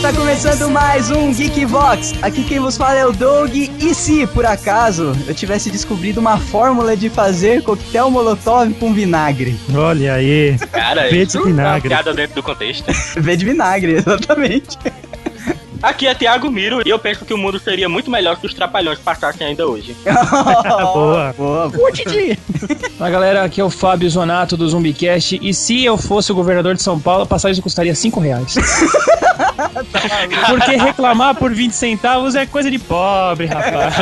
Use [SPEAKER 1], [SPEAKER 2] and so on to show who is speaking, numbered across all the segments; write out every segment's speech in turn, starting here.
[SPEAKER 1] Tá começando mais um Geek Vox. Aqui quem vos fala é o Doug. E se, por acaso, eu tivesse descobrido uma fórmula de fazer coquetel molotov com vinagre?
[SPEAKER 2] Olha aí.
[SPEAKER 3] Cara,
[SPEAKER 2] Verde
[SPEAKER 3] isso é uma
[SPEAKER 2] vinagre.
[SPEAKER 3] piada dentro do contexto.
[SPEAKER 1] Vê de vinagre, exatamente.
[SPEAKER 3] Aqui é Thiago Miro e eu penso que o mundo seria muito melhor se os trapalhões passassem ainda hoje.
[SPEAKER 2] Boa.
[SPEAKER 1] Boa.
[SPEAKER 4] Fala galera, aqui é o Fábio Zonato do Zumbicast. E se eu fosse o governador de São Paulo, a passagem custaria 5 reais. Porque reclamar por 20 centavos é coisa de pobre, rapaz.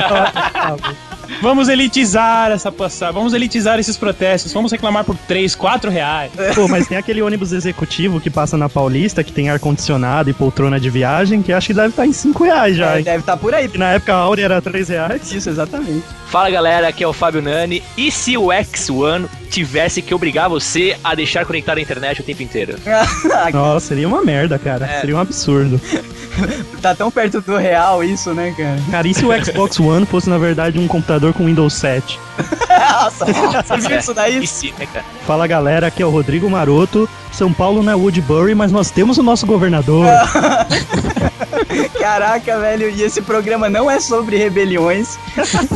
[SPEAKER 4] Vamos elitizar essa passagem, vamos elitizar esses protestos, vamos reclamar por 3, 4 reais.
[SPEAKER 2] Pô, mas tem aquele ônibus executivo que passa na Paulista, que tem ar-condicionado e poltrona de viagem, que acho que deve estar em 5 reais já,
[SPEAKER 1] É,
[SPEAKER 2] hein?
[SPEAKER 1] deve estar por aí.
[SPEAKER 2] Que na época a Áurea era 3 reais.
[SPEAKER 1] Isso, exatamente.
[SPEAKER 5] Fala galera, aqui é o Fábio Nani. E se o X1 tivesse que obrigar você a deixar conectado a internet o tempo inteiro?
[SPEAKER 2] Nossa, seria uma merda, cara. Seria um absurdo.
[SPEAKER 1] tá tão perto do real isso, né, cara?
[SPEAKER 2] Cara, e se o Xbox One fosse, na verdade, um computador com Windows 7?
[SPEAKER 1] Nossa, você viu isso daí?
[SPEAKER 5] E se, né, cara?
[SPEAKER 2] Fala, galera, aqui é o Rodrigo Maroto. São Paulo não é Woodbury, mas nós temos o nosso governador.
[SPEAKER 1] Caraca, velho, e esse programa não é sobre rebeliões.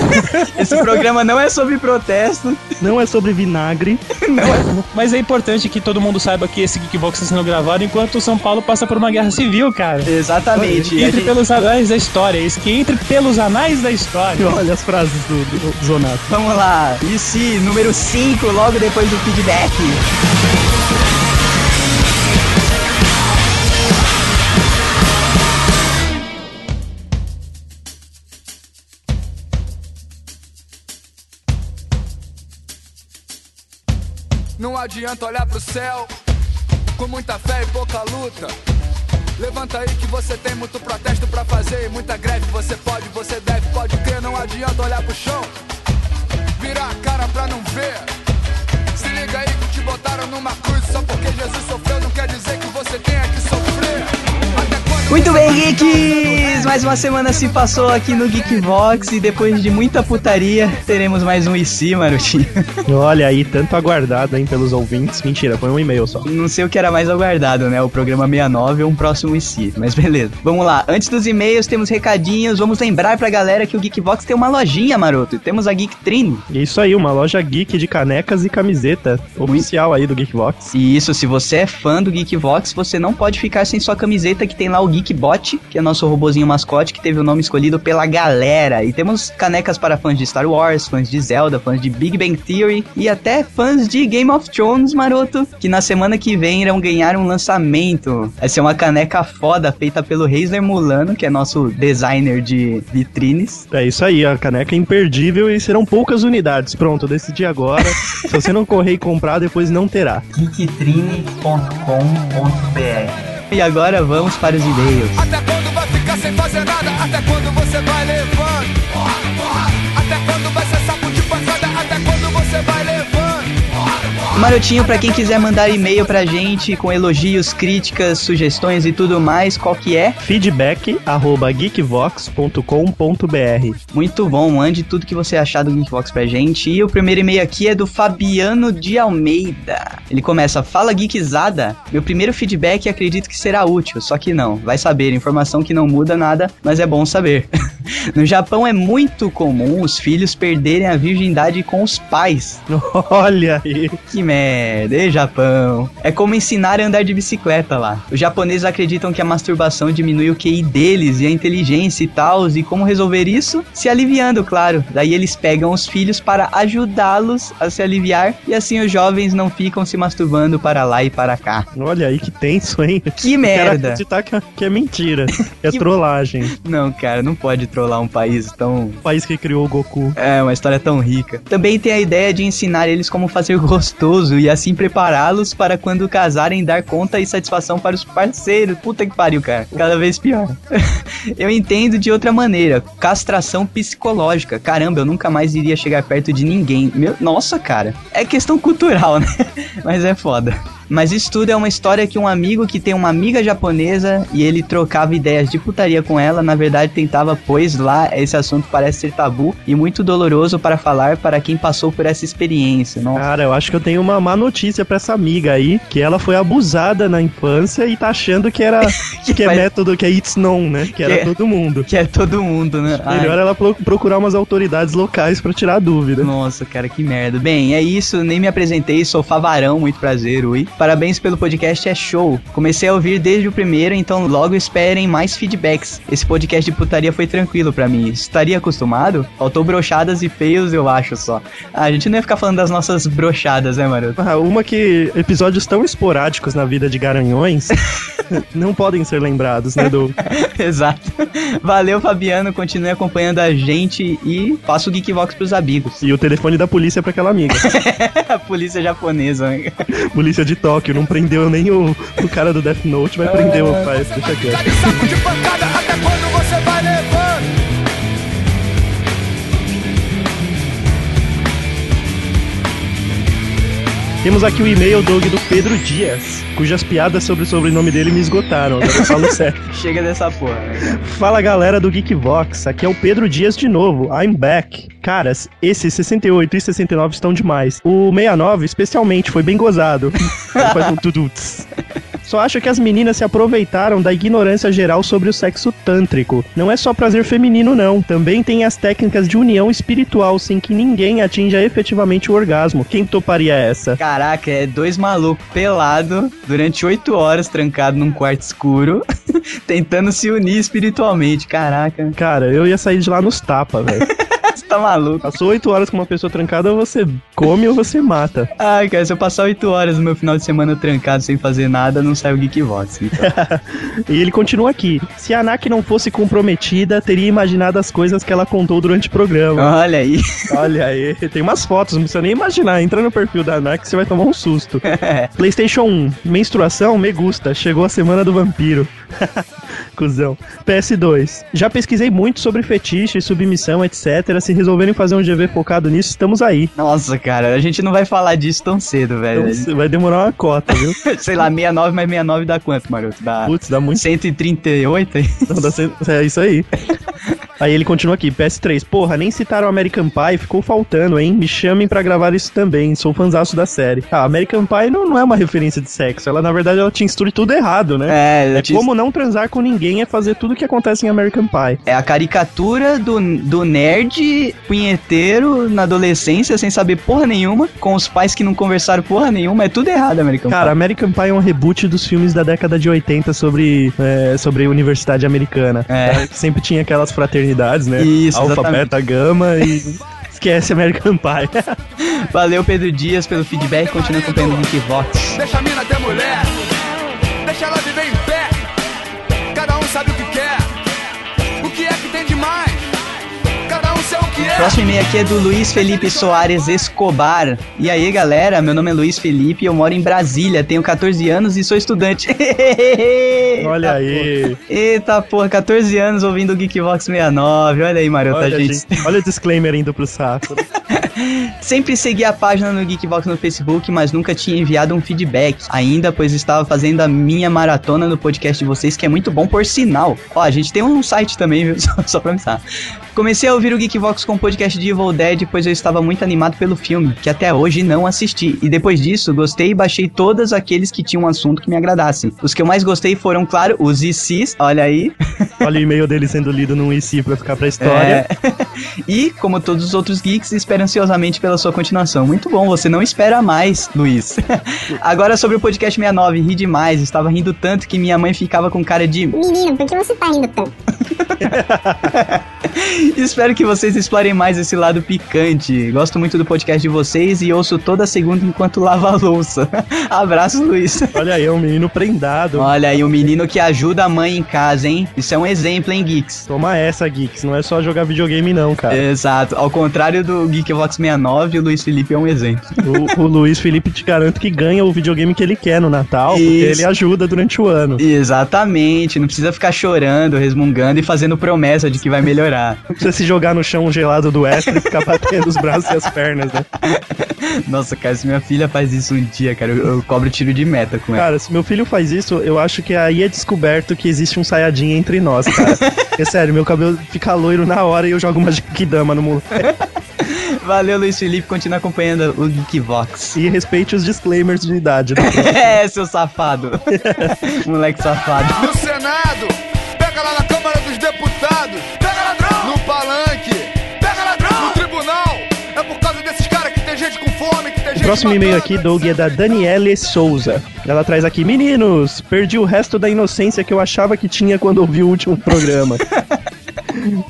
[SPEAKER 1] esse programa não é sobre protesto.
[SPEAKER 2] Não é sobre vinagre.
[SPEAKER 4] Mas é importante que todo mundo saiba que esse Geekbox está sendo gravado enquanto o São Paulo passa por uma guerra civil, cara.
[SPEAKER 1] Exatamente.
[SPEAKER 4] Entre
[SPEAKER 1] a gente-
[SPEAKER 4] pelos anais da história, isso que entre pelos anais da história.
[SPEAKER 2] Olha as frases do, do Zonato.
[SPEAKER 1] Vamos lá. E se número 5, logo depois do feedback.
[SPEAKER 6] Não adianta olhar pro céu com muita fé e pouca luta. Levanta aí que você tem muito protesto pra fazer e muita greve. Você pode, você deve, pode crer. Não adianta olhar pro chão, virar a cara pra não ver. Se liga aí que te botaram numa cruz só porque Jesus sofreu. Não quer dizer que você tenha que sofrer. Até quando
[SPEAKER 1] Muito bem, geeks! Mais uma semana se passou aqui no Geekbox e depois de muita putaria, teremos mais um IC, Marotinho.
[SPEAKER 2] Olha aí, tanto aguardado, hein, pelos ouvintes. Mentira, foi um e-mail só.
[SPEAKER 1] Não sei o que era mais aguardado, né? O programa 69 ou um próximo em si. Mas beleza. Vamos lá. Antes dos e-mails, temos recadinhos. Vamos lembrar pra galera que o Geekbox tem uma lojinha, maroto. Temos a Geek Trine.
[SPEAKER 2] E é Isso aí, uma loja geek de canecas e camiseta oficial aí do Geekbox.
[SPEAKER 1] E isso, se você é fã do Geekvox, você não pode ficar sem sua camiseta que tem lá o Geekbot, que é nosso robozinho mascote que teve o nome escolhido pela galera. E temos canecas para fãs de Star Wars, fãs de Zelda, fãs de Big Bang Theory e até fãs de Game of Thrones, maroto, que na semana que vem irão ganhar um lançamento. Essa é uma caneca foda feita pelo Reisler Mulano, que é nosso designer de vitrines.
[SPEAKER 2] É isso aí, a caneca é imperdível e serão poucas unidades. Pronto, eu decidi agora. Se você não correr e comprar, depois não terá.
[SPEAKER 1] geektrine.com.br E agora vamos para os e-mails.
[SPEAKER 6] Até quando vai ficar sem fazer nada? Até quando você vai levando? Até quando vai ser saco de pancada? Até quando você vai levando?
[SPEAKER 1] Marotinho, pra quem quiser mandar e-mail pra gente com elogios, críticas, sugestões e tudo mais, qual que é?
[SPEAKER 2] Feedback arroba geekvox.com.br
[SPEAKER 1] Muito bom, mande tudo que você achar do Geekbox pra gente. E o primeiro e-mail aqui é do Fabiano de Almeida. Ele começa: Fala geekizada. Meu primeiro feedback acredito que será útil, só que não. Vai saber, informação que não muda nada, mas é bom saber. no Japão é muito comum os filhos perderem a virgindade com os pais.
[SPEAKER 2] Olha aí.
[SPEAKER 1] Que merda, ei Japão. É como ensinar a andar de bicicleta lá. Os japoneses acreditam que a masturbação diminui o QI deles e a inteligência e tal. E como resolver isso? Se aliviando, claro. Daí eles pegam os filhos para ajudá-los a se aliviar e assim os jovens não ficam se masturbando para lá e para cá.
[SPEAKER 2] Olha aí que tenso, hein?
[SPEAKER 1] Que
[SPEAKER 2] Quero
[SPEAKER 1] merda.
[SPEAKER 2] acreditar que é, que é mentira. que É
[SPEAKER 1] Que-
[SPEAKER 2] trollagem.
[SPEAKER 1] Não, cara, não pode trollar um país tão
[SPEAKER 2] O país que criou o Goku.
[SPEAKER 1] É, uma história tão rica. Também tem a ideia de ensinar eles como fazer gostoso e assim prepará-los para quando casarem dar conta e satisfação para os parceiros. Puta que pariu, cara. Cada vez pior. eu entendo de outra maneira. Castração psicológica. Caramba, eu nunca mais iria chegar perto de ninguém. Meu- nossa, cara. É questão cultural, né? Mas é foda. Mas isso tudo é uma história que um amigo que tem uma amiga japonesa e ele trocava ideias de putaria com ela, na verdade tentava, pois lá esse assunto parece ser tabu e muito doloroso para falar para quem passou por essa experiência. Nossa.
[SPEAKER 2] Cara, eu acho que eu tenho uma má notícia pra essa amiga aí, que ela foi abusada na infância e tá achando que era que, é
[SPEAKER 1] faz-
[SPEAKER 2] método, que é it's known, né? Que era
[SPEAKER 1] Que é-
[SPEAKER 2] todo mundo.
[SPEAKER 1] Que é todo mundo, né? Ai.
[SPEAKER 2] Melhor ela pro- procurar umas autoridades locais pra tirar a dúvida.
[SPEAKER 1] Nossa, cara, que merda. Bem, é isso, nem me apresentei, sou Favarão, muito prazer, ui. Parabéns pelo podcast, é show. Comecei a ouvir desde o primeiro, então logo esperem mais feedbacks. Esse podcast de putaria foi tranquilo pra mim. Estaria acostumado? Faltou brochadas e feios, eu acho só. Ah, a gente não ia ficar falando das nossas brochadas, né, maroto?
[SPEAKER 2] Ah, uma que episódios tão esporádicos na vida de garanhões não podem ser lembrados, né, Doug?
[SPEAKER 1] Exato. Valeu, Fabiano, continue acompanhando a gente e faça o Geekvox pros amigos.
[SPEAKER 2] E o telefone da polícia pra aquela amiga.
[SPEAKER 1] a polícia japonesa, né?
[SPEAKER 2] polícia de Tóquio, não prendeu nem o, o cara do Death Note, vai prender
[SPEAKER 1] Ah.
[SPEAKER 2] o pai. Deixa quieto.
[SPEAKER 6] Aquele saco de pancada, até quando você vai levando?
[SPEAKER 2] Temos aqui o e-mail, Doug, do Pedro Dias, cujas piadas sobre o sobrenome dele me esgotaram. Agora eu falo sério.
[SPEAKER 1] Chega dessa porra. né?
[SPEAKER 2] Fala galera do Geekvox, aqui é o Pedro Dias de novo, I'm back. Caras, esses 68 e 69 estão demais. O 69, especialmente, foi bem gozado. Ele faz um tuduts. Só acho que as meninas se aproveitaram da ignorância geral sobre o sexo tântrico. Não é só prazer feminino, não. Também tem as técnicas de união espiritual, sem que ninguém atinja efetivamente o orgasmo. Quem toparia essa?
[SPEAKER 1] Caraca, é dois malucos pelado durante oito horas trancado num quarto escuro, tentando se unir espiritualmente. Caraca,
[SPEAKER 2] Cara, eu ia sair de lá nos tapa, velho.
[SPEAKER 1] você tá maluco?
[SPEAKER 2] Passou oito horas com uma pessoa trancada, ou você come ou você mata.
[SPEAKER 1] Ai, cara, se eu passar oito horas no meu final de semana trancado sem fazer nada, não sai o Geekbox. Então.
[SPEAKER 2] E ele continua aqui. Se a Anak não fosse comprometida, teria imaginado as coisas que ela contou durante o programa.
[SPEAKER 1] Olha aí.
[SPEAKER 2] Olha aí, tem umas fotos, não precisa nem imaginar. Entra no perfil da Anak, você vai tomar um susto. PlayStation 1, menstruação, me gusta. Chegou a semana do vampiro. Cusão. PS2. Já pesquisei muito sobre fetiche, submissão, etc. Se resolverem fazer um GV focado nisso, estamos aí.
[SPEAKER 1] Nossa, cara, a gente não vai falar disso tão cedo,
[SPEAKER 2] Então,
[SPEAKER 1] velho.
[SPEAKER 2] você vai demorar uma cota, viu?
[SPEAKER 1] Sei lá, 69 mais 69 dá quanto, maroto? Dá
[SPEAKER 2] Putz, dá muito
[SPEAKER 1] 138?
[SPEAKER 2] Não dá cem- É isso aí. Aí ele continua aqui, PS3. Porra, nem citaram American Pie, ficou faltando, hein? Me chamem pra gravar isso também, sou fanzaço da série. Ah, American Pie não, não é uma referência de sexo, ela na verdade ela te instrui tudo errado, né?
[SPEAKER 1] É,
[SPEAKER 2] É
[SPEAKER 1] eu te-
[SPEAKER 2] como não transar com ninguém é fazer tudo que acontece em American Pie.
[SPEAKER 1] É a caricatura do, do nerd punheteiro na adolescência, sem saber porra nenhuma, com os pais que não conversaram porra nenhuma. É tudo errado, americano.
[SPEAKER 2] Cara, American Pie é um reboot dos filmes da década de 80 sobre, é, sobre universidade americana.
[SPEAKER 1] É.
[SPEAKER 2] Sempre tinha aquelas fraternidades, né?
[SPEAKER 1] Isso,
[SPEAKER 2] Alfa,
[SPEAKER 1] exatamente.
[SPEAKER 2] beta, gama e... Esquece American Pie.
[SPEAKER 1] Valeu, Pedro Dias, pelo feedback. Continua acompanhando o Geekbox.
[SPEAKER 6] Deixa a mina ter mulher, deixa ela viver em pé. Cada um sabe o que quer, o que é que tem demais. Cada um sabe o que é.
[SPEAKER 1] Próximo e-mail aqui é do Luiz Felipe Soares Escobar. E aí, galera, meu nome é Luiz Felipe, eu moro em Brasília, tenho 14 anos e sou estudante.
[SPEAKER 2] Olha aí.
[SPEAKER 1] Eita porra, 14 anos ouvindo o Geekbox 69. Olha aí, Maroto, a
[SPEAKER 2] Olha,
[SPEAKER 1] gente
[SPEAKER 2] tá, gente, olha o disclaimer indo pro saco.
[SPEAKER 1] Sempre segui a página no Geekbox no Facebook, mas nunca tinha enviado um feedback ainda, pois estava fazendo a minha maratona no podcast de vocês, que é muito bom, por sinal. Ó, a gente tem um site também, viu? Só, só pra avisar. Comecei a ouvir o Geekbox com o podcast de Evil Dead, pois eu estava muito animado pelo filme, que até hoje não assisti. E depois disso, gostei e baixei todos aqueles que tinham um assunto que me agradassem. Os que eu mais gostei foram, claro, os ICs, olha aí,
[SPEAKER 2] Olha o e-mail dele sendo lido num IC pra ficar pra história.
[SPEAKER 1] É. E, como todos os outros geeks, espero ansiosamente pela sua continuação. Muito bom, você não espera mais, Luiz. Agora sobre o podcast 69, ri demais. Estava rindo tanto que minha mãe ficava com cara de.
[SPEAKER 7] Menino, por que você tá rindo tanto?
[SPEAKER 1] Espero que vocês explorem mais esse lado picante. Gosto muito do podcast de vocês e ouço toda segunda enquanto lavo a louça. Abraço, Luiz.
[SPEAKER 2] Olha aí, é um menino prendado.
[SPEAKER 1] Olha aí, o menino que ajuda a mãe em casa, hein? Isso é um exemplo, hein, geeks?
[SPEAKER 2] Toma essa, Geeks. Não é só jogar videogame, não,
[SPEAKER 1] É.
[SPEAKER 2] cara.
[SPEAKER 1] Exato. Ao contrário do Geekbox 69, o Luiz Felipe é um exemplo.
[SPEAKER 2] O, o Luiz Felipe te garanto que ganha o videogame que ele quer no Natal, porque
[SPEAKER 1] Isso.
[SPEAKER 2] ele ajuda durante o ano.
[SPEAKER 1] Exatamente, não precisa ficar chorando, resmungando e fazendo promessa de que vai chorar.
[SPEAKER 2] Precisa se jogar no chão gelado do Extra e ficar batendo os braços e as pernas, né?
[SPEAKER 1] Nossa, cara, se minha filha faz isso um dia, cara, eu, eu cobro tiro de meta com ela.
[SPEAKER 2] Cara, se meu filho faz isso, eu acho que aí é descoberto que existe um saiadinho entre nós, cara. É sério, meu cabelo fica loiro na hora e eu jogo uma jiquidama no mundo.
[SPEAKER 1] Valeu, Luiz Felipe, continua acompanhando o Geekvox.
[SPEAKER 2] E respeite os disclaimers de idade, né?
[SPEAKER 1] é, seu safado. Moleque safado.
[SPEAKER 6] No Senado, pega lá na Câmara dos Deputados, pega ladrão! No palanque, pega ladrão! No tribunal, é por causa desses caras que tem gente com fome, que tem
[SPEAKER 2] O
[SPEAKER 6] gente
[SPEAKER 2] próximo e-mail
[SPEAKER 6] matando,
[SPEAKER 2] aqui, Doug, é da
[SPEAKER 6] etc.
[SPEAKER 2] Daniele Souza. Ela traz aqui: Meninos, perdi o resto da inocência que eu achava que tinha quando ouvi o último programa.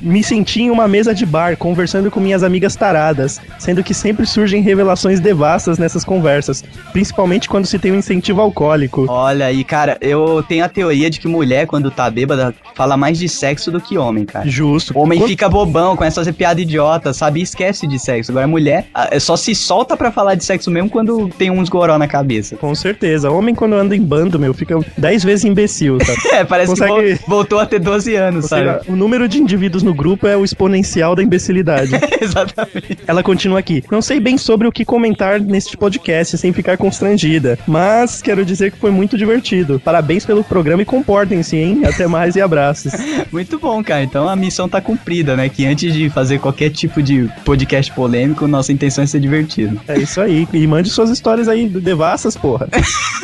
[SPEAKER 2] Me senti em uma mesa de bar, conversando com minhas amigas taradas, sendo que sempre surgem revelações devassas nessas conversas, principalmente quando se tem um incentivo alcoólico.
[SPEAKER 1] Olha aí, cara, eu tenho a teoria de que mulher, quando tá bêbada, fala mais de sexo do que homem, cara.
[SPEAKER 2] Justo.
[SPEAKER 1] Homem
[SPEAKER 2] Quando-
[SPEAKER 1] fica bobão, começa a fazer piada idiota, sabe? E esquece de sexo. Agora, mulher ah, é só se solta pra falar de sexo mesmo quando tem uns goró na cabeça.
[SPEAKER 2] Com certeza. Homem, quando anda em bando, meu, fica 10 vezes imbecil, tá?
[SPEAKER 1] É, parece que
[SPEAKER 2] Consegue-
[SPEAKER 1] vo- voltou a ter 12 anos,
[SPEAKER 2] Ou seja,
[SPEAKER 1] sabe?
[SPEAKER 2] o número de indivíduos no grupo é o exponencial da imbecilidade.
[SPEAKER 1] Exatamente.
[SPEAKER 2] Ela continua aqui. Não sei bem sobre o que comentar neste podcast sem ficar constrangida, mas quero dizer que foi muito divertido. Parabéns pelo programa e comportem-se, hein? Até mais e abraços.
[SPEAKER 1] Muito bom, cara. Então a missão tá cumprida, né? Que antes de fazer qualquer tipo de podcast polêmico, nossa intenção é ser divertido.
[SPEAKER 2] É isso aí. E mande suas histórias aí do devassas, porra.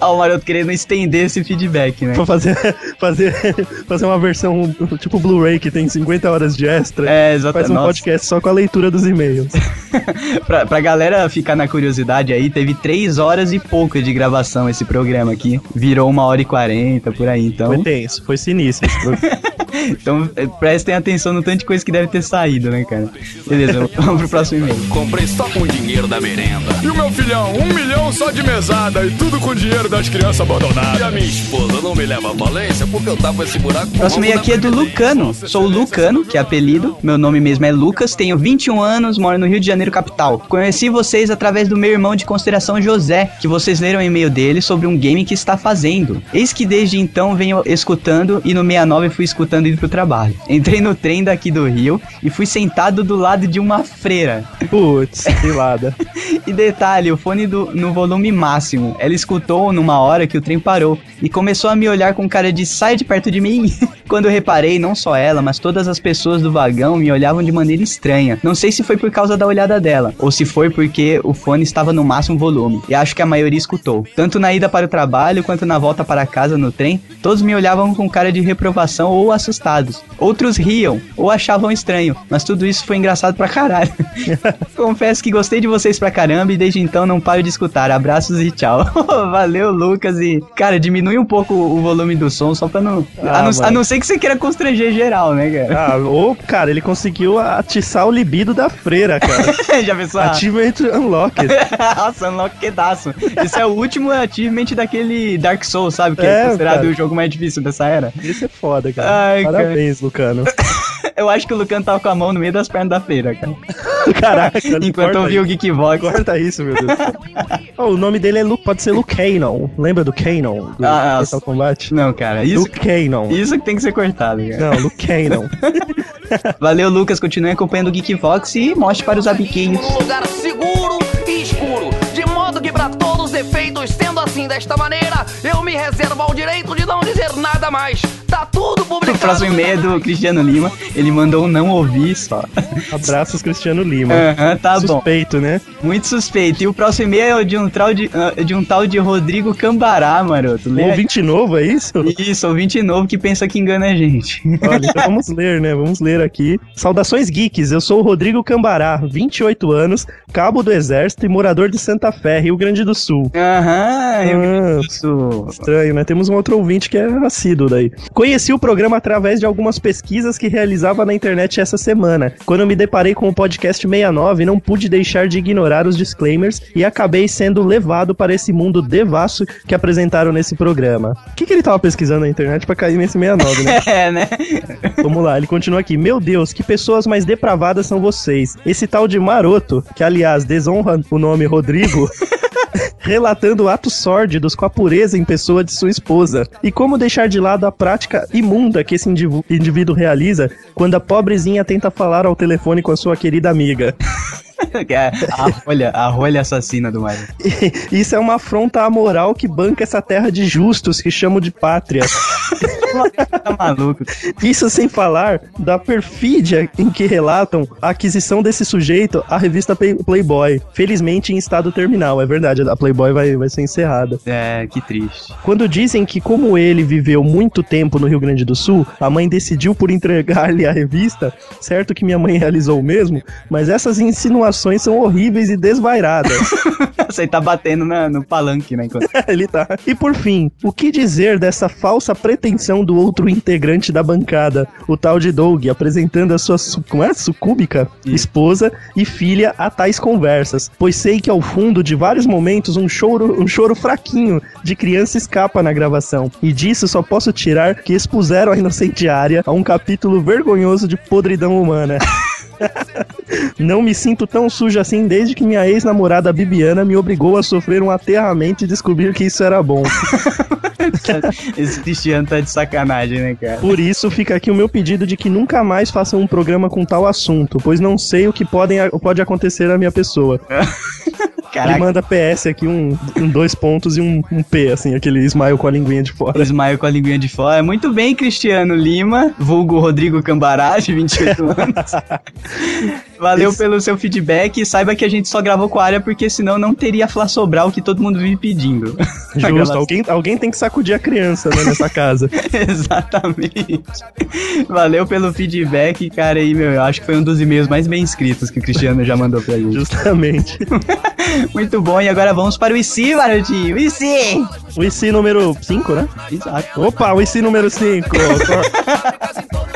[SPEAKER 1] Ah, o Maroto querendo estender esse feedback, né?
[SPEAKER 2] Vou fazer, fazer, fazer uma versão tipo Blu-ray que tem 50 horas de extra.
[SPEAKER 1] É,
[SPEAKER 2] Faz
[SPEAKER 1] exatamente.
[SPEAKER 2] um
[SPEAKER 1] Nossa. Então?
[SPEAKER 2] podcast só com a leitura dos e-mails.
[SPEAKER 1] Pra, pra galera ficar na curiosidade aí, teve 3 horas e pouco de gravação esse programa aqui. Virou uma hora e 40 por aí,
[SPEAKER 2] Foi
[SPEAKER 1] então.
[SPEAKER 2] tenso, foi sinistro. esse programa.
[SPEAKER 1] Então eh, prestem atenção no tanto de coisa que deve ter saído, né, cara? Beleza, vamos pro próximo e-mail.
[SPEAKER 7] Comprei só com o dinheiro da merenda.
[SPEAKER 6] E o meu filhão, um milhão só de mesada e tudo com dinheiro das crianças
[SPEAKER 7] E a
[SPEAKER 6] abandonadas.
[SPEAKER 7] minha esposa não me leva à falência porque eu tava esse buraco.
[SPEAKER 1] Nosso e-mail aqui é do Lucano. Sou o Lucano, que é apelido. Meu nome mesmo é Lucas, tenho 21 anos, moro no Rio de Janeiro, capital. Conheci vocês através do meu irmão de consideração José, que vocês leram o e-mail dele sobre um game que está fazendo. Eis que desde então venho escutando e no 69 fui escutando indo pro trabalho. Entrei no trem daqui do Rio e fui sentado do lado de uma freira.
[SPEAKER 2] Putz, cilada.
[SPEAKER 1] E detalhe, o fone do- no volume máximo. Ela escutou numa hora que o trem parou e começou a me olhar com cara de sai de perto de mim. Quando eu reparei, não só ela, mas todas as pessoas do vagão me olhavam de maneira estranha. Não sei se foi por causa da olhada dela, ou se foi porque o fone estava no máximo volume. E acho que a maioria escutou. Tanto na ida para o trabalho quanto na volta para casa no trem, todos me olhavam com cara de reprovação ou assustados. Outros riam ou achavam estranho, mas tudo isso foi engraçado pra caralho. Confesso que gostei de vocês pra caramba e desde então não paro de escutar. Abraços e tchau. Valeu, Lucas. E, cara, diminui um pouco o volume do som só pra não.
[SPEAKER 2] Ah,
[SPEAKER 1] a, não
[SPEAKER 2] mano.
[SPEAKER 1] a não ser que você queira constranger geral, né, cara?
[SPEAKER 2] Ah, ô, cara, ele conseguiu atiçar o libido da freira, cara.
[SPEAKER 1] Já pensou? Ah,
[SPEAKER 2] Achievement Unlocked.
[SPEAKER 1] Nossa, unlockdaço. Esse é o último achievement daquele Dark Souls, sabe? Que é
[SPEAKER 2] É,
[SPEAKER 1] considerado
[SPEAKER 2] cara.
[SPEAKER 1] o jogo mais difícil dessa era.
[SPEAKER 2] Isso é foda, cara.
[SPEAKER 1] Ai, cara.
[SPEAKER 2] Parabéns, Lucano.
[SPEAKER 1] Eu acho que o Lucano tava com a mão no meio das pernas da feira, cara.
[SPEAKER 2] Caraca,
[SPEAKER 1] Enquanto eu vi o
[SPEAKER 2] isso.
[SPEAKER 1] Geekbox.
[SPEAKER 2] Corta isso, meu Deus. Ó, o nome dele é Lu, pode ser Lucanon. Lembra do Canon? Do
[SPEAKER 1] Ah,
[SPEAKER 2] Mortal Kombat?
[SPEAKER 1] Não, cara, isso,
[SPEAKER 2] Lucanon.
[SPEAKER 1] isso que tem que ser cortado, cara.
[SPEAKER 2] Não, Lucanon.
[SPEAKER 1] Valeu, Lucas. Continue acompanando o Geekvox e mostre para os amiguinhos.
[SPEAKER 8] num lugar seguro e escuro. De modo que, para todos os efeitos, sendo assim desta maneira, eu me reservo ao direito de não dizer nada mais. Tá tudo
[SPEAKER 1] O
[SPEAKER 8] publicado.
[SPEAKER 1] próximo e-mail é do Cristiano Lima. Ele mandou um não ouvir só.
[SPEAKER 2] Abraços, Cristiano Lima.
[SPEAKER 1] Aham, tá bom.
[SPEAKER 2] Suspeito, né?
[SPEAKER 1] Muito suspeito. E o próximo e-mail é de um, trau de, ah, de um tal de Rodrigo Cambará, maroto.
[SPEAKER 2] Um
[SPEAKER 1] Lê aí.
[SPEAKER 2] ouvinte novo, é isso?
[SPEAKER 1] Isso, ouvinte novo que pensa que engana a gente.
[SPEAKER 2] Olha, então vamos ler, né? Vamos ler aqui. Saudações geeks, eu sou o Rodrigo Cambará, 28 anos, cabo do exército e morador de Santa Fé, Rio Grande do Sul.
[SPEAKER 1] Aham, eu
[SPEAKER 2] Ah,
[SPEAKER 1] isso.
[SPEAKER 2] Estranho, né? Temos um outro ouvinte que é assíduo daí. Conheci o programa através de algumas pesquisas que realizava na internet essa semana. Quando me deparei com o podcast 69, não pude deixar de ignorar os disclaimers e acabei sendo levado para esse mundo devasso que apresentaram nesse programa. O que, que ele tava pesquisando na internet pra cair nesse 69, né?
[SPEAKER 1] É, né?
[SPEAKER 2] Vamos lá, ele continua aqui. Meu Deus, que pessoas mais depravadas são vocês. Esse tal de maroto, que aliás desonra o nome Rodrigo. relatando atos sórdidos com a pureza em pessoa de sua esposa e como deixar de lado a prática imunda que esse indivu- indivíduo realiza quando a pobrezinha tenta falar ao telefone com a sua querida amiga.
[SPEAKER 1] a rolha, a rolha assassina do Mario.
[SPEAKER 2] Isso é uma afronta à moral que banca essa terra de justos que chamam de pátria.
[SPEAKER 1] Tá maluco.
[SPEAKER 2] Isso sem falar da perfídia em que relatam a aquisição desse sujeito à revista Play- Playboy. Felizmente em estado terminal, é verdade, a Playboy vai, vai ser encerrada.
[SPEAKER 1] É, que triste.
[SPEAKER 2] Quando dizem que, como ele viveu muito tempo no Rio Grande do Sul, a mãe decidiu por entregar-lhe a revista, certo que minha mãe realizou o mesmo, mas essas insinuações são horríveis e desvairadas.
[SPEAKER 1] Você tá batendo na- no palanque, né? enquanto-
[SPEAKER 2] ele tá. E por fim, o que dizer dessa falsa pretensão do outro integrante da bancada, o tal de Doug, apresentando a sua su- como é? sucúbica esposa e filha a tais conversas, pois sei que ao fundo de vários momentos um choro, um choro fraquinho de criança escapa na gravação. E disso só posso tirar que expuseram a inocentiária a um capítulo vergonhoso de podridão humana. Não me sinto tão sujo assim desde que minha ex-namorada Bibiana me obrigou a sofrer um aterramento e descobrir que isso era bom.
[SPEAKER 1] Esse Cristiano tá de sacanagem, né, cara?
[SPEAKER 2] Por isso fica aqui o meu pedido de que nunca mais façam um programa com tal assunto, pois não sei o que podem, pode acontecer à minha pessoa. Ele
[SPEAKER 1] Caraca,
[SPEAKER 2] manda PS aqui, um, um dois pontos e um, um P, assim, aquele smile com a linguinha de
[SPEAKER 1] o
[SPEAKER 2] fora.
[SPEAKER 1] Ismael com a linguinha de fora. Muito bem, Cristiano Lima, vulgo Rodrigo Cambará, de 28 anos. Valeu
[SPEAKER 2] Esse-
[SPEAKER 1] pelo seu feedback e saiba que a gente só gravou com a área porque senão não teria Flá Sobral que todo mundo vive pedindo.
[SPEAKER 2] Justo, alguém, alguém tem que sacudir a criança né, nessa casa.
[SPEAKER 1] Exatamente. Valeu pelo feedback, cara. E, meu, eu acho que foi um dos e-mails mais bem escritos que o Cristiano já mandou pra gente.
[SPEAKER 2] Justamente.
[SPEAKER 1] Muito bom. E agora vamos para o IC, Marotinho. IC!
[SPEAKER 2] O IC número 5, né?
[SPEAKER 1] Exato.
[SPEAKER 2] Opa, o IC número 5.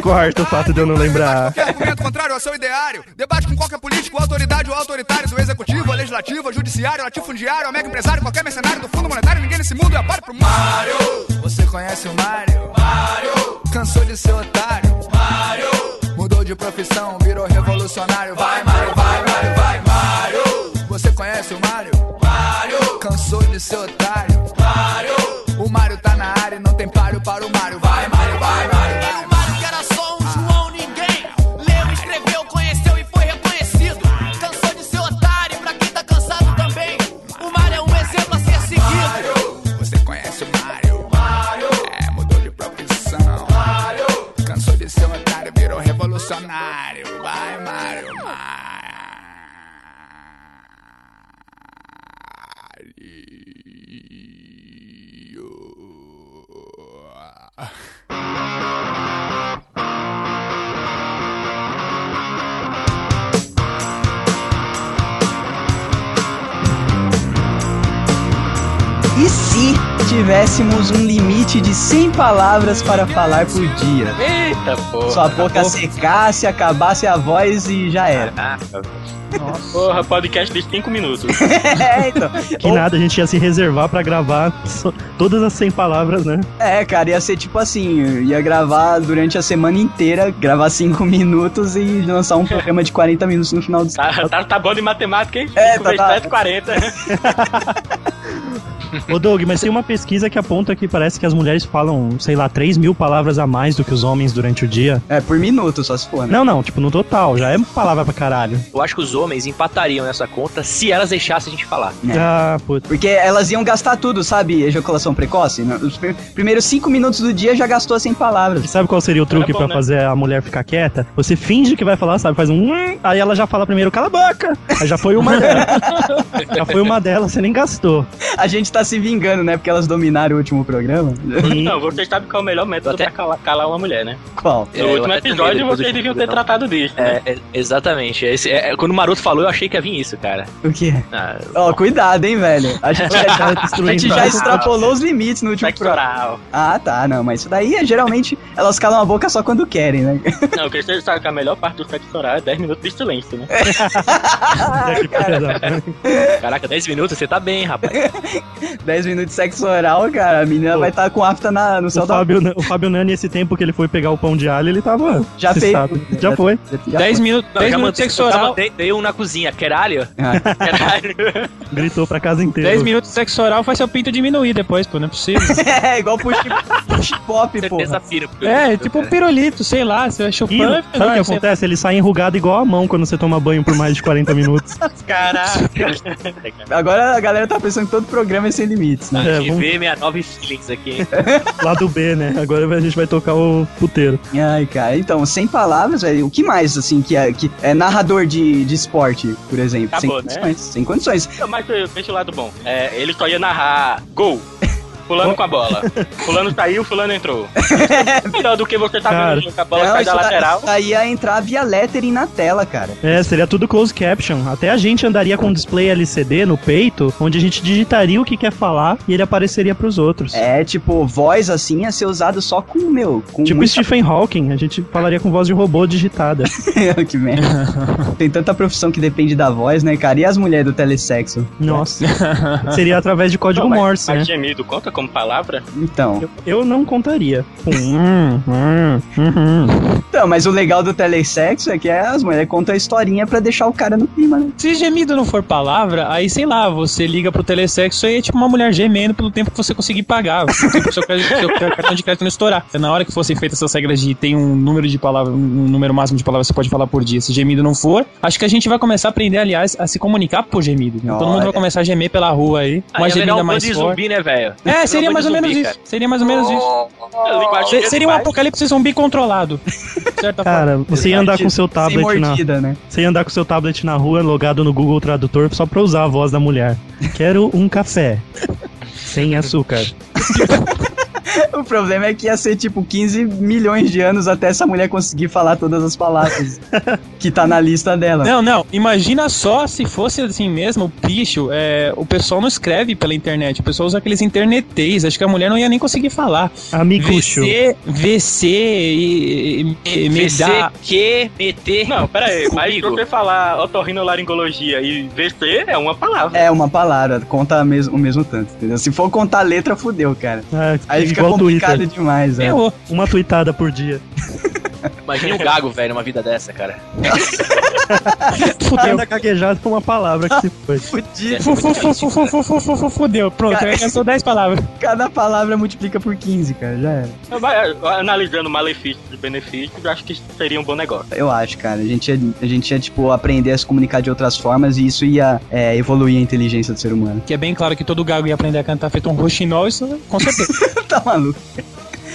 [SPEAKER 2] Corta o fato de eu não lembrar.
[SPEAKER 6] Qualquer argumento contrário ao seu ideário. Debate com qualquer político, autoridade ou autoritário, do executivo, ao legislativo, ao judiciário, latifundiário, ao mega empresário, qualquer mercenário do fundo monetário. Ninguém nesse mundo é páreo pro Mario. Você conhece o Mario? Mario. Cansou de ser otário? Mario. Mudou de profissão, virou revolucionário. Vai, Mario, vai, Mario, vai, Mario. Você conhece o Mario? Mario. Cansou de ser otário? Mario. O Mario tá na área e não tem páreo para o Mario. Vai, Mario, vai, Mario. vai, Mario.
[SPEAKER 9] Mário que era só um João ninguém. Leu, escreveu, conheceu e foi reconhecido. Cansou de ser otário, e pra quem tá cansado também. O Mário é um exemplo a ser seguido.
[SPEAKER 6] Você conhece o Mario? Mario. É, mudou de profissão. Mario. Cansou de ser um otário, virou revolucionário. Vai, Mario, Mario.
[SPEAKER 1] E se tivéssemos um limite de 100 palavras para falar por dia?
[SPEAKER 3] Eita porra.
[SPEAKER 1] Sua boca secasse, acabasse a voz e já era.
[SPEAKER 3] Porra, podcast de 5 minutos.
[SPEAKER 1] É, então.
[SPEAKER 2] Que nada, a gente ia se reservar pra gravar so- todas as 100 palavras, né?
[SPEAKER 1] É, cara, ia ser tipo assim, eu ia gravar durante a semana inteira, gravar 5 minutos e lançar um programa de 40 minutos no final do
[SPEAKER 3] Tá, tá, tá bom de matemática, hein?
[SPEAKER 1] É,
[SPEAKER 3] Cinco
[SPEAKER 1] tá,
[SPEAKER 3] vezes
[SPEAKER 1] tá.
[SPEAKER 3] sete, 40.
[SPEAKER 2] Ô Doug, mas tem uma pesquisa que aponta que parece que as mulheres falam, sei lá, 3 mil palavras a mais do que os homens durante o dia.
[SPEAKER 1] É, por minuto, só se for, né?
[SPEAKER 2] Não, não, tipo, no total, já é palavra pra caralho.
[SPEAKER 5] Eu acho que os homens empatariam nessa conta se elas deixassem a gente falar.
[SPEAKER 1] É.
[SPEAKER 2] Ah, puta.
[SPEAKER 1] Porque elas iam gastar tudo, sabe? Ejaculação precoce. né? Os prim- primeiros 5 minutos do dia já gastou 100 palavras.
[SPEAKER 2] E sabe qual seria o truque
[SPEAKER 3] bom,
[SPEAKER 2] pra
[SPEAKER 3] né?
[SPEAKER 2] fazer a mulher ficar quieta? Você finge que vai falar, sabe? Faz um. "Hum", Aí ela já fala primeiro, cala a boca! Aí já foi uma dela. já foi uma dela, você nem gastou.
[SPEAKER 1] A gente tá se vingando, né? Porque elas dominaram o último programa.
[SPEAKER 3] Não, vocês sabem qual é o melhor método
[SPEAKER 5] Até-
[SPEAKER 3] pra calar, calar uma mulher, né?
[SPEAKER 1] Qual?
[SPEAKER 5] É,
[SPEAKER 3] No
[SPEAKER 5] eu
[SPEAKER 3] último
[SPEAKER 5] até também,
[SPEAKER 3] episódio
[SPEAKER 5] depois do
[SPEAKER 3] vocês
[SPEAKER 5] último
[SPEAKER 3] deviam ter
[SPEAKER 5] programa.
[SPEAKER 3] tratado disso. né?
[SPEAKER 5] É, é, exatamente. É esse- é- é- quando o Maroto falou, eu achei que ia vir isso, cara.
[SPEAKER 1] O quê?
[SPEAKER 5] Ah,
[SPEAKER 4] Tipo
[SPEAKER 1] Ó, cuidado, hein, velho. A gente já, a gente já extrapolou os limites no último
[SPEAKER 3] Sexo
[SPEAKER 1] programa.
[SPEAKER 3] oral.
[SPEAKER 1] Ah, tá, não, mas isso daí é geralmente elas calam a boca só quando querem, né?
[SPEAKER 3] Não, porque vocês
[SPEAKER 1] Ah,
[SPEAKER 3] sabem que a melhor parte do sexo oral é 10 minutos de silêncio, né?
[SPEAKER 2] Já que pesado.
[SPEAKER 5] É. Caraca, 10 minutos, você tá bem, rapaz.
[SPEAKER 1] 10 minutos de sexo oral, cara, a menina vai estar com afta na, no céu
[SPEAKER 2] O
[SPEAKER 1] da...
[SPEAKER 2] Fábio, o Fábio Nani, esse tempo que ele foi pegar o pão de alho, ele tava.
[SPEAKER 1] Já
[SPEAKER 2] cê
[SPEAKER 1] fez.
[SPEAKER 2] sabe. Já foi.
[SPEAKER 1] Já
[SPEAKER 4] 10
[SPEAKER 1] foi.
[SPEAKER 4] minutos,
[SPEAKER 5] Eu
[SPEAKER 4] 10
[SPEAKER 5] já
[SPEAKER 4] minutos
[SPEAKER 5] mandei-
[SPEAKER 4] sexo
[SPEAKER 5] eu já
[SPEAKER 4] oral.
[SPEAKER 5] mandei- Dei um na cozinha, queralho?
[SPEAKER 1] Ah,
[SPEAKER 5] Queralho.
[SPEAKER 2] Gritou pra casa inteira.
[SPEAKER 4] 10 minutos de sexo oral faz seu pinto diminuir depois, pô, não é possível.
[SPEAKER 1] é, igual push, push pop, pô.
[SPEAKER 5] Certeza firme.
[SPEAKER 4] é, tipo um pirulito, sei lá, você vai
[SPEAKER 2] E
[SPEAKER 4] chupando. é
[SPEAKER 2] sabe o que acontece? Ele sai enrugado igual a mão quando você toma banho por mais de 40 minutos.
[SPEAKER 5] Caraca. É,
[SPEAKER 1] Agora a galera tá pensando que todo programa é sem limites, né?
[SPEAKER 2] É, vamos-
[SPEAKER 5] TV69 Feelings aqui, hein?
[SPEAKER 2] Lado B, né? Agora a gente vai tocar o puteiro.
[SPEAKER 1] Ai, cara, então, sem palavras, velho. O que mais, assim, que é, que é narrador de, de esporte, por exemplo? sem
[SPEAKER 3] Acabou,
[SPEAKER 1] condições. Sem condições.
[SPEAKER 3] Não, Mas eu vejo o lado bom. É, ele só ia narrar gol. Fulano com a bola. Fulano saiu, fulano entrou. Melhor do que você tá
[SPEAKER 2] Cara.
[SPEAKER 3] vendo o jogo, a bola
[SPEAKER 1] Não,
[SPEAKER 3] sai
[SPEAKER 1] isso
[SPEAKER 3] da
[SPEAKER 1] da-
[SPEAKER 3] lateral.
[SPEAKER 1] isso tá daí ia entrar via lettering na tela, cara.
[SPEAKER 2] É, seria tudo closed caption. Até a gente andaria com um display LCD no peito, onde a gente digitaria o que quer falar e ele apareceria pros outros.
[SPEAKER 1] É, tipo, voz assim ia ser usado só com, meu, com
[SPEAKER 2] Tipo
[SPEAKER 1] muita-
[SPEAKER 2] Stephen Hawking, a gente falaria com voz de robô digitada.
[SPEAKER 1] que merda. Tem tanta profissão que depende da voz, né, cara? E as mulheres do telesexo?
[SPEAKER 2] Nossa. Seria através de código
[SPEAKER 3] Não, mas-
[SPEAKER 2] Morse,
[SPEAKER 3] mas
[SPEAKER 2] né?
[SPEAKER 3] gemido conta como palavra?
[SPEAKER 1] Então.
[SPEAKER 2] Eu, eu não contaria. Com
[SPEAKER 1] Então, mas o legal do telesexo é que as mulheres contam a historinha pra deixar o cara no clima, né?
[SPEAKER 4] Se gemido não for palavra, aí sei lá, você liga pro telesexo e é tipo uma mulher gemendo pelo tempo que você conseguir pagar. pelo tempo que seu, cre- seu cre- cartão de crédito não estourar. É Na hora que fossem feitas essas regras de tem um número de palavras, um número máximo de palavras que você pode falar por dia. Se gemido não for, acho que a gente vai começar a aprender, aliás, a se comunicar por gemido. Então Todo mundo
[SPEAKER 1] Olha.
[SPEAKER 4] vai começar a gemer pela rua aí. Uma
[SPEAKER 5] Aí é melhor
[SPEAKER 4] gemida
[SPEAKER 5] um bando de
[SPEAKER 4] mais forte.
[SPEAKER 5] zumbi, né, velho?
[SPEAKER 4] É, seria
[SPEAKER 5] um
[SPEAKER 4] mais ou
[SPEAKER 5] bando de
[SPEAKER 4] menos
[SPEAKER 5] zumbi,
[SPEAKER 4] isso. Seria mais ou menos isso.
[SPEAKER 3] A linguagem
[SPEAKER 4] Se-
[SPEAKER 3] de
[SPEAKER 4] Seria um
[SPEAKER 3] animais.
[SPEAKER 4] apocalipse zumbi controlado. De certa forma.
[SPEAKER 2] Cara, você ia andar com seu
[SPEAKER 1] Sem
[SPEAKER 2] tablet na,
[SPEAKER 1] mordida, né?
[SPEAKER 2] você ia andar com seu tablet na rua, logado no Google Tradutor, só pra usar a voz da mulher. Quero um café. Sem açúcar.
[SPEAKER 1] O problema é que ia ser tipo 15 milhões de anos até essa mulher conseguir falar todas as palavras que tá na lista dela.
[SPEAKER 4] Não, não. Imagina só se fosse assim mesmo, o bicho, é, o pessoal não escreve pela internet, o pessoal usa aqueles interneteis, acho que a mulher não ia nem conseguir falar.
[SPEAKER 2] Amicucho.
[SPEAKER 4] VC, VC e, e, e me dá.
[SPEAKER 5] VCQ, MT.
[SPEAKER 3] Não, pera aí. Mas se
[SPEAKER 5] Comigo.
[SPEAKER 3] você falar otorrinolaringologia e VC é uma palavra.
[SPEAKER 1] É uma palavra, conta mes- o mesmo tanto, entendeu? Se for contar a letra, fudeu, cara.
[SPEAKER 2] Ah,
[SPEAKER 1] Aí fica
[SPEAKER 2] igual o
[SPEAKER 1] complicado
[SPEAKER 2] Twitter.
[SPEAKER 1] demais, é.
[SPEAKER 4] Ferrou.
[SPEAKER 2] Uma tweetada por dia.
[SPEAKER 5] Imagina o Gago, velho, numa vida dessa, cara.
[SPEAKER 4] Fudeu.
[SPEAKER 2] Cada caguejada foi uma palavra que se foi.
[SPEAKER 1] Fudido.
[SPEAKER 4] Fu- fu- fu- fu- fu- fu- fu- fu- fu- Fudeu. Pronto,
[SPEAKER 1] É. Cara.
[SPEAKER 4] aí gastou 10 palavras.
[SPEAKER 1] Cada palavra multiplica por 15, cara, já era.
[SPEAKER 3] Mas, Analisando malefícios e benefícios, eu acho que seria um bom negócio.
[SPEAKER 1] Eu acho, cara. A gente ia, a gente ia tipo, aprender a se comunicar de outras formas e isso ia é, evoluir a inteligência do ser humano.
[SPEAKER 4] Que é bem claro que todo gago ia aprender a cantar feito um roxinol, isso com certeza.
[SPEAKER 1] tá maluco?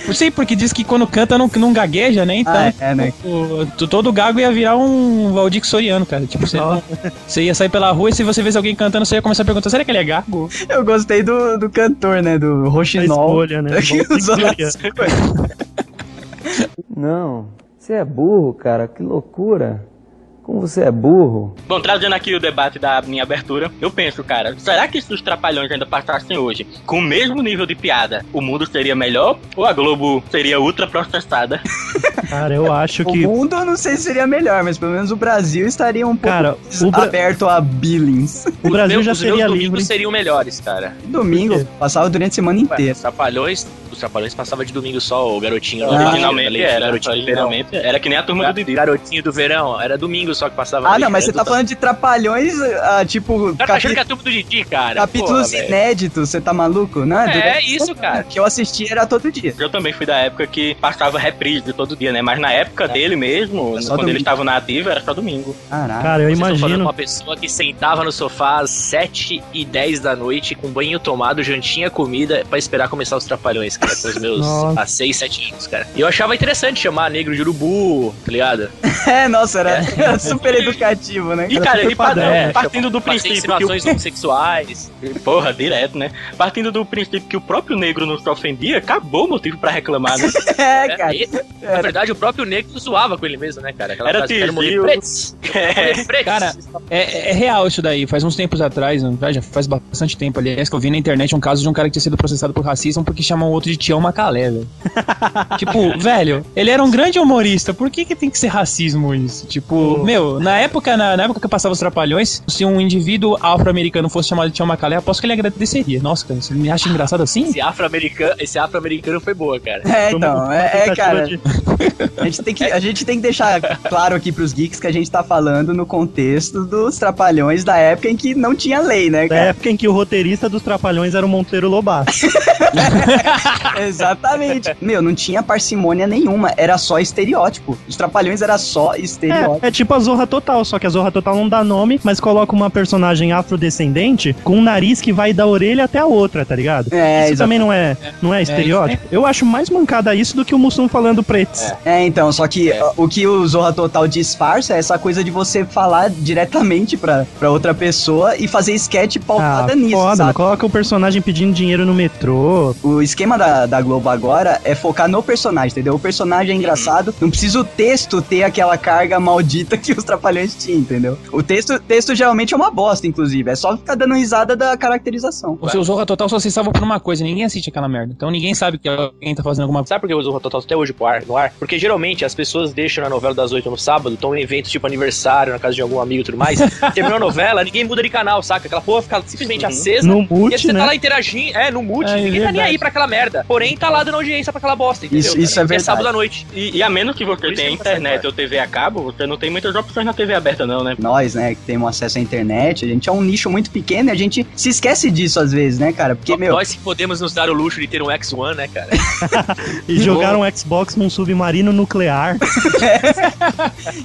[SPEAKER 4] Por sei, porque diz que quando canta não, não gagueja, né? Então,
[SPEAKER 1] Ah, é, é, né?
[SPEAKER 4] O- tu- todo gago ia virar um Valdir Soriano, cara. Tipo, você, você ia sair pela rua e se você visse alguém cantando, você ia começar a perguntar: será que ele é gago?
[SPEAKER 1] Eu gostei do, do cantor, né? Do
[SPEAKER 2] A
[SPEAKER 1] Roxinol.
[SPEAKER 2] escolha, né?
[SPEAKER 1] Que usou
[SPEAKER 2] Bom,
[SPEAKER 1] nas coisas.
[SPEAKER 10] Não, você é burro, cara, que loucura. Como você é burro.
[SPEAKER 3] Bom, trazendo aqui o debate da minha abertura, eu penso, cara, será que se os trapalhões ainda passassem hoje com o mesmo nível de piada, o mundo seria melhor ou a Globo seria ultra processada?
[SPEAKER 2] Cara, eu acho
[SPEAKER 1] O
[SPEAKER 2] que.
[SPEAKER 1] mundo, eu não sei se seria melhor, mas pelo menos o Brasil estaria um pouco
[SPEAKER 2] Cara,
[SPEAKER 1] mais
[SPEAKER 2] o
[SPEAKER 3] Ah,
[SPEAKER 2] Bra-
[SPEAKER 1] aberto a Billings.
[SPEAKER 2] O Brasil já
[SPEAKER 5] Os meus
[SPEAKER 2] seria
[SPEAKER 5] domingos
[SPEAKER 2] livre.
[SPEAKER 5] seriam melhores, cara.
[SPEAKER 1] Domingo, passava durante a semana
[SPEAKER 5] Ué,
[SPEAKER 1] inteira.
[SPEAKER 5] os trapalhões, os trapalhões passava de domingo só o garotinho. tá
[SPEAKER 1] Ah,
[SPEAKER 3] originalmente era,
[SPEAKER 5] garotinho do verão.
[SPEAKER 3] originalmente era que nem a turma do Didi.
[SPEAKER 5] Garotinho do verão, era domingo só que passava.
[SPEAKER 1] Ah,
[SPEAKER 5] ali,
[SPEAKER 1] não, mas
[SPEAKER 5] cara,
[SPEAKER 1] você tá
[SPEAKER 5] do-
[SPEAKER 1] falando de trapalhões, ah, tipo,
[SPEAKER 5] Tá achando
[SPEAKER 1] capi-
[SPEAKER 5] que é tubo do Didi, cara?
[SPEAKER 1] capítulos
[SPEAKER 5] Porra, velho.
[SPEAKER 1] inéditos, você tá maluco? Não,
[SPEAKER 5] É,
[SPEAKER 1] durante-
[SPEAKER 5] isso, cara.
[SPEAKER 1] Que eu assisti era todo dia.
[SPEAKER 3] Eu também fui da época que passava reprise todo dia, né? Mas na
[SPEAKER 5] É.
[SPEAKER 3] época dele mesmo,
[SPEAKER 1] só
[SPEAKER 3] quando
[SPEAKER 1] domingo.
[SPEAKER 3] ele estava na ativa, era só domingo.
[SPEAKER 1] Caraca.
[SPEAKER 2] Cara,
[SPEAKER 3] tá
[SPEAKER 2] eu
[SPEAKER 5] Vocês estão falando de
[SPEAKER 2] imagino.
[SPEAKER 5] uma pessoa que sentava no sofá às 7 e 10 da noite, com banho tomado, jantinha, comida, pra esperar começar os trapalhões, cara, com os meus
[SPEAKER 2] Nossa.
[SPEAKER 5] há 6, 7 anos, cara. E eu achava interessante chamar negro de urubu, tá ligado?
[SPEAKER 1] É, nossa, era, era super educativo, né?
[SPEAKER 3] E, cara,
[SPEAKER 2] super
[SPEAKER 3] e pa-
[SPEAKER 2] padrão.
[SPEAKER 3] partindo do
[SPEAKER 5] Fazer
[SPEAKER 3] princípio que o
[SPEAKER 5] insinuações homossexuais.
[SPEAKER 3] Porra, direto, né? Partindo do princípio que o próprio negro não se ofendia, acabou o motivo pra reclamar, né?
[SPEAKER 2] Tá
[SPEAKER 1] É,
[SPEAKER 5] É,
[SPEAKER 1] cara.
[SPEAKER 5] e, na verdade, o próprio negro zoava com ele mesmo, né, cara? Aquela
[SPEAKER 3] Era
[SPEAKER 5] frase, "Quero morrer
[SPEAKER 3] tizio."
[SPEAKER 5] pretos, quero morrer pretos.
[SPEAKER 4] Cara, É, é real isso daí. Faz uns tempos atrás, não- já faz bastante tempo, aliás, que eu vi na internet um caso de um cara que tinha sido processado por racismo porque chamou o outro de Tião Macalé, velho. tipo, velho, ele era um grande humorista. Por que, que tem que ser racismo isso? Tipo,
[SPEAKER 2] Pô,
[SPEAKER 4] meu, na época, na, na época que eu passava os trapalhões, se um indivíduo afro-americano fosse chamado de Tião Macalé, aposto que ele agradeceria. Nossa, cara, você me acha engraçado assim?
[SPEAKER 5] Esse afro-americano esse afro foi boa, cara.
[SPEAKER 1] É, então, é, é,
[SPEAKER 5] tentativa
[SPEAKER 1] cara.
[SPEAKER 5] de-
[SPEAKER 1] A gente, tem que, a gente tem que deixar claro aqui pros geeks que a gente tá falando no contexto dos trapalhões da época em que não tinha lei, né,
[SPEAKER 2] Da
[SPEAKER 1] cara?
[SPEAKER 2] época em que o roteirista dos Trapalhões era o Monteiro Lobato.
[SPEAKER 5] É.
[SPEAKER 1] Exatamente. Meu, não tinha parcimônia nenhuma, era só estereótipo. Os trapalhões era só estereótipo.
[SPEAKER 2] É, é tipo a Zorra Total, só que a Zorra Total não dá nome, mas coloca uma personagem afrodescendente com um nariz que vai da orelha até a outra, tá ligado?
[SPEAKER 1] É,
[SPEAKER 2] isso
[SPEAKER 1] exato.
[SPEAKER 2] também não é, não é
[SPEAKER 1] isso
[SPEAKER 2] estereótipo. Eu acho mais mancada isso do que o Mussum falando pretos.
[SPEAKER 1] É, então, só que ó, o que o Zorra Total disfarça é essa coisa de você falar diretamente pra, pra outra pessoa e fazer sketch
[SPEAKER 2] Ah,
[SPEAKER 1] pautada nisso,
[SPEAKER 2] foda,
[SPEAKER 1] sabe?
[SPEAKER 2] coloca o personagem pedindo dinheiro no metrô.
[SPEAKER 1] O esquema da, da Globo agora é focar no personagem, entendeu? O personagem é engraçado, não precisa o texto ter aquela carga maldita que os trapalhões tinham, entendeu? O texto, texto geralmente é uma bosta, inclusive, é só ficar dando risada da caracterização.
[SPEAKER 4] O seu Zorra Total só se salva por uma coisa, ninguém assiste aquela merda. Então ninguém sabe que alguém tá fazendo alguma
[SPEAKER 5] Sabe por que eu uso o Rototal até hoje pro ar, no ar? Porque geralmente as pessoas deixam a novela das oito no sábado, estão em eventos tipo aniversário, na casa de algum amigo e tudo mais. Terminou a novela, ninguém muda de canal, saca? Aquela porra fica
[SPEAKER 3] Uhum.
[SPEAKER 5] simplesmente acesa.
[SPEAKER 2] No
[SPEAKER 5] e
[SPEAKER 2] mute,
[SPEAKER 5] aí você
[SPEAKER 2] né?
[SPEAKER 5] tá lá interagindo, é, no mute,
[SPEAKER 2] É, é
[SPEAKER 5] ninguém tá nem
[SPEAKER 2] verdade.
[SPEAKER 5] aí pra aquela merda. Porém, tá lá dando audiência pra aquela bosta, entendeu?
[SPEAKER 1] Isso-
[SPEAKER 5] cara?
[SPEAKER 1] isso é
[SPEAKER 5] Porque
[SPEAKER 1] verdade.
[SPEAKER 5] sábado à noite.
[SPEAKER 3] E, e a menos que você tenha
[SPEAKER 5] tá
[SPEAKER 3] internet ou TV a cabo, você não tem muitas opções na TV aberta, não, né?
[SPEAKER 1] Nós, né, que temos acesso à internet, a gente é um nicho muito pequeno e a gente se esquece disso às vezes, né, cara? Porque, meu.
[SPEAKER 5] Nós que podemos nos dar o luxo de ter um X1, né, cara?
[SPEAKER 4] é
[SPEAKER 2] E jogaram o Xbox num submarino nuclear.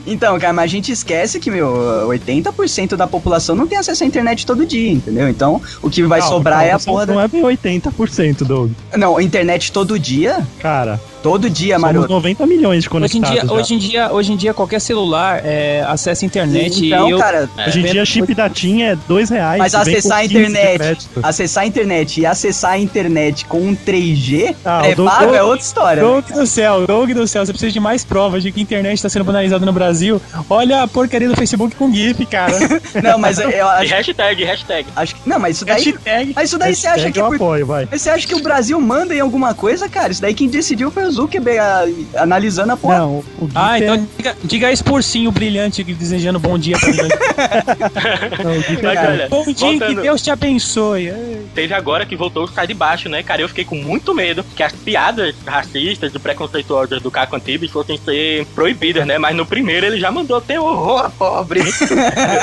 [SPEAKER 1] Então, cara, mas a gente esquece que, meu, 80% da população não tem acesso à internet todo dia, entendeu? Então, o que vai
[SPEAKER 2] Calma,
[SPEAKER 1] sobrar
[SPEAKER 2] calma,
[SPEAKER 1] é a
[SPEAKER 2] você
[SPEAKER 1] porra
[SPEAKER 2] Não
[SPEAKER 1] da...
[SPEAKER 2] é bem 80%, Doug.
[SPEAKER 1] Não, internet todo dia?
[SPEAKER 2] Cara,
[SPEAKER 1] Todo dia,
[SPEAKER 2] somos
[SPEAKER 1] é, maroto.
[SPEAKER 2] 90 milhões de
[SPEAKER 4] Hoje em,
[SPEAKER 2] conectados
[SPEAKER 4] dia,
[SPEAKER 2] já.
[SPEAKER 4] hoje, em dia, hoje em dia, qualquer celular é, acessa a internet
[SPEAKER 1] Então,
[SPEAKER 4] e eu...
[SPEAKER 1] cara,
[SPEAKER 2] Hoje em dia, chip da TIM é 2 reais.
[SPEAKER 1] Mas
[SPEAKER 2] vem com
[SPEAKER 1] acessar a
[SPEAKER 2] 15 de
[SPEAKER 1] internet, Ah,
[SPEAKER 2] crédito.
[SPEAKER 1] acessar a internet e acessar a internet com um 3G
[SPEAKER 2] Ah,
[SPEAKER 1] é
[SPEAKER 2] o Dom-
[SPEAKER 1] pago,
[SPEAKER 2] Dom-
[SPEAKER 1] é outra história. né?
[SPEAKER 4] Doug do céu, Doug do céu, você precisa de mais provas de que a internet tá sendo banalizada no Brasil. Olha a porcaria do Facebook com GIF, cara.
[SPEAKER 1] Não, mas eu
[SPEAKER 3] E
[SPEAKER 1] acho,
[SPEAKER 3] hashtag, hashtag.
[SPEAKER 1] acho que. Não, mas isso daí.
[SPEAKER 4] Hashtag.
[SPEAKER 1] Mas isso daí você
[SPEAKER 2] Hashtag
[SPEAKER 1] acha que é
[SPEAKER 2] eu
[SPEAKER 1] por-
[SPEAKER 2] apoio, vai.
[SPEAKER 1] mas você acha que o Brasil manda em alguma coisa, cara? Isso daí quem decidiu foi o Zuckerberg a- analisando a porra.
[SPEAKER 2] Não, o GIF
[SPEAKER 4] Ah,
[SPEAKER 2] é-
[SPEAKER 4] então diga, diga esse porcinho brilhante que desejando bom dia pra mim.
[SPEAKER 2] não, o GIF é-
[SPEAKER 3] Mas olha,
[SPEAKER 4] bom dia, que
[SPEAKER 3] voltando.
[SPEAKER 4] Deus te abençoe.
[SPEAKER 3] Teve agora que voltou o Sai de Baixo, né, cara? Eu fiquei com muito medo que as piadas racistas e preconceituosas do Caco Antibes fossem ser proibidas, né? Mas no primeiro ele já mandou ter horror, pobre.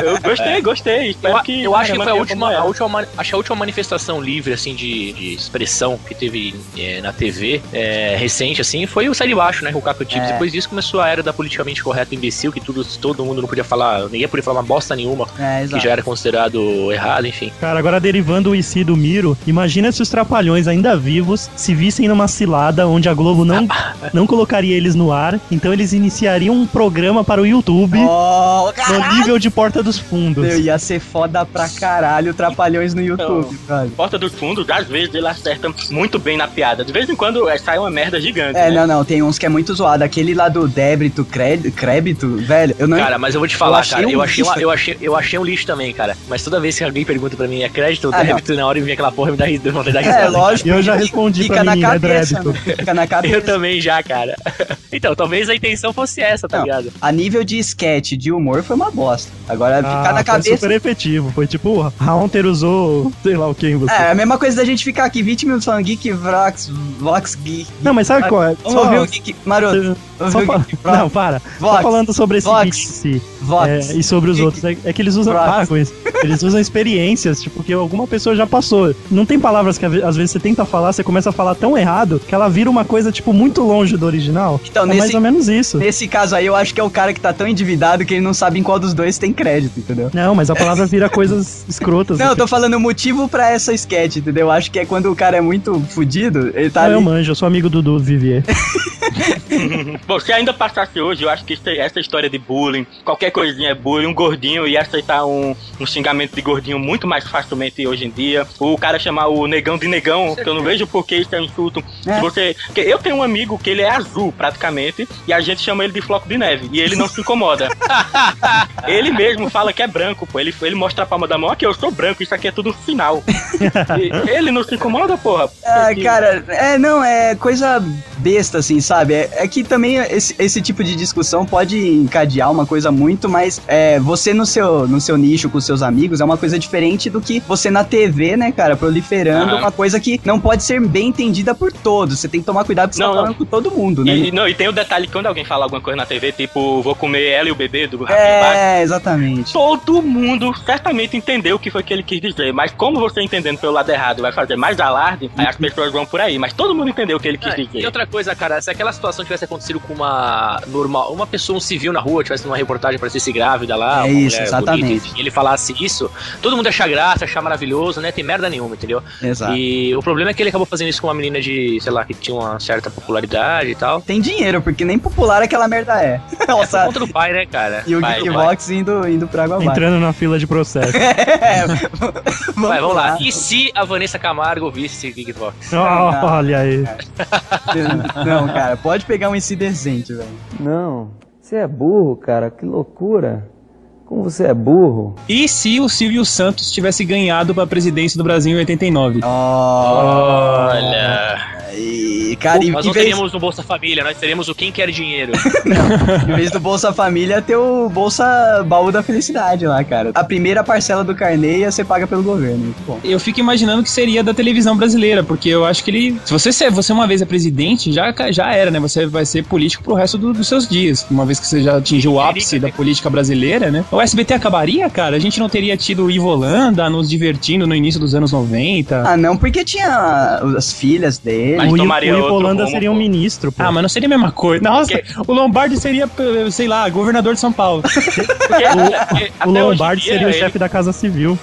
[SPEAKER 3] eu gostei, gostei. Espero
[SPEAKER 5] Eu,
[SPEAKER 3] que, é,
[SPEAKER 5] eu acho que foi a
[SPEAKER 3] mantenha como
[SPEAKER 5] última,
[SPEAKER 3] era.
[SPEAKER 5] a última mani- acho que a última manifestação livre, assim, de, de expressão que teve é, na TV é, recente, assim, foi o Sai de Baixo, né? O Caco Tibbs.
[SPEAKER 1] É.
[SPEAKER 5] Depois disso começou a era da politicamente correta imbecil, que tudo, todo mundo não podia falar, ninguém podia falar uma bosta nenhuma,
[SPEAKER 1] É,
[SPEAKER 5] que já era considerado errado, enfim.
[SPEAKER 2] Cara, agora derivando o IC do Miro, imagina se os trapalhões ainda vivos se vissem numa cilada onde a Globo não, não colocaria eles no ar, então eles iniciariam um programa para o YouTube
[SPEAKER 1] Oh,
[SPEAKER 2] no nível de Porta dos Fundos.
[SPEAKER 1] Meu, ia ser foda pra caralho trapalhões no
[SPEAKER 5] Então.
[SPEAKER 1] YouTube, velho.
[SPEAKER 3] Porta do Fundo, às vezes ele acerta muito bem na piada. De vez em quando é, sai uma merda gigante.
[SPEAKER 1] É,
[SPEAKER 3] né?
[SPEAKER 1] não, não, tem uns que é muito zoado. Aquele lá do débito, crédito, crédito, velho, eu não
[SPEAKER 5] Cara, mas eu vou te falar,
[SPEAKER 1] Eu achei
[SPEAKER 5] cara,
[SPEAKER 1] um
[SPEAKER 5] eu achei, uma-
[SPEAKER 1] lixo.
[SPEAKER 5] eu, achei, eu achei um lixo também, cara. Mas toda vez que alguém pergunta pra mim, é crédito ou
[SPEAKER 1] Ah, não.
[SPEAKER 5] débito, na hora eu vem aquela porra e me dá ris- vontade de dar risada.
[SPEAKER 1] É, lógico.
[SPEAKER 2] E eu já
[SPEAKER 1] fica-
[SPEAKER 2] respondi
[SPEAKER 1] fica
[SPEAKER 2] pra
[SPEAKER 1] na
[SPEAKER 2] menina, é
[SPEAKER 1] cabeça, né? Fica na cabeça.
[SPEAKER 5] Eu também já, cara. Então, talvez a intenção fosse essa, tá
[SPEAKER 1] Não.
[SPEAKER 5] ligado?
[SPEAKER 1] A nível de sketch, de humor, foi uma bosta. Agora, ficar
[SPEAKER 2] Ah,
[SPEAKER 1] na
[SPEAKER 2] Foi
[SPEAKER 1] cabeça...
[SPEAKER 2] super efetivo. Foi tipo, Haunter usou sei lá o que em você.
[SPEAKER 1] É, a mesma coisa da gente ficar aqui 20 minutos falando Geek Vox, Vox Geek.
[SPEAKER 2] Não, mas sabe qual é?
[SPEAKER 1] Vamos ouvir o Geek... Maroto, vamos
[SPEAKER 2] só
[SPEAKER 1] ouvir o
[SPEAKER 2] fala-
[SPEAKER 1] Geek Vox.
[SPEAKER 2] Não, para.
[SPEAKER 1] Vox.
[SPEAKER 2] Só falando sobre esse
[SPEAKER 1] Vox.
[SPEAKER 2] Geek
[SPEAKER 1] Vox.
[SPEAKER 2] É, e sobre os
[SPEAKER 1] Geek.
[SPEAKER 2] outros. É, é que eles usam.
[SPEAKER 1] Vox.
[SPEAKER 2] Para com isso. Eles usam experiências, tipo, que alguma pessoa já passou. Não tem palavras que às ve- às vezes você tenta falar, você começa a falar tão errado que ela vira uma coisa, tipo, muito longe do original.
[SPEAKER 1] Então,
[SPEAKER 2] é
[SPEAKER 1] nesse-
[SPEAKER 2] mais ou menos isso.
[SPEAKER 1] Nesse caso aí, eu acho que é o cara que tá tão endividado que ele não sabe em qual dos dois tem crédito, entendeu?
[SPEAKER 2] Não, mas a palavra vira coisas escrotas.
[SPEAKER 1] Não, eu
[SPEAKER 2] assim.
[SPEAKER 1] tô falando o motivo pra essa sketch, entendeu? Eu acho que é quando o cara é muito fudido, ele tá
[SPEAKER 2] Não, Ah, é eu
[SPEAKER 1] ali...
[SPEAKER 2] manjo, eu sou amigo do Dudu Vivier.
[SPEAKER 3] Bom, se ainda passasse hoje, eu acho que isso- essa história de bullying, qualquer coisinha é bullying, um gordinho ia aceitar um, um xingamento de gordinho muito mais facilmente hoje em dia. O cara chamar o negão de negão, que eu não vejo por que isso é um insulto.
[SPEAKER 1] É.
[SPEAKER 3] Se você. porque Eu tenho um amigo que ele é azul, praticamente, e a gente chama ele de floco de neve. E ele não se incomoda. ele mesmo fala que é branco, pô. Ele, ele mostra a palma da mão aqui, eu sou branco, isso aqui é tudo sinal. E ele não se incomoda, porra.
[SPEAKER 1] Ah,
[SPEAKER 3] Porque-
[SPEAKER 1] cara, é, não, é coisa besta, assim, sabe? sabe? É, é que também esse, esse tipo de discussão pode encadear uma coisa muito, mas é, você no seu, no seu nicho com seus amigos é uma coisa diferente do que você na TV, né, cara? Proliferando
[SPEAKER 3] Aham.
[SPEAKER 1] uma coisa que não pode ser bem entendida por todos. Você tem que tomar cuidado porque você
[SPEAKER 3] Não,
[SPEAKER 1] tá
[SPEAKER 3] não.
[SPEAKER 1] falando com todo mundo, né?
[SPEAKER 3] E, não, e tem o detalhe que quando alguém fala alguma coisa na TV, tipo, vou comer ela e o bebê do Rafinha Bastos,
[SPEAKER 1] É, exatamente.
[SPEAKER 3] todo mundo certamente entendeu o que foi que ele quis dizer, mas como você entendendo pelo lado errado vai fazer mais alarde, aí as pessoas vão por aí, mas todo mundo entendeu o que ele quis
[SPEAKER 5] Ah, e
[SPEAKER 3] dizer.
[SPEAKER 5] outra coisa, cara, se aquela situação tivesse acontecido com uma normal, uma pessoa, um civil na rua, tivesse numa reportagem aparecesse grávida lá,
[SPEAKER 1] É
[SPEAKER 5] uma
[SPEAKER 1] isso,
[SPEAKER 5] mulher
[SPEAKER 1] exatamente.
[SPEAKER 5] bonita, enfim, ele falasse isso, todo mundo ia achar graça, achar maravilhoso, né? Tem merda nenhuma, entendeu?
[SPEAKER 1] Exato.
[SPEAKER 5] E o problema é que ele acabou fazendo isso com uma menina de, sei lá, que tinha uma certa popularidade e tal.
[SPEAKER 1] Tem dinheiro, porque nem popular aquela merda é.
[SPEAKER 5] É por
[SPEAKER 1] Nossa,
[SPEAKER 5] conta do pai, né, cara?
[SPEAKER 1] e o
[SPEAKER 5] Pai, do pai.
[SPEAKER 1] Geekbox indo, indo pra água abaixo.
[SPEAKER 2] Entrando na fila de processo.
[SPEAKER 1] É, vamos,
[SPEAKER 5] Vai, vamos lá. E se a Vanessa Camargo visse Geekbox?
[SPEAKER 2] Oh, olha aí.
[SPEAKER 1] Não, cara, pode pegar um IC decente, velho.
[SPEAKER 10] Não, você é burro, cara, que loucura. Como você é burro.
[SPEAKER 4] E se o Silvio Santos tivesse ganhado pra presidência do Brasil em 89?
[SPEAKER 5] Olha.
[SPEAKER 1] E, cara, e-
[SPEAKER 5] nós
[SPEAKER 1] em
[SPEAKER 5] Oh. não
[SPEAKER 1] vez,
[SPEAKER 5] teremos no Bolsa Família, nós teremos o Quem Quer Dinheiro.
[SPEAKER 1] em vez do Bolsa Família, tem o Bolsa Baú da Felicidade lá, cara. A primeira parcela do carneia você paga pelo governo. Muito bom.
[SPEAKER 4] Eu fico imaginando que seria da televisão brasileira, porque eu acho que ele. Se você, ser- você uma vez é presidente, já, ca- já era, né? Você vai ser político pro resto do- dos seus dias. Uma vez que você já atingiu o ápice da política brasileira, né? O SBT acabaria, cara? A gente não teria tido o Ivolanda nos divertindo no início dos anos 90.
[SPEAKER 1] Ah, não, porque tinha as filhas dele.
[SPEAKER 3] Mas
[SPEAKER 2] o Ivo-
[SPEAKER 3] tomaria
[SPEAKER 2] o Ivo
[SPEAKER 3] outro
[SPEAKER 2] Holanda
[SPEAKER 3] rumo,
[SPEAKER 2] seria um
[SPEAKER 3] pô.
[SPEAKER 2] ministro, pô.
[SPEAKER 4] Ah, mas não seria a mesma coisa. Nossa, o Lombardi seria, eh, sei lá, governador de São Paulo.
[SPEAKER 3] Porque, porque até
[SPEAKER 2] o
[SPEAKER 3] hoje em
[SPEAKER 2] Lombardi
[SPEAKER 3] dia,
[SPEAKER 2] seria o
[SPEAKER 3] ele-
[SPEAKER 2] chefe da Casa Civil.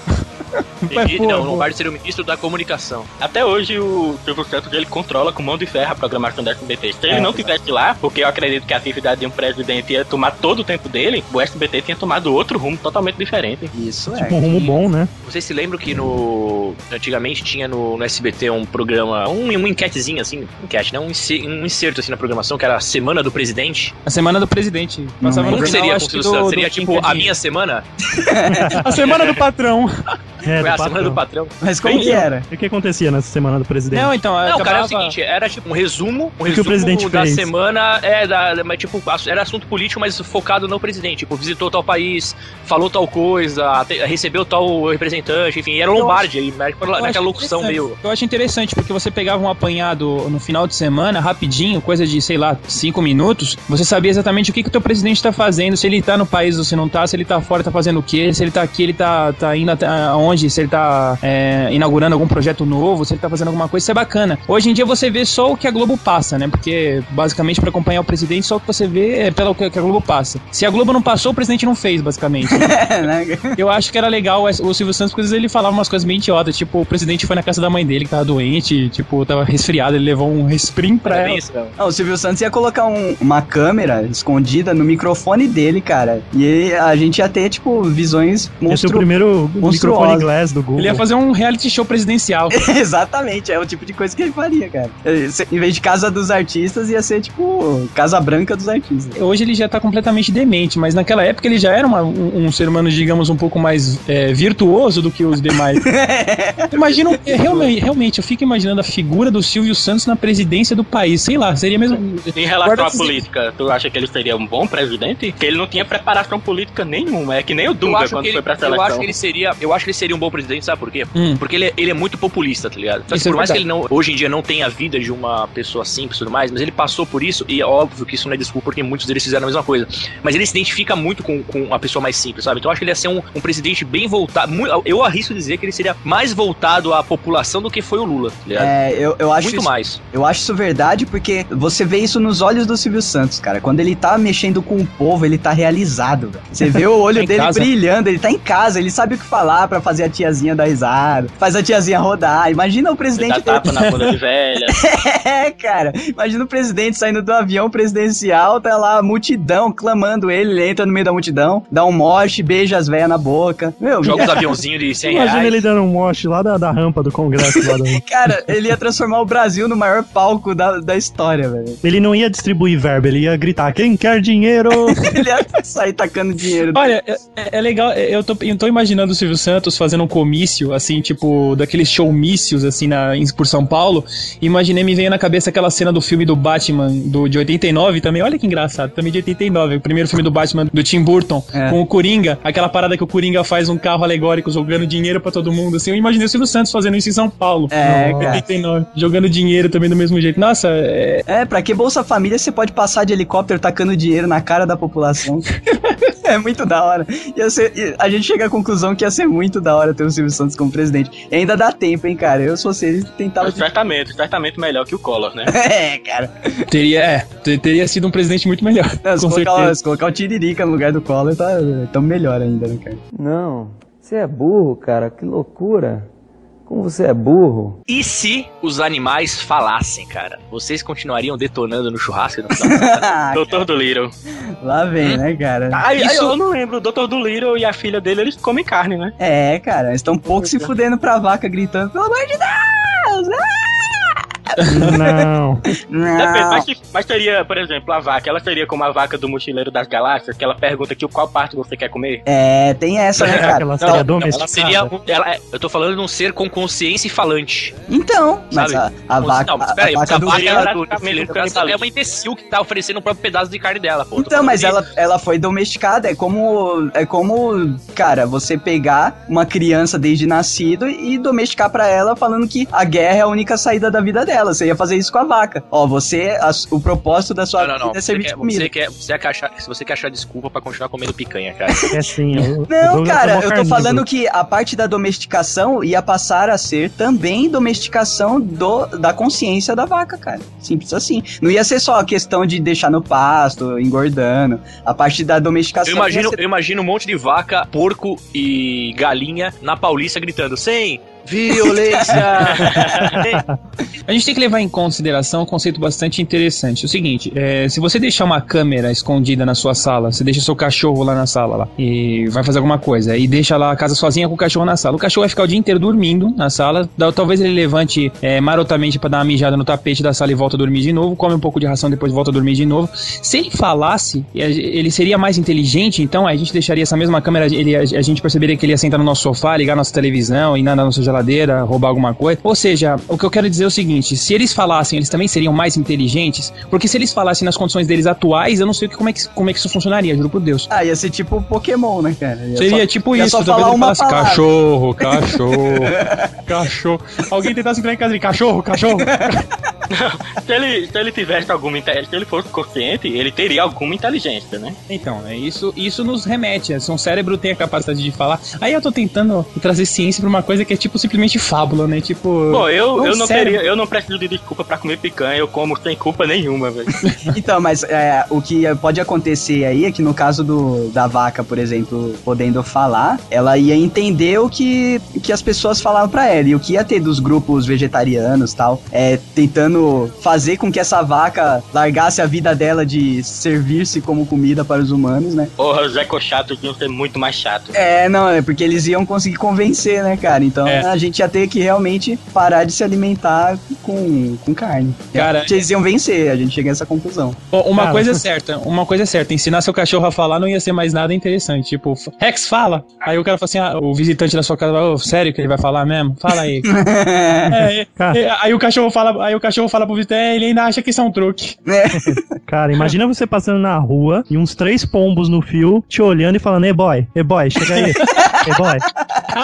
[SPEAKER 4] Mas, pô,
[SPEAKER 5] não, o
[SPEAKER 4] pô.
[SPEAKER 5] Lombardi seria o ministro da comunicação.
[SPEAKER 3] Até hoje o Silvio Santos ele controla com mão de ferro a programação da SBT.
[SPEAKER 5] É.
[SPEAKER 3] Se ele não tivesse lá, porque eu acredito que a atividade de um presidente ia tomar todo o tempo dele, o SBT tinha tomado outro rumo totalmente diferente.
[SPEAKER 1] Isso
[SPEAKER 2] Com
[SPEAKER 1] é.
[SPEAKER 2] um rumo bom, né?
[SPEAKER 5] Vocês se lembram que no. Antigamente tinha no, no SBT um programa. Um, uma enquetezinha, assim. Enquete, né? Um, inse- um inserto assim na programação, que era a semana do presidente.
[SPEAKER 4] A semana do presidente. Passava
[SPEAKER 5] Como
[SPEAKER 4] no
[SPEAKER 5] que
[SPEAKER 4] jornal,
[SPEAKER 5] seria a
[SPEAKER 4] acho que
[SPEAKER 5] construção?
[SPEAKER 4] do-
[SPEAKER 5] seria
[SPEAKER 4] do
[SPEAKER 5] tipo
[SPEAKER 4] Quinquedinho.
[SPEAKER 5] a minha semana?
[SPEAKER 4] A semana do patrão.
[SPEAKER 2] É,
[SPEAKER 5] Foi
[SPEAKER 2] do
[SPEAKER 5] a semana do
[SPEAKER 2] patrão.
[SPEAKER 5] patrão.
[SPEAKER 1] Mas como que
[SPEAKER 5] né?
[SPEAKER 1] era?
[SPEAKER 2] E o que acontecia nessa semana do presidente?
[SPEAKER 4] Não, então,
[SPEAKER 5] Não, cara, é
[SPEAKER 4] acabava-
[SPEAKER 5] o seguinte, era tipo um resumo, um
[SPEAKER 2] O que o
[SPEAKER 5] resumo
[SPEAKER 2] presidente
[SPEAKER 5] da
[SPEAKER 2] fez.
[SPEAKER 5] semana, é, da, mas tipo, ass- era assunto político, mas focado no presidente. Tipo, visitou tal país, falou tal coisa, te- recebeu tal representante, enfim, era o Lombardi aí, mas por lá-
[SPEAKER 4] Eu
[SPEAKER 5] naquela
[SPEAKER 4] acho
[SPEAKER 5] locução
[SPEAKER 4] interessante.
[SPEAKER 5] meio.
[SPEAKER 4] Eu acho interessante, porque você pegava um apanhado no final de semana, rapidinho, coisa de, sei lá, cinco minutos, você sabia exatamente o que que o teu presidente tá fazendo, se ele tá no país ou se não tá, se ele tá fora, tá fazendo o quê, se ele tá aqui, ele tá, tá indo até aonde, se ele tá é, inaugurando algum projeto novo, se ele tá fazendo alguma coisa, isso é bacana. Hoje em dia você vê só o que a Globo passa, né? Porque, basicamente, pra acompanhar o presidente, só o que você vê é pelo que que a Globo passa. Se a Globo não passou, o presidente não fez, basicamente.
[SPEAKER 1] É, né?
[SPEAKER 4] Eu acho que era legal o Silvio Santos, porque às vezes ele falava umas coisas meio idiotas, tipo, o presidente foi na casa da mãe dele, que tava doente, tipo, tava resfriado, ele levou um resprim pra
[SPEAKER 5] Era
[SPEAKER 4] ela.
[SPEAKER 5] bem isso, não.
[SPEAKER 1] Não, Ah, o Silvio Santos ia colocar um- uma câmera escondida no microfone dele, cara. E ele- a gente ia ter, tipo, visões
[SPEAKER 2] Esse é o
[SPEAKER 1] monstruosas.
[SPEAKER 2] primeiro microfone inglês do Google.
[SPEAKER 4] Ele ia fazer um reality show presidencial.
[SPEAKER 1] Exatamente, é o tipo de coisa que ele faria, cara. Eh, se- Em vez de casa dos artistas, ia ser tipo casa branca dos artistas.
[SPEAKER 4] Hoje ele já tá completamente demente, mas naquela época ele já era uma- um, um ser humano, digamos, um pouco mais é, virtuoso do que os demais. Imagina, um- é, realmente, realmente, eu fico imaginando a figura do Silvio Santos na presidência do país, sei lá, seria mesmo.
[SPEAKER 3] Em relação
[SPEAKER 4] Guarda
[SPEAKER 3] à
[SPEAKER 4] esse-
[SPEAKER 3] política, tu acha que ele seria um bom presidente? Que ele não tinha preparação política nenhuma, é que nem o
[SPEAKER 5] Eu
[SPEAKER 3] Dunga
[SPEAKER 5] acho, que
[SPEAKER 3] quando
[SPEAKER 5] ele,
[SPEAKER 3] foi pra
[SPEAKER 5] eu acho
[SPEAKER 3] seleção.
[SPEAKER 5] que ele seria. Eu acho que ele seria um bom presidente, sabe por quê?
[SPEAKER 4] Hum.
[SPEAKER 5] Porque ele, é- ele é muito populista, tá ligado? Só que
[SPEAKER 4] Isso é
[SPEAKER 5] por mais que
[SPEAKER 4] verdade.
[SPEAKER 5] ele não, hoje em dia não tenha a vida de uma pessoa simples e tudo mais, mas ele passou por isso, e é óbvio que isso não é desculpa, porque muitos deles fizeram a mesma coisa. Mas ele se identifica muito com, com a pessoa mais simples, sabe? Então eu acho que ele ia ser um, um presidente bem voltado. mui- eu arrisco dizer que ele seria mais voltado à população do que foi o Lula, tá ligado?
[SPEAKER 1] É, eu, eu acho
[SPEAKER 5] muito
[SPEAKER 1] isso,
[SPEAKER 5] mais.
[SPEAKER 1] eu acho isso verdade porque você vê isso nos olhos do Silvio Santos, cara. Quando ele tá mexendo com o povo, ele tá realizado, velho. Você vê o olho
[SPEAKER 4] Em
[SPEAKER 1] dele
[SPEAKER 4] casa.
[SPEAKER 1] brilhando, ele tá em casa, ele sabe o que falar pra fazer a tiazinha dar risada, faz a tiazinha rodar. Imagina o
[SPEAKER 3] Dá
[SPEAKER 1] presidente dele.
[SPEAKER 3] tapa na bunda de velha.
[SPEAKER 1] É, cara. Imagina o presidente saindo do avião presidencial, tá lá a multidão clamando ele, ele entra no meio da multidão, dá um moche, beija as velhas na boca. Meu,
[SPEAKER 5] Joga os aviãozinhos de 100
[SPEAKER 2] Imagina
[SPEAKER 5] reais.
[SPEAKER 2] ele dando um moche lá da, da rampa do Congresso. lá do-
[SPEAKER 1] cara, ele ia transformar o Brasil no maior palco da, da história, velho.
[SPEAKER 2] Ele não ia distribuir verbo, ele ia gritar: quem quer dinheiro?
[SPEAKER 1] Ele ia sair tacando dinheiro.
[SPEAKER 4] Olha, é, é- é legal, é, eu tô, eu tô imaginando o Silvio Santos fazendo fazendo um comício, assim, tipo, daqueles showmícios, assim, na, em- por São Paulo, imaginei, me veio na cabeça aquela cena do filme do Batman do, de 89 também. Olha que engraçado, também de 89, o primeiro filme do Batman do Tim Burton,
[SPEAKER 1] É.
[SPEAKER 4] com o Coringa, aquela parada que o Coringa faz um carro alegórico jogando dinheiro pra todo mundo, assim. Eu imaginei o Silvio Santos fazendo isso em São Paulo.
[SPEAKER 1] É,
[SPEAKER 4] em
[SPEAKER 1] cara.
[SPEAKER 4] 89, jogando dinheiro também do mesmo jeito. Nossa, é,
[SPEAKER 1] É, pra que Bolsa Família você pode passar de helicóptero tacando dinheiro na cara da população? é muito da hora. Ia ser- e a gente chega à conclusão que ia ser muito da hora ter o Silvio Santos como presidente. E ainda dá tempo, hein, cara? Eu, se você tentava...
[SPEAKER 3] Certamente, certamente melhor que o Collor, né?
[SPEAKER 1] é, cara.
[SPEAKER 4] Teria, é, ter- teria sido um presidente muito melhor.
[SPEAKER 1] Não, se,
[SPEAKER 4] com
[SPEAKER 1] colocar,
[SPEAKER 4] certeza.
[SPEAKER 1] o- se colocar o Tiririca no lugar do Collor, tá tão melhor ainda, né, cara?
[SPEAKER 10] Não, você é burro, cara, que loucura. Como você é burro.
[SPEAKER 5] E se os animais falassem, cara? Vocês continuariam detonando no churrasco? Não, não.
[SPEAKER 3] Doutor do Little.
[SPEAKER 1] Lá vem, né,
[SPEAKER 5] Tá.
[SPEAKER 1] cara?
[SPEAKER 3] Ah, eu não lembro. O Doutor do Little e a filha dele, eles comem carne, né?
[SPEAKER 1] É, cara, eles estão pouco se fudendo pra vaca, gritando, pelo amor de Deus!
[SPEAKER 2] Não.
[SPEAKER 5] Tá
[SPEAKER 1] Ah! Não.
[SPEAKER 3] Depende, mas, se- mas seria, por exemplo, a vaca. Ela seria como a vaca do Mochileiro das Galáxias, que ela pergunta aqui qual parte você quer comer.
[SPEAKER 1] É, tem essa, né, cara?
[SPEAKER 2] Aquela seria
[SPEAKER 5] Ela
[SPEAKER 2] domesticada.
[SPEAKER 5] seria. um- ela é- eu tô falando de um ser com consciência e falante.
[SPEAKER 1] Então, mas a,
[SPEAKER 5] Sabe?
[SPEAKER 1] a
[SPEAKER 5] Não,
[SPEAKER 1] vaca,
[SPEAKER 5] mas
[SPEAKER 1] a,
[SPEAKER 5] peraí,
[SPEAKER 1] a vaca
[SPEAKER 5] a
[SPEAKER 1] do
[SPEAKER 5] vaca
[SPEAKER 1] Rio-
[SPEAKER 5] era
[SPEAKER 3] era
[SPEAKER 5] do-
[SPEAKER 3] praticamente
[SPEAKER 5] do-
[SPEAKER 3] um cara
[SPEAKER 5] ela é uma
[SPEAKER 3] falante.
[SPEAKER 5] imbecil que tá oferecendo o próprio pedaço de carne dela, pô. Tô
[SPEAKER 1] Então,
[SPEAKER 5] falando
[SPEAKER 1] mas
[SPEAKER 5] de-
[SPEAKER 1] ela, ela foi domesticada, é como é como, cara, você pegar uma criança desde nascido e domesticar pra ela falando que a guerra é a única saída da vida dela. Você ia fazer isso com a vaca. Ó, você a su- o propósito da sua
[SPEAKER 5] Não, não,
[SPEAKER 1] vida
[SPEAKER 5] não.
[SPEAKER 1] é
[SPEAKER 5] Você
[SPEAKER 1] servir
[SPEAKER 5] quer,
[SPEAKER 1] de comida.
[SPEAKER 5] você quer, você quer achar, se você quer achar desculpa pra continuar comendo picanha, cara.
[SPEAKER 2] É assim, o- o
[SPEAKER 1] Não,
[SPEAKER 2] Douglas é
[SPEAKER 1] cara,
[SPEAKER 2] mó
[SPEAKER 1] eu tô
[SPEAKER 2] carnívoro.
[SPEAKER 1] falando que a parte da domesticação ia passar a ser também domesticação do, da consciência da vaca, cara. Simples assim. Não ia ser só a questão de deixar no pasto, engordando. A parte da domesticação.
[SPEAKER 5] Eu imagino,
[SPEAKER 1] ia ser-
[SPEAKER 5] eu imagino um monte de vaca, porco e galinha na Paulista gritando sem violência.
[SPEAKER 4] A gente tem que levar em consideração um conceito bastante interessante. O seguinte, é, se você deixar uma câmera escondida na sua sala, você deixa seu cachorro lá na sala lá e vai fazer alguma coisa e deixa lá a casa sozinha com o cachorro na sala. O cachorro vai ficar o dia inteiro dormindo na sala, dá- talvez ele levante é, marotamente pra dar uma mijada no tapete da sala e volta a dormir de novo, come um pouco de ração depois volta a dormir de novo. Se ele falasse, e a- ele seria mais inteligente, então a gente deixaria essa mesma câmera, ele, a, a gente perceberia que ele ia sentar no nosso sofá, ligar nossa televisão, ir na, na nossa geladeira, roubar alguma coisa. Ou seja, o que eu quero dizer é o seguinte: se eles falassem, eles também seriam mais inteligentes, porque se eles falassem nas condições deles atuais, eu não sei o que- como é que, como é que isso funcionaria, juro por Deus.
[SPEAKER 1] Ah, ia ser tipo Pokémon, né, cara? Ia
[SPEAKER 4] Seria
[SPEAKER 1] só-
[SPEAKER 4] tipo
[SPEAKER 1] ia
[SPEAKER 4] isso,
[SPEAKER 1] só
[SPEAKER 4] talvez
[SPEAKER 1] falar
[SPEAKER 4] ele
[SPEAKER 1] uma
[SPEAKER 4] falasse
[SPEAKER 1] palavra.
[SPEAKER 4] cachorro, cachorro, cachorro. Alguém tentasse entrar em casa de cachorro, cachorro.
[SPEAKER 3] Se ele, se ele tivesse alguma inteligência, se ele fosse consciente, ele teria alguma inteligência, né?
[SPEAKER 4] Então, é isso, isso nos remete. é, Se um cérebro tem a capacidade de falar. Aí eu tô tentando trazer ciência pra uma coisa que é tipo simplesmente fábula, né? Tipo.
[SPEAKER 3] Bom, eu,
[SPEAKER 4] Não,
[SPEAKER 3] eu não
[SPEAKER 4] sério.
[SPEAKER 3] teria, eu não preciso de desculpa pra comer picanha, eu como sem culpa nenhuma, velho.
[SPEAKER 1] Então, mas é, o que pode acontecer aí é que no caso do, da vaca, por exemplo, podendo falar, ela ia entender o que, o que as pessoas falavam pra ela. E o que ia ter dos grupos vegetarianos e tal, é, tentando fazer com que essa vaca largasse a vida dela de servir-se como comida para os humanos, né?
[SPEAKER 3] Porra, os ecochatos iam ser muito mais chato.
[SPEAKER 1] É, não, é porque eles iam conseguir convencer, né, cara? Então
[SPEAKER 4] É.
[SPEAKER 1] a gente ia ter que realmente parar de se alimentar com, com carne.
[SPEAKER 4] Cara,
[SPEAKER 1] Realmente eles iam vencer, a gente chega a essa conclusão.
[SPEAKER 4] Bom, uma
[SPEAKER 2] Cara.
[SPEAKER 4] coisa é certa, uma coisa é certa, ensinar seu cachorro a falar não ia ser mais nada interessante. Tipo, Rex fala. Aí o cara fala assim, ah, o visitante da sua casa, vai, "Ô, sério que ele vai falar mesmo? Fala aí. É, é,
[SPEAKER 2] Cara.
[SPEAKER 4] é, aí o cachorro fala, aí o cachorro fala pro visitante, "É, ele ainda acha que isso é um truque.
[SPEAKER 2] Cara, imagina você passando na rua e uns três pombos no fio te olhando e falando: Ei, boy, ei, boy, chega aí. Ei, boy,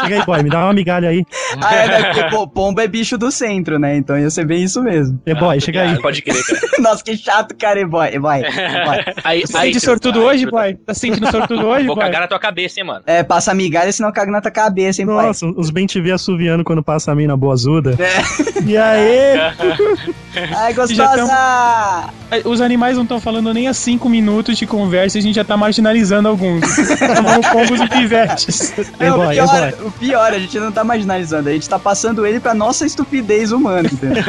[SPEAKER 2] chega aí, boy, me dá uma migalha aí.
[SPEAKER 1] Ah, é, né? Porque pô, pombo é bicho do centro, né? Então ia ser bem isso mesmo.
[SPEAKER 2] Ei, boy, chega aí.
[SPEAKER 5] Pode crer, cara.
[SPEAKER 1] Nossa, que chato, cara, e boy, e boy, e boy.
[SPEAKER 5] Aí,
[SPEAKER 4] Tá sentindo sortudo hoje, pai? Tá sentindo sortudo hoje,
[SPEAKER 5] Vou
[SPEAKER 4] pai?
[SPEAKER 5] cagar na tua cabeça, hein, mano.
[SPEAKER 1] É, passa migalha, senão caga na tua cabeça, hein, pai.
[SPEAKER 2] Nossa, os bem te vê assoviando quando passa a mina boazuda. E aí?
[SPEAKER 1] Ai,
[SPEAKER 4] Já
[SPEAKER 1] gostosa!
[SPEAKER 4] tamo- Os animais não estão falando nem há cinco minutos de conversa e a gente já tá marginalizando alguns.
[SPEAKER 2] um
[SPEAKER 4] Chamando pombos e pivetes.
[SPEAKER 2] Ei,
[SPEAKER 1] Não, o,
[SPEAKER 2] É boy, ei,
[SPEAKER 1] pior,
[SPEAKER 2] boy.
[SPEAKER 1] o pior, a gente não tá marginalizando, a gente tá passando ele pra nossa estupidez humana, entendeu?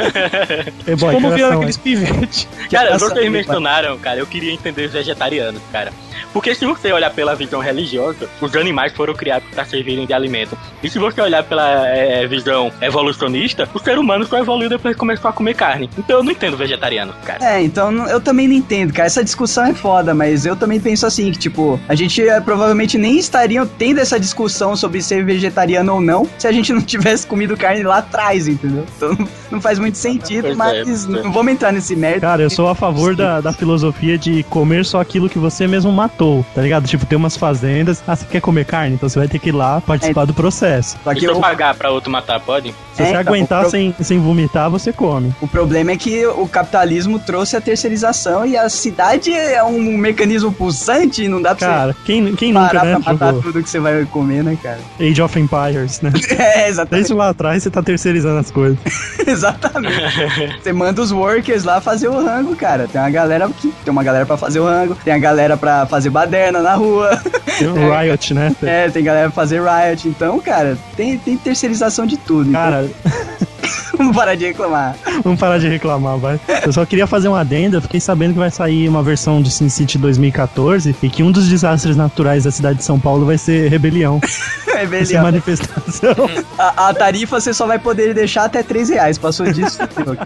[SPEAKER 2] Ei, É, boy,
[SPEAKER 4] Como
[SPEAKER 2] coração,
[SPEAKER 4] viraram
[SPEAKER 2] hein?
[SPEAKER 4] aqueles pivetes?
[SPEAKER 3] Cara,
[SPEAKER 1] Nossa,
[SPEAKER 3] vocês
[SPEAKER 1] meu pai.
[SPEAKER 3] mencionaram, cara, eu queria entender os vegetarianos, cara. Porque se você olhar pela visão religiosa, os animais foram criados para servirem de alimento. E se você olhar pela é, visão evolucionista, o ser humano só evoluiu depois que começou a comer carne. Então eu não entendo vegetariano, cara.
[SPEAKER 1] É, então não- eu também não entendo, cara. Essa discussão é foda, mas eu também penso assim, que tipo, a gente eh, provavelmente nem estaria tendo essa discussão sobre ser vegetariano ou não se a gente não tivesse comido carne lá atrás, entendeu? Então não- não faz muito sentido,
[SPEAKER 3] Pois é,
[SPEAKER 1] mas
[SPEAKER 3] pois é.
[SPEAKER 1] não vamos entrar nesse merda.
[SPEAKER 2] Cara, eu sou a favor da, da filosofia de comer só aquilo que você mesmo matou, tá ligado? Tipo, tem umas fazendas, ah, você quer comer carne? Então você vai ter que ir lá participar do processo.
[SPEAKER 1] Só
[SPEAKER 3] e
[SPEAKER 1] que
[SPEAKER 3] se eu
[SPEAKER 1] eu-
[SPEAKER 3] pagar pra outro matar, pode?
[SPEAKER 2] Se
[SPEAKER 1] É,
[SPEAKER 2] você
[SPEAKER 1] então,
[SPEAKER 2] aguentar
[SPEAKER 1] pro-
[SPEAKER 2] sem, sem vomitar, você come.
[SPEAKER 1] O problema é que o capitalismo trouxe a terceirização e a cidade é um mecanismo pulsante, não dá pra
[SPEAKER 2] Cara, quem,
[SPEAKER 1] você
[SPEAKER 2] quem nunca,
[SPEAKER 1] parar
[SPEAKER 2] né,
[SPEAKER 1] pra matar
[SPEAKER 2] jogou
[SPEAKER 1] tudo que você vai comer, né, cara?
[SPEAKER 2] Age of Empires, né?
[SPEAKER 1] É, exatamente.
[SPEAKER 2] Desde lá atrás você tá terceirizando as coisas.
[SPEAKER 1] Exatamente. Você manda os workers lá fazer o rango, cara. Tem uma galera que tem uma galera pra fazer o rango, tem a galera pra fazer baderna na rua,
[SPEAKER 2] Tem o Riot, né?
[SPEAKER 1] é, tem galera pra fazer riot. Então, cara, tem, tem terceirização de tudo.
[SPEAKER 2] Cara,
[SPEAKER 1] Então, vamos parar de reclamar.
[SPEAKER 2] Vamos parar de reclamar, vai. Eu só queria fazer um adendo. Eu fiquei sabendo que vai sair uma versão de Sin City 2014 e que um dos desastres naturais da cidade de São Paulo vai ser rebelião,
[SPEAKER 1] É
[SPEAKER 2] vai ser
[SPEAKER 1] beleza.
[SPEAKER 2] manifestação.
[SPEAKER 1] A, a tarifa você só vai poder deixar até 3 reais. Passou disso. fudeu.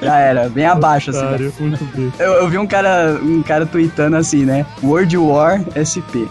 [SPEAKER 1] Já era, bem abaixo, assim. né?
[SPEAKER 2] Otário, muito bem.
[SPEAKER 1] Eu, eu vi um cara, um cara tweetando assim, né? World War SP.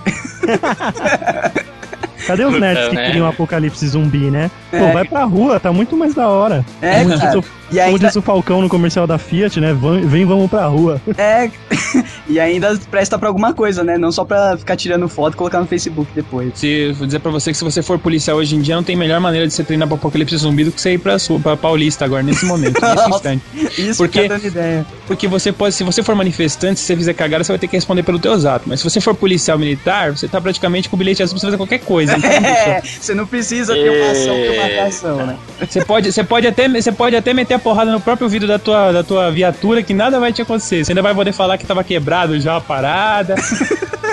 [SPEAKER 2] Cadê os nerds que
[SPEAKER 3] né?
[SPEAKER 2] queriam apocalipse zumbi, né?
[SPEAKER 1] É.
[SPEAKER 2] Pô, vai pra rua, tá muito mais da hora.
[SPEAKER 1] É,
[SPEAKER 2] Como diz
[SPEAKER 1] cara.
[SPEAKER 2] o-
[SPEAKER 1] E
[SPEAKER 2] Como
[SPEAKER 1] ainda,
[SPEAKER 2] disse o Falcão no comercial da Fiat, né? Vem, vem, vamos pra rua.
[SPEAKER 1] É, e ainda presta pra alguma coisa, né? Não só pra ficar tirando foto e colocar no Facebook depois.
[SPEAKER 4] Se vou dizer pra você que se você for policial hoje em dia, não tem melhor maneira de você treinar pro apocalipse zumbi do que você ir pra, sua, pra Paulista agora, nesse momento, nesse
[SPEAKER 1] Nossa.
[SPEAKER 4] instante.
[SPEAKER 1] Isso
[SPEAKER 4] Porque-
[SPEAKER 1] tá dando ideia.
[SPEAKER 4] Porque você pode, se você for manifestante, se você fizer cagada, você vai ter que responder pelo teu ato. Mas se você for policial militar, você tá praticamente com o bilhete azul pra você fazer qualquer coisa. Então,
[SPEAKER 1] É, você não precisa ter uma ação que uma reação, né?
[SPEAKER 4] você, pode, você, pode até, você pode até meter a porrada no próprio vidro da tua, da tua viatura que nada vai te acontecer. Você ainda vai poder falar que tava quebrado já a parada,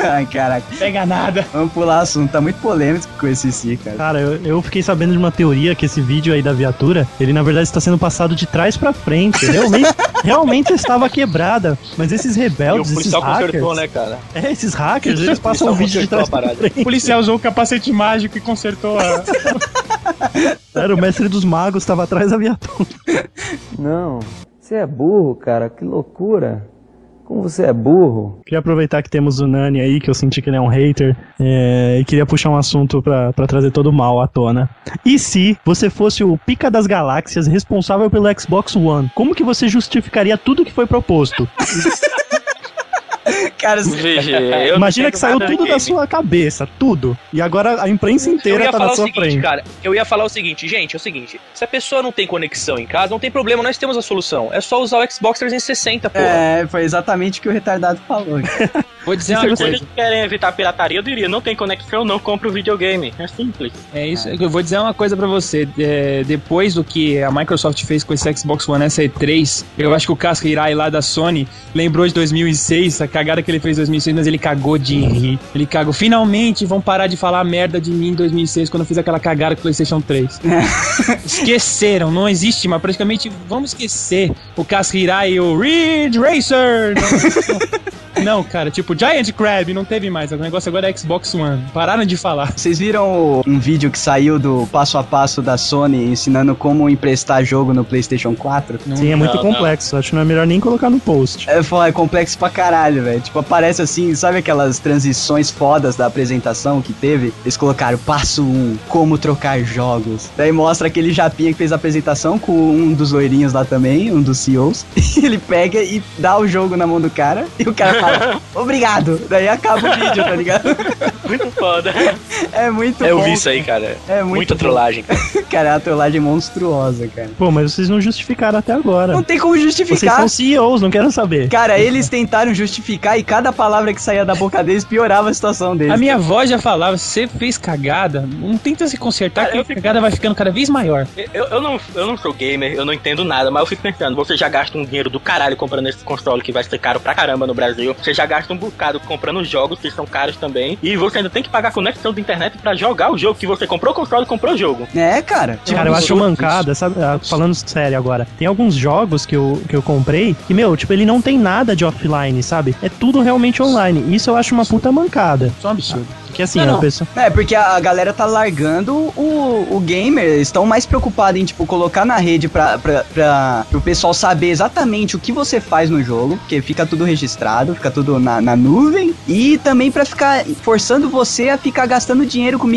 [SPEAKER 1] Ai, caraca.
[SPEAKER 4] pega nada.
[SPEAKER 1] Vamos pular o assunto, tá muito polêmico com esse si, cara.
[SPEAKER 2] Cara, eu, eu fiquei sabendo de uma teoria que esse vídeo aí da viatura, ele na verdade está sendo passado de trás pra frente. Realmente, realmente estava quebrada. Mas esses
[SPEAKER 5] E o
[SPEAKER 2] rebeldes, esses
[SPEAKER 5] policial consertou,
[SPEAKER 2] É hackers,
[SPEAKER 5] né, cara?
[SPEAKER 2] É, esses hackers, eles passam o
[SPEAKER 5] Eles só
[SPEAKER 2] vídeo de
[SPEAKER 5] consertou
[SPEAKER 2] trás
[SPEAKER 5] a
[SPEAKER 2] pra
[SPEAKER 5] parada.
[SPEAKER 4] O
[SPEAKER 2] frente.
[SPEAKER 4] policial usou o capacete mágico e consertou a.
[SPEAKER 2] Era o mestre dos magos, tava atrás da viatura.
[SPEAKER 10] Não, você é burro, cara, que loucura. Como você é burro.
[SPEAKER 2] Queria aproveitar que temos o Nani aí, que eu senti que ele é um hater, é, e queria puxar um assunto pra, pra trazer todo o mal à tona. E se você fosse o pica das galáxias responsável pelo Xbox One, como que você justificaria tudo que foi proposto?
[SPEAKER 1] Cara, você-
[SPEAKER 3] Vixe, eu não
[SPEAKER 2] Imagina
[SPEAKER 3] entendo
[SPEAKER 2] que saiu
[SPEAKER 3] nada
[SPEAKER 2] tudo
[SPEAKER 3] de
[SPEAKER 2] da
[SPEAKER 3] game.
[SPEAKER 2] sua cabeça, tudo. E agora a imprensa
[SPEAKER 5] Eu
[SPEAKER 2] inteira
[SPEAKER 5] ia
[SPEAKER 2] tá na
[SPEAKER 5] falar o
[SPEAKER 2] sua
[SPEAKER 5] seguinte,
[SPEAKER 2] frente.
[SPEAKER 5] cara. Eu ia falar o seguinte, gente, é o seguinte. Se a pessoa não tem conexão em casa, não tem problema, nós temos a solução. É só usar o Xbox 360, pô.
[SPEAKER 1] é, foi exatamente o que o retardado falou. cara.
[SPEAKER 4] Vou dizer
[SPEAKER 3] Se
[SPEAKER 5] é
[SPEAKER 4] uma
[SPEAKER 3] vocês
[SPEAKER 4] é coisa.
[SPEAKER 3] querem evitar a pirataria, eu diria, não tem conexão, não compra o videogame. É simples.
[SPEAKER 4] É isso. Eu vou dizer uma coisa pra você. É, depois do que a Microsoft fez com esse Xbox One SE3, eu acho que o Casca Irai lá da Sony lembrou de 2006, a cagada que ele fez em 2006, mas ele cagou de rir. Ele cagou. Finalmente vão parar de falar merda de mim em 2006 quando eu fiz aquela cagada com o PlayStation 3. Esqueceram, não existe, mas praticamente vamos esquecer o Casca Irai e o Ridge Racer. Não, não, cara, tipo Giant Crab, não teve mais. O negócio agora é Xbox One. Pararam de falar.
[SPEAKER 1] Vocês viram o- um vídeo que saiu do passo a passo da Sony ensinando como emprestar jogo no PlayStation 4?
[SPEAKER 2] Sim, é muito
[SPEAKER 3] Não, não.
[SPEAKER 2] complexo. Acho que não é melhor nem colocar no post.
[SPEAKER 1] É, foi- é complexo pra caralho, velho. Tipo, aparece assim, sabe aquelas transições fodas da apresentação que teve? Eles colocaram passo 1, como trocar jogos. Daí mostra aquele japinha que fez a apresentação com um dos loirinhos lá também, um dos CEOs. E ele pega e dá o jogo na mão do cara e o cara fala, obrigado. Daí acaba o vídeo, tá ligado?
[SPEAKER 3] Muito foda.
[SPEAKER 1] É muito
[SPEAKER 5] eu
[SPEAKER 1] bom.
[SPEAKER 5] vi isso aí, cara.
[SPEAKER 1] É muito
[SPEAKER 5] Muita
[SPEAKER 1] bom.
[SPEAKER 5] trollagem. cara.
[SPEAKER 1] Cara, é uma trollagem monstruosa, cara.
[SPEAKER 2] Pô, mas vocês não justificaram até agora.
[SPEAKER 1] Não tem como
[SPEAKER 2] Vocês
[SPEAKER 1] justificar.
[SPEAKER 2] são CEOs, não quero saber.
[SPEAKER 1] Cara, eles tentaram justificar e cada palavra que saía da boca deles piorava a situação deles.
[SPEAKER 4] A minha avó já falava, se você fez cagada, não tenta se consertar,
[SPEAKER 3] Cara,
[SPEAKER 4] que a
[SPEAKER 3] eu fico-
[SPEAKER 4] cagada vai ficando cada vez maior.
[SPEAKER 3] Eu, eu não, eu não sou gamer, eu não entendo nada, mas eu fico pensando, você já gasta um dinheiro do caralho comprando esse console que vai ser caro pra caramba no Brasil, você já gasta um bocado comprando jogos que são caros também, e você ainda tem que pagar conexão de internet pra jogar o jogo que você comprou, controle e comprou o jogo.
[SPEAKER 1] É, cara.
[SPEAKER 2] Cara, eu acho mancada, sabe? Ah, Falando sério agora, tem alguns jogos que eu, que eu comprei que, meu, tipo, ele não tem nada de offline, sabe? É tudo realmente online. Isso eu acho uma puta mancada.
[SPEAKER 4] Isso é um absurdo.
[SPEAKER 2] Que assim,
[SPEAKER 1] Não,
[SPEAKER 2] a
[SPEAKER 1] não.
[SPEAKER 2] pessoa.
[SPEAKER 1] É, porque a a galera tá largando o, o gamer, eles estão mais preocupados em, tipo, colocar na rede pra, pra, pra, pro pessoal saber exatamente o que você faz no jogo, porque fica tudo registrado, fica tudo na, na nuvem, e também pra ficar forçando você a ficar gastando dinheiro com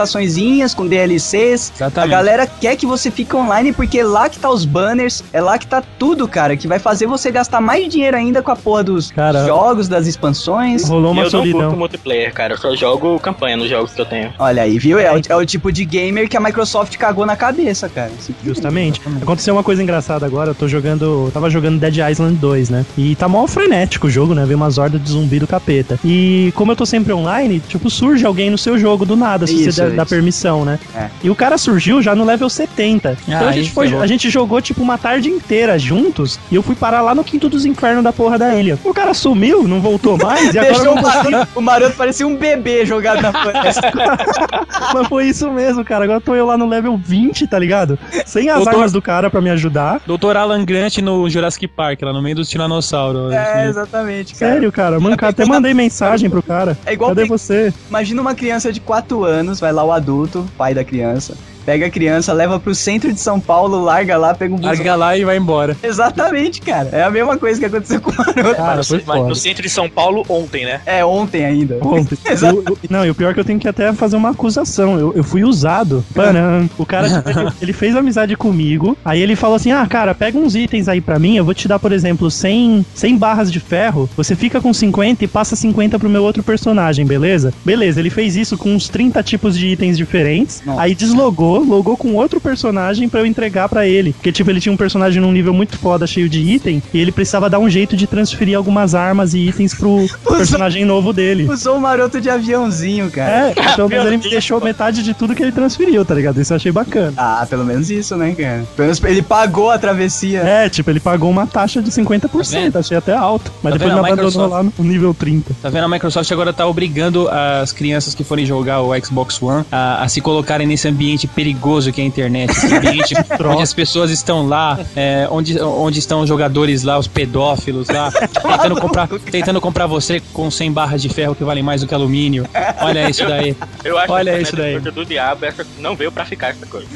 [SPEAKER 1] microtransaçõezinhas, com DLCs. A
[SPEAKER 4] Exatamente.
[SPEAKER 1] galera quer que você fique online porque é lá que tá os banners, é lá que tá tudo, cara, que vai fazer você gastar mais dinheiro ainda com a porra dos
[SPEAKER 2] Cara,
[SPEAKER 1] jogos, das expansões.
[SPEAKER 2] Rolou uma
[SPEAKER 3] eu não curto
[SPEAKER 2] solidão.
[SPEAKER 3] multiplayer, cara. Eu só jogo campanha nos jogos que eu tenho.
[SPEAKER 1] Olha aí, viu? É o, é o tipo de gamer que a Microsoft cagou na cabeça, cara.
[SPEAKER 2] Justamente. Aconteceu uma coisa engraçada agora, eu tô jogando. eu tava jogando Dead Island 2, né? E tá mó frenético o jogo, né? Vem umas hordas de zumbi do capeta. E como eu tô sempre online, tipo, surge alguém no seu jogo do nada, se
[SPEAKER 1] Isso,
[SPEAKER 2] você der-
[SPEAKER 1] isso.
[SPEAKER 2] dá permissão, né?
[SPEAKER 1] É.
[SPEAKER 2] E o cara surgiu já no level 70. então a
[SPEAKER 4] aí
[SPEAKER 2] gente, foi,
[SPEAKER 4] ferrou.
[SPEAKER 2] a gente jogou, tipo, uma tarde inteira juntos. E eu fui parar lá no quinto dos infernos da porra da ilha. O cara sumiu, não voltou mais, e agora eu
[SPEAKER 1] Deixou o
[SPEAKER 2] não
[SPEAKER 1] maroto, o maroto parecia um bebê jogado na floresta.
[SPEAKER 2] Mas foi isso mesmo, cara. Agora tô eu lá no level 20, tá ligado? Sem as
[SPEAKER 4] Doutor-
[SPEAKER 2] armas do cara pra me ajudar.
[SPEAKER 4] Doutor Alan Grant no Jurassic Park, lá no meio dos dinossauros.
[SPEAKER 1] É, exatamente, cara.
[SPEAKER 2] Sério, cara. Manca... Até mandei mensagem pro cara.
[SPEAKER 1] É igual
[SPEAKER 2] Cadê
[SPEAKER 1] pe-
[SPEAKER 2] você?
[SPEAKER 1] Imagina uma criança de 4 anos, vai lá o adulto, pai da criança, pega a criança, leva pro centro de São Paulo, larga lá, pega um bus.
[SPEAKER 4] Larga lá e vai embora.
[SPEAKER 1] Exatamente, cara. É a mesma coisa que aconteceu com o maroto.
[SPEAKER 2] Cara,
[SPEAKER 5] mas,
[SPEAKER 2] foi
[SPEAKER 5] mas
[SPEAKER 2] foda.
[SPEAKER 5] no centro de São Paulo ontem, né?
[SPEAKER 1] É ontem ainda.
[SPEAKER 2] Ontem.
[SPEAKER 1] Exato.
[SPEAKER 2] Eu- eu- não, e o pior é que eu tenho que até fazer uma acusação. Eu, eu fui usado. Mano, o cara, tipo, ele, ele fez amizade comigo. Aí ele falou assim: Ah, cara, pega uns itens aí pra mim. Eu vou te dar, por exemplo, 100, 100 barras de ferro. Você fica com 50 e passa 50 pro meu outro personagem, beleza? Beleza, ele fez isso com uns 30 tipos de itens diferentes.
[SPEAKER 1] Nossa.
[SPEAKER 2] Aí deslogou, logou com outro personagem pra eu entregar pra ele. Porque, tipo, ele tinha um personagem num nível muito foda, cheio de item. E ele precisava dar um jeito de transferir algumas armas e itens pro personagem novo dele.
[SPEAKER 1] Usou o maroto de aviãozinho, cara.
[SPEAKER 2] É, pelo menos ele me deixou metade de tudo que ele transferiu, tá ligado? Isso eu achei bacana.
[SPEAKER 1] Ah, pelo menos isso, né, cara? Pelo menos ele pagou a travessia.
[SPEAKER 2] É, tipo, ele pagou uma taxa de
[SPEAKER 4] Tá
[SPEAKER 2] 50%,
[SPEAKER 4] vendo?
[SPEAKER 2] achei até alto. Mas
[SPEAKER 4] Tá
[SPEAKER 2] depois
[SPEAKER 4] vendo?
[SPEAKER 2] ele
[SPEAKER 4] A
[SPEAKER 2] abandonou
[SPEAKER 4] Microsoft-
[SPEAKER 2] lá no nível 30.
[SPEAKER 4] Tá vendo? A Microsoft agora tá obrigando as crianças que forem jogar o Xbox One a, a se colocarem nesse ambiente perigoso que é a internet. Esse ambiente onde as pessoas estão lá, é, onde, onde estão os jogadores lá, os pedófilos lá, tentando comprar, tentando comprar você com 100 barras de ferro que valem mais do que alumínio. Olha isso daí.
[SPEAKER 3] Eu acho
[SPEAKER 4] Olha
[SPEAKER 3] que
[SPEAKER 4] isso
[SPEAKER 3] né,
[SPEAKER 4] daí.
[SPEAKER 3] coisa do diabo, essa não veio pra ficar essa coisa.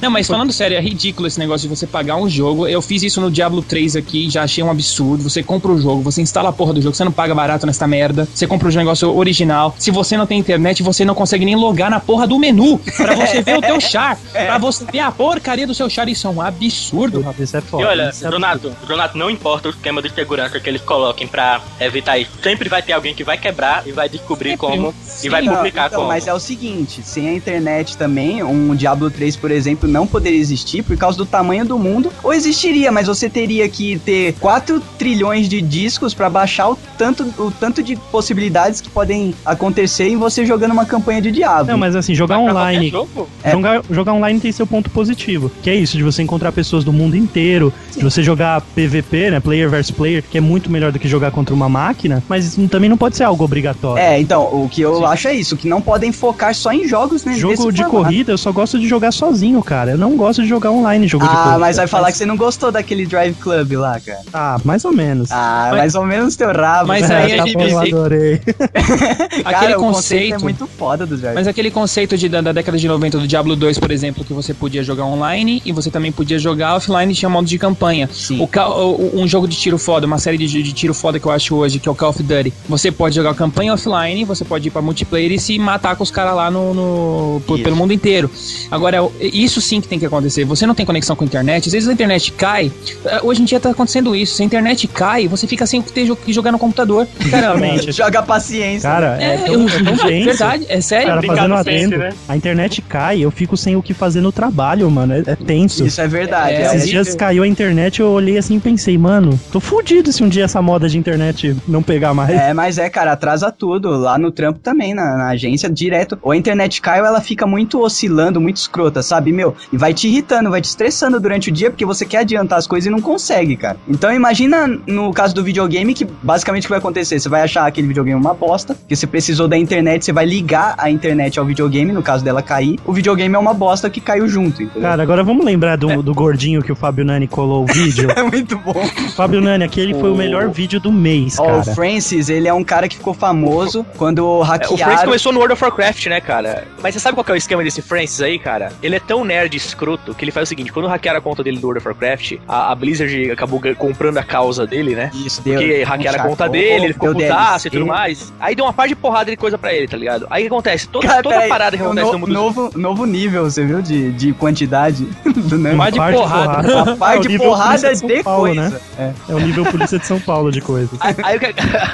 [SPEAKER 4] Não, mas falando sério, é ridículo esse negócio de você pagar um jogo. Eu fiz isso no Diablo 3 aqui, já achei um absurdo. Você compra o jogo, você instala a porra do jogo, você não paga barato nessa merda. Você compra o negócio original. Se você não tem internet, você não consegue nem logar na porra do menu pra você ver o teu char, pra você ver a porcaria do seu char. Isso é um absurdo.
[SPEAKER 2] Isso é foda.
[SPEAKER 3] e olha,
[SPEAKER 2] isso é
[SPEAKER 3] Donato, Donato, não importa o esquema de segurança que eles coloquem pra evitar isso. Sempre vai ter alguém que vai quebrar e vai descobrir
[SPEAKER 4] Sempre.
[SPEAKER 3] como e vai
[SPEAKER 4] Sim.
[SPEAKER 1] Não,
[SPEAKER 3] publicar
[SPEAKER 1] então,
[SPEAKER 3] como.
[SPEAKER 1] mas é o seguinte, sem a internet também, um Diablo 3, por exemplo, não poderia existir por causa do tamanho do mundo, ou existiria, mas você teria que ter 4 trilhões de discos pra baixar o tanto, o tanto de possibilidades que podem acontecer em você jogando uma campanha de Diablo.
[SPEAKER 2] Não, mas assim, jogar
[SPEAKER 3] Mas pra
[SPEAKER 2] online.
[SPEAKER 3] qualquer jogo,
[SPEAKER 1] É.
[SPEAKER 2] Jogar, jogar online tem seu ponto positivo, que é isso, de você encontrar pessoas do mundo inteiro, de você jogar PVP, né? Player versus player, que é muito melhor do que jogar contra uma máquina, mas isso também não pode ser algo obrigatório.
[SPEAKER 1] É, então, o que eu acho é isso, que não podem focar só em jogos, né?
[SPEAKER 2] Jogo
[SPEAKER 1] desse
[SPEAKER 2] de
[SPEAKER 1] formato.
[SPEAKER 2] corrida, eu só gosto de jogar sozinho, cara. Eu não gosto de jogar online jogo de corrida.
[SPEAKER 1] Ah, mas vai falar que você não gostou daquele Drive Club lá, cara.
[SPEAKER 2] Ah, mais ou menos.
[SPEAKER 1] Ah,
[SPEAKER 4] Mas-
[SPEAKER 1] mais ou menos teu rabo.
[SPEAKER 4] Mas
[SPEAKER 1] cara.
[SPEAKER 4] aí a
[SPEAKER 2] tá
[SPEAKER 4] gente
[SPEAKER 2] bom, eu
[SPEAKER 4] vê-
[SPEAKER 2] adorei.
[SPEAKER 1] Cara,
[SPEAKER 4] Aquele
[SPEAKER 1] o conceito é
[SPEAKER 4] conceito.
[SPEAKER 1] muito foda do Drive
[SPEAKER 4] Mas aquele conceito de, da, da década de 90 do Diablo 2, por exemplo, que você podia jogar online e você também podia jogar offline, tinha modo de campanha.
[SPEAKER 1] Sim.
[SPEAKER 4] O ca- o- um jogo de tiro foda, uma série de, de tiro foda que eu acho hoje, que é o Call of Duty. Você pode jogar campanha offline, você pode ir pra multiplayer e se matar com os caras lá no, no- pô-
[SPEAKER 1] Isso.
[SPEAKER 4] pelo mundo inteiro. Agora, o- isso sim que tem que acontecer. Você não tem conexão com a internet, às vezes a internet cai. Eh, Hoje em dia tá acontecendo isso. Se a internet cai, você fica sem o que ter jo- que jogar no computador. Caramba.
[SPEAKER 2] Exatamente.
[SPEAKER 1] Joga a paciência.
[SPEAKER 2] Cara, é, tão, é tão tenso.
[SPEAKER 4] verdade, é sério.
[SPEAKER 2] Cara,
[SPEAKER 3] Obrigado,
[SPEAKER 2] fazendo
[SPEAKER 3] Face,
[SPEAKER 2] adendo,
[SPEAKER 3] né?
[SPEAKER 2] a internet cai, eu fico sem o que fazer no trabalho, mano. É, é tenso.
[SPEAKER 1] Isso é verdade.
[SPEAKER 4] É,
[SPEAKER 1] é,
[SPEAKER 2] Esses
[SPEAKER 1] é-
[SPEAKER 2] dias caiu a internet, eu olhei assim e pensei, mano, tô fudido se um dia essa moda de internet não pegar mais.
[SPEAKER 1] É, mas é, cara, atrasa tudo. Lá no trampo também, na, na agência, direto. Ou a internet cai ou ela fica muito oscilando, muito escrota, sabe? Meu, entendeu? E vai te irritando, vai te estressando durante o dia porque você quer adiantar as coisas e não consegue, cara. Então imagina no caso do videogame que basicamente o que vai acontecer? Você vai achar aquele videogame uma bosta, que você precisou da internet, você vai ligar a internet ao videogame, no caso dela cair, o videogame é uma bosta que caiu junto, entendeu?
[SPEAKER 2] Cara, agora vamos lembrar do, do gordinho que o Fábio Nani colou o vídeo.
[SPEAKER 1] É muito bom.
[SPEAKER 2] Fábio Nani, aquele foi o melhor vídeo do mês,
[SPEAKER 1] Ó, o
[SPEAKER 2] cara.
[SPEAKER 1] Francis, ele é um cara que ficou famoso quando
[SPEAKER 5] É, O Francis
[SPEAKER 1] hackearam.
[SPEAKER 5] começou no World of Warcraft, né, cara? Mas você sabe qual que é o esquema desse Francis aí, cara? Ele é tão nerd escroto que ele faz o seguinte: quando hackearam a conta dele do World of Warcraft, a, a Blizzard acabou gan- comprando a causa dele, né?
[SPEAKER 1] Isso, deu.
[SPEAKER 5] Porque hackearam a
[SPEAKER 1] chaco,
[SPEAKER 5] conta dele, ele ficou
[SPEAKER 1] deu
[SPEAKER 5] putaço
[SPEAKER 1] DLC.
[SPEAKER 5] e tudo mais. Aí deu uma parte de porrada de coisa pra ele, tá ligado? Aí o que acontece? Toda,
[SPEAKER 1] Cara,
[SPEAKER 5] toda
[SPEAKER 1] peraí,
[SPEAKER 5] parada que
[SPEAKER 1] é um
[SPEAKER 5] acontece
[SPEAKER 1] no-
[SPEAKER 5] no mundo.
[SPEAKER 1] novo, novo nível, você viu? De, de quantidade do Nami.
[SPEAKER 4] Mais de
[SPEAKER 2] Um Par
[SPEAKER 4] porrada.
[SPEAKER 1] A
[SPEAKER 2] É o
[SPEAKER 1] parte de
[SPEAKER 2] nível
[SPEAKER 1] porrada
[SPEAKER 2] Polícia
[SPEAKER 1] de
[SPEAKER 2] São
[SPEAKER 5] um
[SPEAKER 2] Paulo,
[SPEAKER 1] coisa.
[SPEAKER 2] né?
[SPEAKER 1] É.
[SPEAKER 2] É o nível Polícia de São Paulo de coisa.
[SPEAKER 5] Aí, aí o que...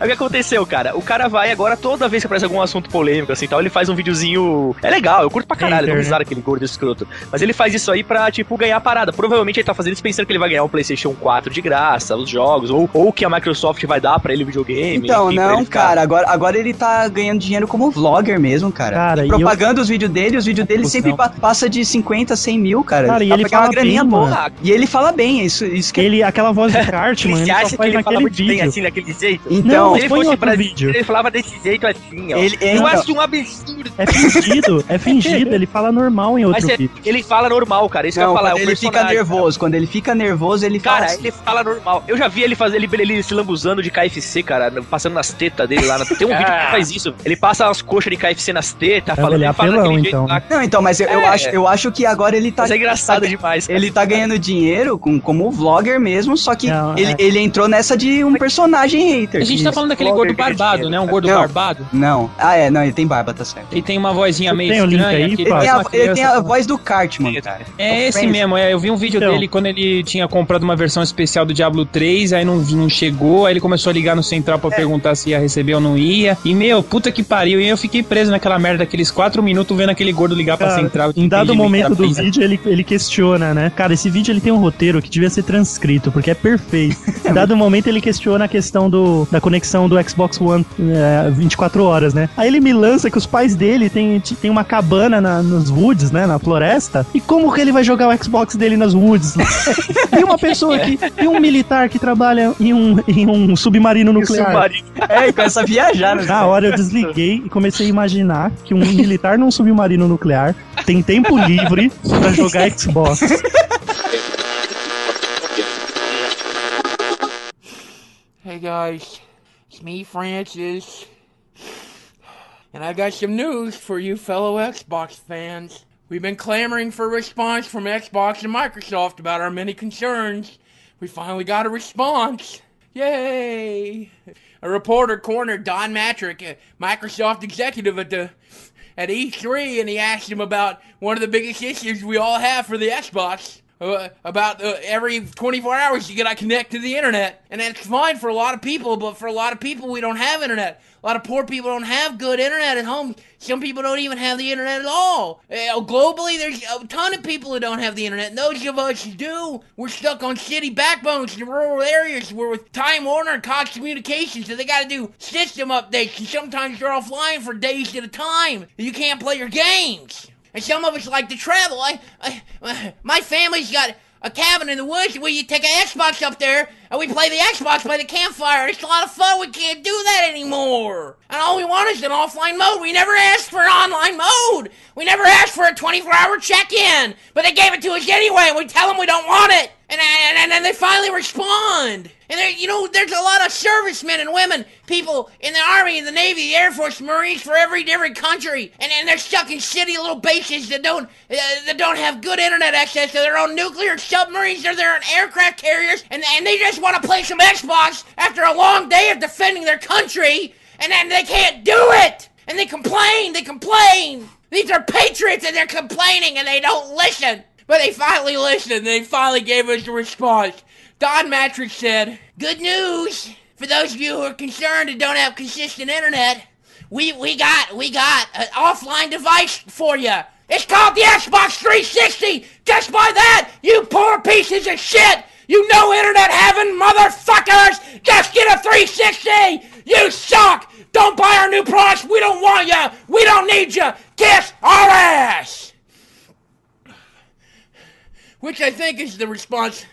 [SPEAKER 5] aí o que aconteceu, cara? O cara vai agora, toda vez que aparece algum assunto polêmico, assim, tal, ele faz um videozinho... É legal, eu curto pra caralho,
[SPEAKER 2] Hater, né?
[SPEAKER 5] eu usar aquele gordo escroto. Mas ele faz isso aí pra, tipo, ganhar a parada. Provavelmente ele tá fazendo isso pensando que ele vai ganhar um Playstation 4 de graça, os jogos, ou, ou que a Microsoft vai dar pra ele o videogame.
[SPEAKER 1] Então,
[SPEAKER 5] enfim,
[SPEAKER 2] né,
[SPEAKER 5] pra
[SPEAKER 2] um
[SPEAKER 1] não,
[SPEAKER 5] ele ficar-
[SPEAKER 1] cara, agora, agora ele tá ganhando dinheiro como vlogger mesmo, cara.
[SPEAKER 2] Cara, e
[SPEAKER 1] Propagando os vídeos dele, os vídeos dele
[SPEAKER 4] Putz,
[SPEAKER 1] sempre
[SPEAKER 4] não.
[SPEAKER 1] pa- passa de 50, 100 mil, cara.
[SPEAKER 2] Cara, e
[SPEAKER 1] Dá
[SPEAKER 2] ele
[SPEAKER 1] pra ganhar
[SPEAKER 2] fala bem,
[SPEAKER 1] boa. E ele fala bem, isso, isso que é
[SPEAKER 2] Ele, aquela voz de Cartman,
[SPEAKER 5] Você
[SPEAKER 2] ele só
[SPEAKER 5] acha que
[SPEAKER 2] faz
[SPEAKER 5] ele fala
[SPEAKER 2] naquele
[SPEAKER 5] muito bem
[SPEAKER 2] vídeo.
[SPEAKER 5] assim, daquele jeito?
[SPEAKER 1] Então,
[SPEAKER 2] Não,
[SPEAKER 5] se ele
[SPEAKER 2] põe
[SPEAKER 5] fosse
[SPEAKER 2] outro
[SPEAKER 5] brasileiro,
[SPEAKER 2] vídeo.
[SPEAKER 5] ele falava desse jeito assim, ó.
[SPEAKER 1] Ele-
[SPEAKER 5] Eu
[SPEAKER 1] então-
[SPEAKER 5] acho um absurdo.
[SPEAKER 2] É fingido, é fingido, ele fala normal em outro
[SPEAKER 5] Mas é-
[SPEAKER 2] vídeo.
[SPEAKER 5] ele fala normal, cara. Isso que eu
[SPEAKER 1] não,
[SPEAKER 5] ia falar. é
[SPEAKER 1] quando
[SPEAKER 5] o
[SPEAKER 1] ele fica
[SPEAKER 5] personagem, cara.
[SPEAKER 1] nervoso, quando ele fica nervoso, ele fala.
[SPEAKER 5] Cara,
[SPEAKER 1] assim.
[SPEAKER 5] ele fala normal. Eu já vi ele fazer ele, ele se lambuzando de KFC, cara, passando nas tetas dele lá. Tem um vídeo que ele faz isso. Ele passa as coxas de KFC nas tetas,
[SPEAKER 2] É,
[SPEAKER 5] falando,
[SPEAKER 2] ele é
[SPEAKER 5] ele fala
[SPEAKER 2] apelão,
[SPEAKER 5] daquele jeito
[SPEAKER 2] então,
[SPEAKER 5] lá.
[SPEAKER 1] Não, então, mas eu, eu
[SPEAKER 5] É.
[SPEAKER 1] acho, eu acho que agora ele tá.
[SPEAKER 5] Mas é engraçado demais. cara.
[SPEAKER 1] Ele tá ganhando dinheiro com, como vlogger mesmo, só que
[SPEAKER 2] Não,
[SPEAKER 1] ele,
[SPEAKER 2] é.
[SPEAKER 1] ele entrou nessa de um personagem hater.
[SPEAKER 4] A gente tá falando daquele gordo
[SPEAKER 5] Vlogger ganha
[SPEAKER 4] barbado,
[SPEAKER 5] dinheiro,
[SPEAKER 4] né? Um
[SPEAKER 5] cara.
[SPEAKER 4] gordo
[SPEAKER 1] Não.
[SPEAKER 4] barbado.
[SPEAKER 1] Não. Ah, é, não, ele tem barba, tá certo.
[SPEAKER 4] Ele tem uma vozinha
[SPEAKER 2] Você
[SPEAKER 4] meio
[SPEAKER 2] tem o link
[SPEAKER 4] estranha.
[SPEAKER 2] aí,
[SPEAKER 4] que
[SPEAKER 1] Ele
[SPEAKER 2] Fábio?
[SPEAKER 1] tem
[SPEAKER 4] parece
[SPEAKER 1] a,
[SPEAKER 4] uma
[SPEAKER 1] ele tem a
[SPEAKER 4] criança.
[SPEAKER 1] voz do Cartman, cara.
[SPEAKER 4] É esse
[SPEAKER 1] Friends.
[SPEAKER 4] mesmo, é. Eu vi um vídeo
[SPEAKER 2] Então.
[SPEAKER 4] dele quando ele tinha comprado uma versão especial do Diablo 3, aí não, não chegou, aí ele começou a ligar no central
[SPEAKER 5] É.
[SPEAKER 4] pra perguntar se ia receber ou não ia. E meu, puta que pariu, e eu fiquei preso naquela merda daqueles quatro minutos vendo aquele gordo ligar pra
[SPEAKER 2] Cara,
[SPEAKER 4] central.
[SPEAKER 2] em dado
[SPEAKER 4] Entendi,
[SPEAKER 2] momento
[SPEAKER 4] cara,
[SPEAKER 2] do
[SPEAKER 4] pizza.
[SPEAKER 2] vídeo, ele, ele questiona, né? Cara, esse vídeo ele tem um roteiro que devia ser transcrito, porque é perfeito. Em dado momento, ele questiona a questão do, da conexão do Xbox One é, 24 horas, né? Aí ele me lança que os pais dele têm tem uma cabana na- nos woods, né? Na floresta. E como que ele vai jogar o Xbox dele nas woods? né? e uma pessoa que. E um militar que trabalha em um, em um submarino nuclear.
[SPEAKER 5] Submarino.
[SPEAKER 1] É, e começa a viajar, né?
[SPEAKER 2] Na hora eu desliguei e comecei a imaginar que um militar num submarino nuclear tem tempo livre pra jogar Xbox.
[SPEAKER 9] Hey guys, it's me, Francis. And I got some news for you, fellow Xbox fans. We've been clamoring for a response from Xbox and Microsoft about our many concerns. We finally got a response. Yay! A reporter cornered Don Matrick, a Microsoft executive at the at E3, and he asked him about one of the biggest issues we all have for the Xbox. Uh, about uh, every 24 hours you gotta connect to the internet, and that's fine for a lot of people. But for a lot of people, we don't have internet. A lot of poor people don't have good internet at home. Some people don't even have the internet at all. Uh, globally, there's a ton of people who don't have the internet. And those of us who do, we're stuck on city backbones in rural areas where with Time Warner and Cox Communications, so they gotta do system updates, and sometimes they're offline for days at a time. You can't play your games. And some of us like to travel. I, I my family's got a cabin in the woods where you take an Xbox up there and we play the Xbox by the campfire. It's a lot of fun. We can't do that anymore. And all we want is an offline mode. We never asked for an online mode. We never asked for a 24-hour check-in, but they gave it to us anyway. We tell them we don't want it, and and and, and they finally respond. And there, you know, there's a lot of servicemen and women, people in the army, in the navy, the air force, marines, for every different country, and, and they're stuck in shitty little bases that don't uh, that don't have good internet access to their own nuclear submarines or their own aircraft carriers, and and they just want to play some Xbox after a long day of defending their country, and then they can't do it, and they complain, they complain. These are patriots, and they're complaining, and they don't listen. But they finally listened. They finally gave us a response. Don Matrick said, Good news for those of you who are concerned and don't have consistent internet. We, we got we got an offline device for you. It's called the Xbox 360. Just by that, you poor pieces of shit, you no internet having motherfuckers, just get a 360. You suck. Don't buy our new products. We don't want you. We don't need you. Kiss our ass. which I think is the response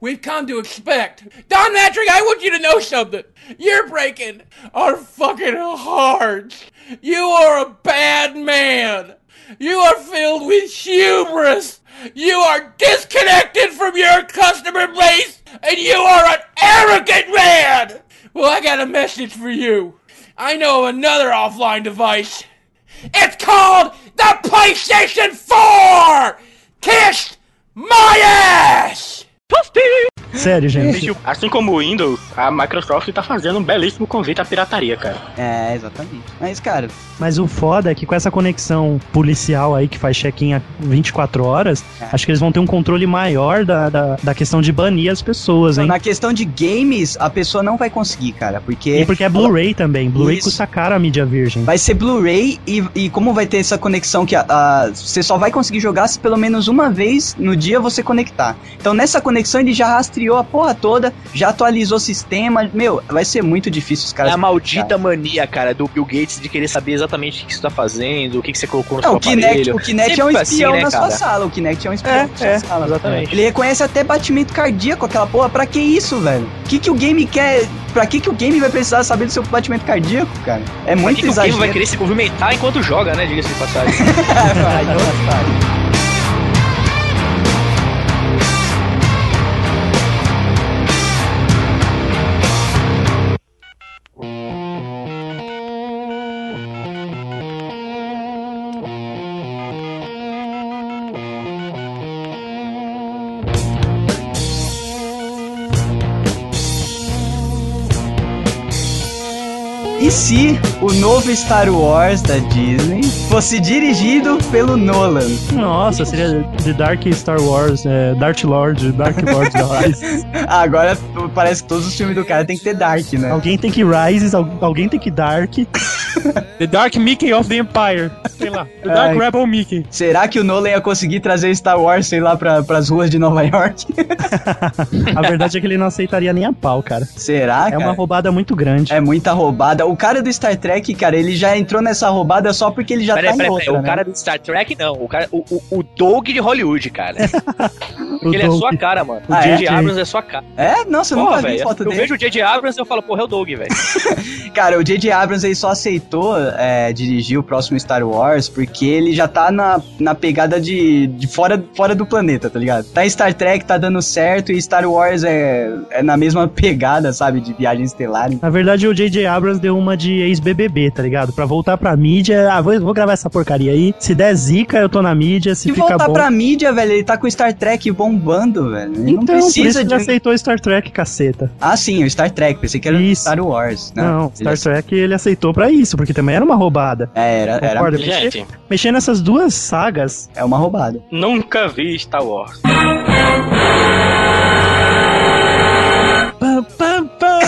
[SPEAKER 9] we've come to expect. Don Matrick, I want you to know something. You're breaking our fucking hearts. You are a bad man. You are filled with hubris. You are disconnected from your customer base, and you are an arrogant man. Well, I got a message for you. I know of another offline device. It's called the PlayStation 4! Kissed my ass!
[SPEAKER 2] Sério, gente.
[SPEAKER 3] Bicho, Assim como o Windows, a Microsoft tá fazendo um belíssimo convite à pirataria, cara.
[SPEAKER 1] É, exatamente. Mas, cara,
[SPEAKER 2] Mas o foda é que com essa conexão policial aí que faz check-in a 24 horas, acho que eles vão ter um controle maior da, da, da questão de banir as pessoas, hein?
[SPEAKER 1] na questão de games, a pessoa não vai conseguir, cara, porque
[SPEAKER 2] E porque é Blu-ray também. Blu-ray
[SPEAKER 1] Isso.
[SPEAKER 2] custa caro a mídia virgem.
[SPEAKER 1] vai ser Blu-ray e, e como vai ter essa conexão que a- a- você só vai conseguir jogar se pelo menos uma vez no dia você conectar. Então, nessa conexão, ele já rastreou a porra toda, já atualizou o sistema. Meu, vai ser muito difícil os
[SPEAKER 5] É
[SPEAKER 1] caras.
[SPEAKER 5] a maldita mania, cara, do Bill Gates de querer saber exatamente o que você tá fazendo, o que que você colocou no
[SPEAKER 1] Não,
[SPEAKER 5] seu
[SPEAKER 1] o Kinect,
[SPEAKER 5] aparelho.
[SPEAKER 1] o Kinect é um
[SPEAKER 5] Sempre
[SPEAKER 1] espião
[SPEAKER 5] assim, né,
[SPEAKER 1] na sua
[SPEAKER 5] cara?
[SPEAKER 1] sala. O Kinect é um espião
[SPEAKER 5] É,
[SPEAKER 1] na sua
[SPEAKER 5] é,
[SPEAKER 1] sala.
[SPEAKER 5] exatamente.
[SPEAKER 1] Ele reconhece até batimento cardíaco, aquela porra. Pra que isso, velho? O que, que o game quer. Pra que, que o game vai precisar saber do seu batimento cardíaco, cara? É
[SPEAKER 5] Pra
[SPEAKER 1] muito
[SPEAKER 5] que que o game
[SPEAKER 1] exagero.
[SPEAKER 5] um vai querer se movimentar enquanto joga, né? Diga-se de passagem.
[SPEAKER 1] Ai, otário. E se o novo Star Wars da Disney fosse dirigido pelo Nolan?
[SPEAKER 2] Nossa, seria The Dark Star Wars, é, Dark Lord, Dark Lord da Rise.
[SPEAKER 1] Ah, Agora p- parece que todos os filmes do cara tem que ter Dark, né?
[SPEAKER 2] alguém tem que Rises, al- alguém tem que Dark.
[SPEAKER 4] The Dark Mickey of the Empire. Sei lá. The Dark
[SPEAKER 1] Ai.
[SPEAKER 4] Rebel Mickey.
[SPEAKER 1] Será que o Nolan ia conseguir trazer Star Wars, sei lá, pra, pras ruas de Nova York?
[SPEAKER 2] A verdade é que ele não aceitaria nem a pau, cara.
[SPEAKER 1] Será,
[SPEAKER 2] É
[SPEAKER 1] cara?
[SPEAKER 2] uma roubada muito grande.
[SPEAKER 1] É muita roubada. O cara do Star Trek, cara, ele já entrou nessa roubada só porque ele já
[SPEAKER 5] Peraí,
[SPEAKER 1] tá
[SPEAKER 5] peraí,
[SPEAKER 1] em
[SPEAKER 5] peraí.
[SPEAKER 1] outra,
[SPEAKER 5] O
[SPEAKER 1] né?
[SPEAKER 5] cara do Star Trek, não. O, cara, o, o, o Doug de Hollywood, cara.
[SPEAKER 2] É, O
[SPEAKER 5] Porque ele é
[SPEAKER 2] Doug.
[SPEAKER 5] sua cara, mano.
[SPEAKER 1] Ah,
[SPEAKER 5] o
[SPEAKER 1] é?
[SPEAKER 5] J.J. Abrams é sua cara.
[SPEAKER 1] É? Nossa, eu
[SPEAKER 5] Porra,
[SPEAKER 1] nunca vi
[SPEAKER 5] velho.
[SPEAKER 1] foto
[SPEAKER 5] Eu
[SPEAKER 1] dele.
[SPEAKER 5] vejo o J.J. Abrams e eu falo, porra, é o Doug, velho.
[SPEAKER 1] Cara, o J.J. Abrams aí só aceitou é, dirigir o próximo Star Wars porque ele já tá na, na pegada de, de fora, fora do planeta, tá ligado? Tá em Star Trek, tá dando certo e Star Wars é, é na mesma pegada, sabe? De viagem estelar.
[SPEAKER 2] Na verdade, o J.J. Abrams deu uma de ex-BBB, tá ligado? Pra voltar pra mídia, ah, vou, vou gravar essa porcaria aí. Se der zica, eu tô na mídia, se
[SPEAKER 1] Se
[SPEAKER 2] fica
[SPEAKER 1] voltar
[SPEAKER 2] bom...
[SPEAKER 1] pra mídia, velho, ele tá com o Star Trek bombando, velho. Ele não
[SPEAKER 2] Então, por isso
[SPEAKER 1] precisa
[SPEAKER 2] que
[SPEAKER 1] de. um-
[SPEAKER 2] ele aceitou Star Trek, caceta.
[SPEAKER 1] Ah, sim, o Star Trek. Pensei que era
[SPEAKER 2] Isso.
[SPEAKER 1] Star Wars. né?
[SPEAKER 2] Não,
[SPEAKER 1] Ele-
[SPEAKER 2] Star Trek ele aceitou pra isso, porque também era uma roubada.
[SPEAKER 1] É, era, era-
[SPEAKER 2] Concorda? Mexer,
[SPEAKER 3] Gente,
[SPEAKER 2] mexer nessas duas sagas
[SPEAKER 1] é uma roubada.
[SPEAKER 3] nunca vi Star Wars.
[SPEAKER 4] Pam, pam, pam.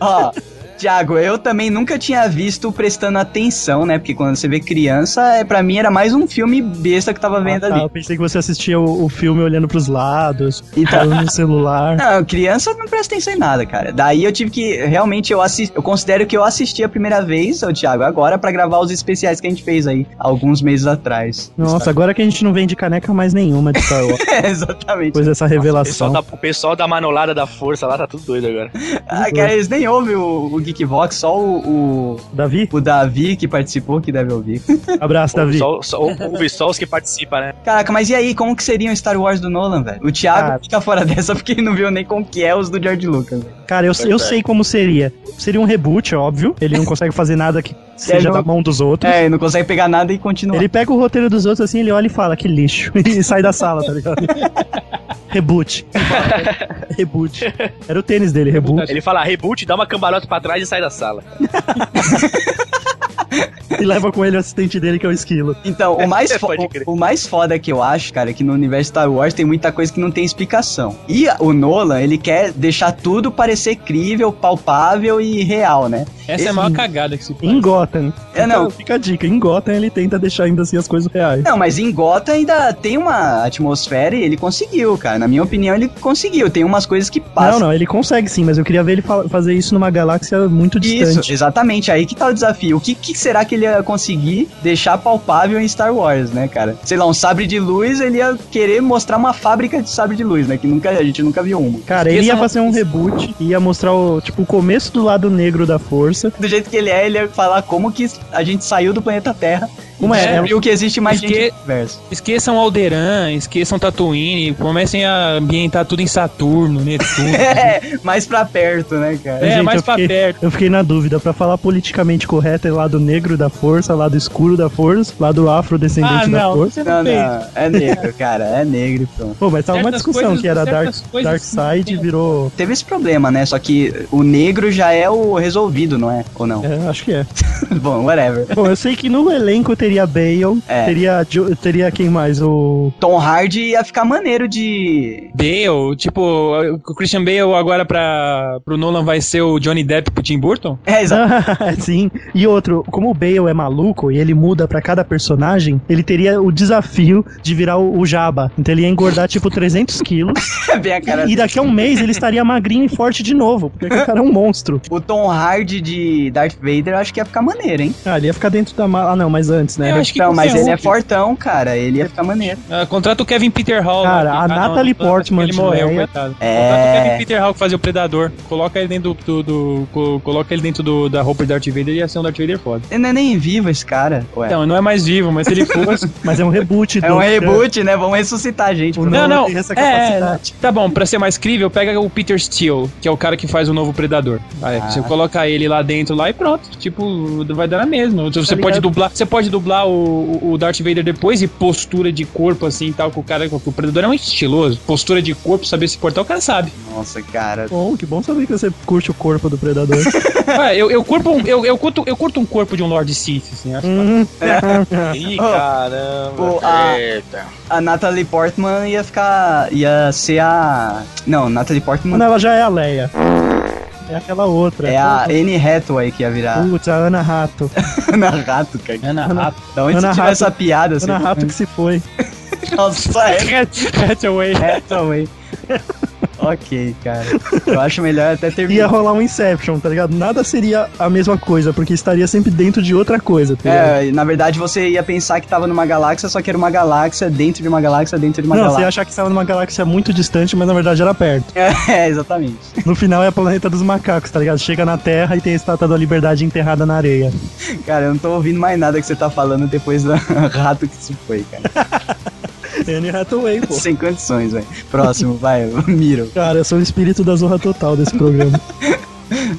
[SPEAKER 1] Ó, Tiago, eu também nunca tinha visto prestando atenção, né? Porque quando você vê criança, é, pra mim era mais um filme besta que tava vendo
[SPEAKER 2] Ah, tá,
[SPEAKER 1] ali.
[SPEAKER 2] Eu pensei que você assistia o, o filme olhando pros lados,
[SPEAKER 1] Então,
[SPEAKER 2] olhando no celular.
[SPEAKER 1] não, criança não presta atenção em nada, cara. Daí eu tive que, realmente, eu assisti, eu considero que eu assisti a primeira vez, ô Thiago, agora pra gravar os especiais que a gente fez aí, alguns meses atrás.
[SPEAKER 2] Nossa, agora que a gente não vende caneca mais nenhuma de Star Wars,
[SPEAKER 1] É, exatamente.
[SPEAKER 2] depois dessa
[SPEAKER 5] O pessoal,
[SPEAKER 2] revelação.
[SPEAKER 1] um
[SPEAKER 5] da, o pessoal da manolada da força lá tá tudo doido agora.
[SPEAKER 1] Ah, cara, eles nem ouvem o, o Geekvox, só o, o,
[SPEAKER 2] Davi,
[SPEAKER 1] o Davi que participou que deve ouvir.
[SPEAKER 2] abraço,
[SPEAKER 1] Tá
[SPEAKER 2] Davi.
[SPEAKER 5] Só, só, ouve só os que participam, né?
[SPEAKER 1] Caraca, mas e aí, como que seria um Star Wars do Nolan, velho? O Thiago
[SPEAKER 2] Cara.
[SPEAKER 1] fica fora dessa porque ele não viu nem como que é os do George Lucas. velho.
[SPEAKER 2] Cara, eu, eu sei como seria. Seria um reboot, óbvio. Ele não consegue fazer nada que seja
[SPEAKER 1] não-
[SPEAKER 2] da mão dos outros.
[SPEAKER 1] É, ele não consegue pegar nada e continua.
[SPEAKER 2] Ele pega o roteiro dos outros assim, ele olha e fala, que lixo. E sai da sala, tá ligado? reboot. reboot. Era o tênis dele, reboot.
[SPEAKER 5] Ele fala reboot, dá uma cambalhota pra trás e sai da sala.
[SPEAKER 2] E leva com ele o assistente dele, que é o esquilo.
[SPEAKER 1] Então, o mais, fo-
[SPEAKER 5] Pode crer.
[SPEAKER 1] o, o mais foda que eu acho, cara, é que no universo Star Wars tem muita coisa que não tem explicação. E a- o Nolan, ele quer deixar tudo parecer crível, palpável e real, né?
[SPEAKER 4] Essa é a maior cagada que se faz.
[SPEAKER 2] Em Gotham.
[SPEAKER 1] É,
[SPEAKER 2] Então,
[SPEAKER 1] não.
[SPEAKER 2] Fica a dica, em Gotham ele tenta deixar ainda assim as coisas reais.
[SPEAKER 1] Não, mas em Gotham ainda tem uma atmosfera e ele conseguiu, cara. Na minha opinião, ele conseguiu. Tem umas coisas que
[SPEAKER 2] Não,
[SPEAKER 1] passam.
[SPEAKER 2] não, ele consegue sim, mas eu queria ver ele fa- fazer isso numa galáxia muito
[SPEAKER 1] Isso,
[SPEAKER 2] distante.
[SPEAKER 1] exatamente. Aí que tá o desafio. O que, que será que ele ia conseguir deixar palpável em Star Wars, né, cara? Sei lá, um sabre de luz, ele ia querer mostrar uma fábrica de sabre de luz, né? Que nunca, a gente nunca viu uma.
[SPEAKER 2] Cara, ele
[SPEAKER 5] Essa
[SPEAKER 2] ia
[SPEAKER 5] não-
[SPEAKER 2] fazer um reboot, ia mostrar o, tipo, o começo do lado negro da força.
[SPEAKER 1] Do jeito que ele é, ele ia falar como que a gente saiu do planeta Terra
[SPEAKER 2] Como é?
[SPEAKER 1] e o que existe mais
[SPEAKER 4] Porque-
[SPEAKER 1] gente no universo.
[SPEAKER 4] Esqueçam Alderan, esqueçam Tatooine, comecem a ambientar tudo em Saturno, Netuno.
[SPEAKER 1] É, mais pra perto, né, cara?
[SPEAKER 4] É,
[SPEAKER 2] Gente,
[SPEAKER 4] mais
[SPEAKER 2] eu
[SPEAKER 4] pra
[SPEAKER 2] fiquei-
[SPEAKER 4] perto.
[SPEAKER 2] Eu fiquei na dúvida, pra falar politicamente correto é lado negro da força, lado escuro da força, lado afrodescendente
[SPEAKER 4] Ah,
[SPEAKER 2] da
[SPEAKER 4] não,
[SPEAKER 2] força.
[SPEAKER 4] você
[SPEAKER 1] Não,
[SPEAKER 4] não fez.
[SPEAKER 1] não, é negro, cara, é negro, pronto.
[SPEAKER 2] Pô, mas tava uma
[SPEAKER 4] Certas
[SPEAKER 2] discussão
[SPEAKER 4] coisas-
[SPEAKER 2] que era Dark,
[SPEAKER 4] certas coisas
[SPEAKER 2] Dark Side
[SPEAKER 4] não tem.
[SPEAKER 2] virou.
[SPEAKER 1] Teve esse problema, né? Só que o negro já é o resolvido, não é? Ou não?
[SPEAKER 2] É, acho que é.
[SPEAKER 1] Bom, whatever.
[SPEAKER 2] Bom, eu sei que no elenco teria Bale,
[SPEAKER 1] É.
[SPEAKER 2] teria, Jo- teria quem mais? O.
[SPEAKER 1] Tom Hardy ia ficar maneiro de.
[SPEAKER 4] Bale, tipo, o Christian Bale agora pra, pro Nolan vai ser o Johnny Depp pro Tim Burton?
[SPEAKER 1] É, exato.
[SPEAKER 2] Sim. E outro, como o Bale é maluco e ele muda pra cada personagem, ele teria o desafio de virar o, o Jabba. Então ele ia engordar tipo 300 quilos
[SPEAKER 1] Bem a cara.
[SPEAKER 2] e daqui a um mês ele estaria magrinho e forte de novo, porque aquele cara é um monstro.
[SPEAKER 1] O Tom Hardy de Darth Vader, eu acho que ia ficar maneiro, hein?
[SPEAKER 2] Ah, ele ia ficar dentro da mala. Ah, não, mas antes, né?
[SPEAKER 4] Eu acho que
[SPEAKER 1] Então,
[SPEAKER 4] com
[SPEAKER 1] mas ele é
[SPEAKER 4] Ferrugem.
[SPEAKER 1] fortão, cara. Ele ia ficar maneiro.
[SPEAKER 4] Ah, contrata o Kevin Peter Hall. né,
[SPEAKER 2] Cara, a Natalie
[SPEAKER 4] contrata,
[SPEAKER 2] Portman
[SPEAKER 4] Ele morreu,
[SPEAKER 2] de véia.
[SPEAKER 4] coitado. Contrata o
[SPEAKER 1] É.
[SPEAKER 4] Kevin Peter Hall que fazia o Predador. Coloca ele dentro do. do- co- coloca ele dentro do- da roupa de Darth Vader e ia ser um Darth Vader foda.
[SPEAKER 1] Ele não é nem vivo esse cara. Ué.
[SPEAKER 4] Então, não é mais vivo, mas se ele fosse.
[SPEAKER 2] Mas é um reboot.
[SPEAKER 1] é
[SPEAKER 2] do-
[SPEAKER 1] um reboot, né? Vamos ressuscitar a gente.
[SPEAKER 2] O
[SPEAKER 1] pô.
[SPEAKER 4] Não,
[SPEAKER 2] Nolan
[SPEAKER 4] não.
[SPEAKER 2] tem essa
[SPEAKER 4] É, é,
[SPEAKER 2] capacidade.
[SPEAKER 4] Tá bom, pra ser mais crível, pega o Peter Steele, que é o cara que faz o novo Predador. Aí, Você coloca ele lá dentro lá e pronto. Tipo, vai dar na mesma. Você pode dublar, você pode dublar o, o- o Darth Vader depois e postura de corpo assim e tal, que o cara. que O Predador é um estiloso. Postura de corpo, saber se portar, o cara sabe.
[SPEAKER 1] Nossa, cara.
[SPEAKER 2] Bom, que bom saber que você curte o corpo do predador.
[SPEAKER 4] Ué, eu, eu, corpo um- eu, eu, curto, eu curto um corpo de um Lord Sith, assim, acho.
[SPEAKER 2] Hum,
[SPEAKER 5] Ih,
[SPEAKER 1] Oh.
[SPEAKER 5] caramba.
[SPEAKER 1] O- a-
[SPEAKER 5] Eita.
[SPEAKER 1] A Natalie Portman ia ficar. ia ser a. Não, Natalie Portman
[SPEAKER 2] Não, ela já é a Leia. É aquela outra.
[SPEAKER 1] é a Anne Hathaway que ia virar
[SPEAKER 2] Putz, a Ana Rato.
[SPEAKER 1] Ana Rato, cara.
[SPEAKER 4] Ana Rato.
[SPEAKER 1] Da onde
[SPEAKER 2] Ana
[SPEAKER 1] você tirou
[SPEAKER 2] Rato-
[SPEAKER 1] essa piada?
[SPEAKER 2] Ana
[SPEAKER 1] assim?
[SPEAKER 2] Rato que se foi.
[SPEAKER 1] Nossa, é
[SPEAKER 4] Hathaway.
[SPEAKER 1] Hathaway. ok, cara. Eu acho melhor até
[SPEAKER 2] Ia
[SPEAKER 1] terminar.
[SPEAKER 2] rolar um Inception, tá ligado? Nada seria a mesma coisa, porque estaria sempre dentro de outra coisa, tá ligado?
[SPEAKER 1] É, na verdade você ia pensar que tava numa galáxia, só que era uma galáxia dentro de uma galáxia dentro de uma
[SPEAKER 2] Não, você ia
[SPEAKER 1] galáxia.
[SPEAKER 2] achar que estava numa galáxia muito distante, mas na verdade era perto.
[SPEAKER 1] É, exatamente.
[SPEAKER 2] No final é a planeta dos macacos, tá ligado? Chega na Terra e tem a estátua da liberdade enterrada na areia.
[SPEAKER 1] Cara, eu não tô ouvindo mais nada que você tá falando depois do rato que se foi, cara.
[SPEAKER 2] Anne Hathaway, pô.
[SPEAKER 1] Sem condições, velho. Próximo, vai, Miro.
[SPEAKER 2] Cara, eu sou o espírito da zorra total desse programa.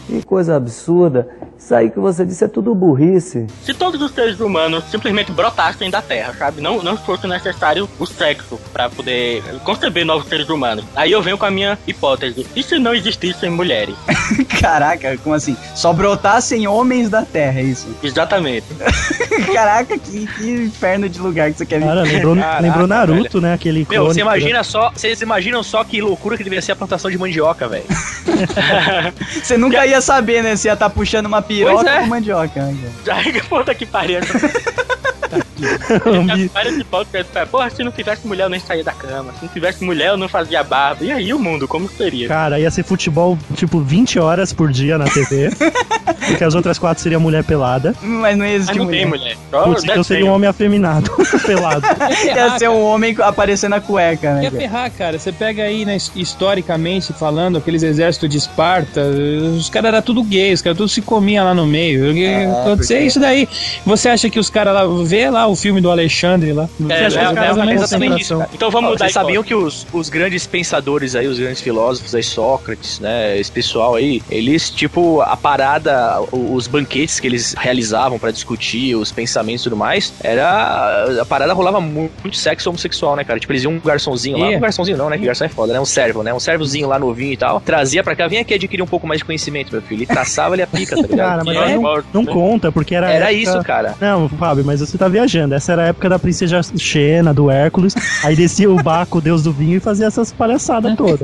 [SPEAKER 10] Que coisa absurda. Isso aí que você disse é tudo burrice.
[SPEAKER 3] Se todos os seres humanos simplesmente brotassem da Terra, sabe? Não, não fosse necessário o sexo para poder conceber novos seres humanos. Aí eu venho com a minha hipótese. E se não existissem mulheres?
[SPEAKER 1] Caraca, como assim? Só brotassem homens da Terra, é isso.
[SPEAKER 3] Exatamente.
[SPEAKER 1] Caraca, que, que inferno de lugar que você quer vir.
[SPEAKER 2] Cara, lembrou,
[SPEAKER 5] Caraca,
[SPEAKER 2] lembrou Naruto, né? Aquele
[SPEAKER 5] Meu,
[SPEAKER 2] clone né?
[SPEAKER 5] você
[SPEAKER 2] que-
[SPEAKER 5] imagina só, vocês imaginam só que loucura que devia ser a plantação de mandioca, velho.
[SPEAKER 1] Você nunca ia saber, né? Se ia tá puxando uma piroca
[SPEAKER 5] Pois é.
[SPEAKER 1] ou mandioca. né, cara?
[SPEAKER 3] Ai, que puta que pariu.
[SPEAKER 2] Ambi-
[SPEAKER 3] Várias hipóteses. cara. Porra, se não tivesse mulher, eu nem saía da cama. Se não tivesse mulher, eu não fazia barba. E aí o mundo, como seria?
[SPEAKER 2] Cara, ia ser futebol, tipo, 20 horas por dia na TV. porque as outras quatro seria mulher pelada.
[SPEAKER 1] Mas não ia
[SPEAKER 3] Mas
[SPEAKER 1] existir
[SPEAKER 3] não
[SPEAKER 1] mulher.
[SPEAKER 3] tem mulher.
[SPEAKER 5] Oh,
[SPEAKER 3] Só
[SPEAKER 2] Putz, então
[SPEAKER 3] desenho.
[SPEAKER 2] seria um homem afeminado, pelado.
[SPEAKER 1] Ia ser um homem aparecendo a cueca, né?
[SPEAKER 4] Ia
[SPEAKER 1] cara?
[SPEAKER 4] ferrar, cara. Você pega aí, né, historicamente falando, aqueles exércitos de Esparta, os caras eram tudo gay, os caras tudo se comia lá no meio. Aconteceu isso daí. Você acha que os caras lá. Vê lá o filme do Alexandre lá. Você
[SPEAKER 5] É,
[SPEAKER 4] acha que
[SPEAKER 5] é,
[SPEAKER 4] os caras
[SPEAKER 5] é,
[SPEAKER 4] lá
[SPEAKER 5] é
[SPEAKER 4] não
[SPEAKER 5] exatamente isso.
[SPEAKER 2] concentração.
[SPEAKER 5] cara.
[SPEAKER 3] Então vamos mudar
[SPEAKER 5] Vocês
[SPEAKER 3] a hipótese.
[SPEAKER 5] sabiam que os, os grandes pensadores aí, os grandes filósofos aí, Sócrates, né, esse pessoal aí, eles, tipo, a parada, o- os banquetes que eles realizavam pra discutir os pensamentos e tudo mais, era, a parada rolava mu- muito sexo homossexual, né, cara? Tipo, eles iam um garçomzinho lá,
[SPEAKER 4] Ia.
[SPEAKER 5] um garçomzinho não, né, que garçom é foda, né, um servo, né, um servozinho lá novinho e tal, trazia pra cá, vem aqui adquirir um pouco mais de conhecimento, meu filho, e traçava ele a pica, tá
[SPEAKER 2] Cara, é
[SPEAKER 5] ligado?
[SPEAKER 2] mas
[SPEAKER 3] Eu
[SPEAKER 2] aí não,
[SPEAKER 3] gosto,
[SPEAKER 2] não
[SPEAKER 3] né?
[SPEAKER 2] conta, porque era. a
[SPEAKER 5] Era
[SPEAKER 2] época-
[SPEAKER 5] isso, cara.
[SPEAKER 2] Não, Fábio, mas você tá viajando. Essa era a época da princesa Xena, do Hércules. Aí descia o Baco, o deus do vinho, e fazia essas palhaçadas todas.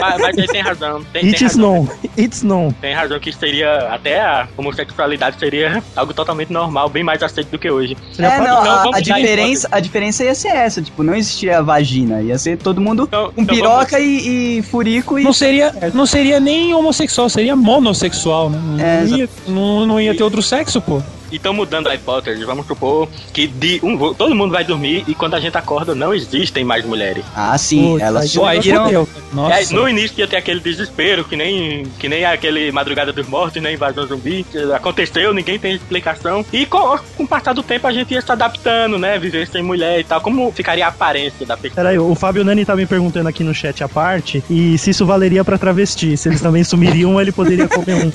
[SPEAKER 3] Mas, mas aí tem razão. Tem, tem
[SPEAKER 2] It's
[SPEAKER 5] né?
[SPEAKER 3] razão.
[SPEAKER 2] non, it's non.
[SPEAKER 3] Tem razão que seria época, até a homossexualidade seria algo totalmente normal, bem mais aceito do que hoje.
[SPEAKER 1] É, não,
[SPEAKER 3] Então,
[SPEAKER 1] a, a
[SPEAKER 3] vamos dar
[SPEAKER 1] diferença, a diferença ia ser essa, tipo, não existia vagina, ia ser todo mundo
[SPEAKER 3] Então-
[SPEAKER 1] com
[SPEAKER 3] então
[SPEAKER 1] Um piroca e, e furico e...
[SPEAKER 4] Não seria, não seria nem homossexual, seria monossexual, né? Não,
[SPEAKER 1] É,
[SPEAKER 4] ia, não, não ia ter outro sexo, pô.
[SPEAKER 3] Então, mudando a hipótese, vamos supor que de um vo- todo mundo vai dormir e quando a gente acorda não existem mais mulheres.
[SPEAKER 1] Ah, sim,
[SPEAKER 4] Putz, aí
[SPEAKER 1] elas
[SPEAKER 4] já
[SPEAKER 1] surgiram...
[SPEAKER 4] fudeu. Nossa.
[SPEAKER 3] É, no início ia ter aquele desespero, que nem, que nem aquele Madrugada dos Mortos, né? Invasão zumbi. que Aconteceu, ninguém tem explicação. E com, com o passar do tempo a gente ia se adaptando, né? Viver sem mulher e tal. Como ficaria a aparência da pessoa?
[SPEAKER 2] Peraí, o Fábio Nani tá me perguntando aqui no chat à parte e se isso valeria pra travesti. Se eles também sumiriam, ou ele poderia comer um.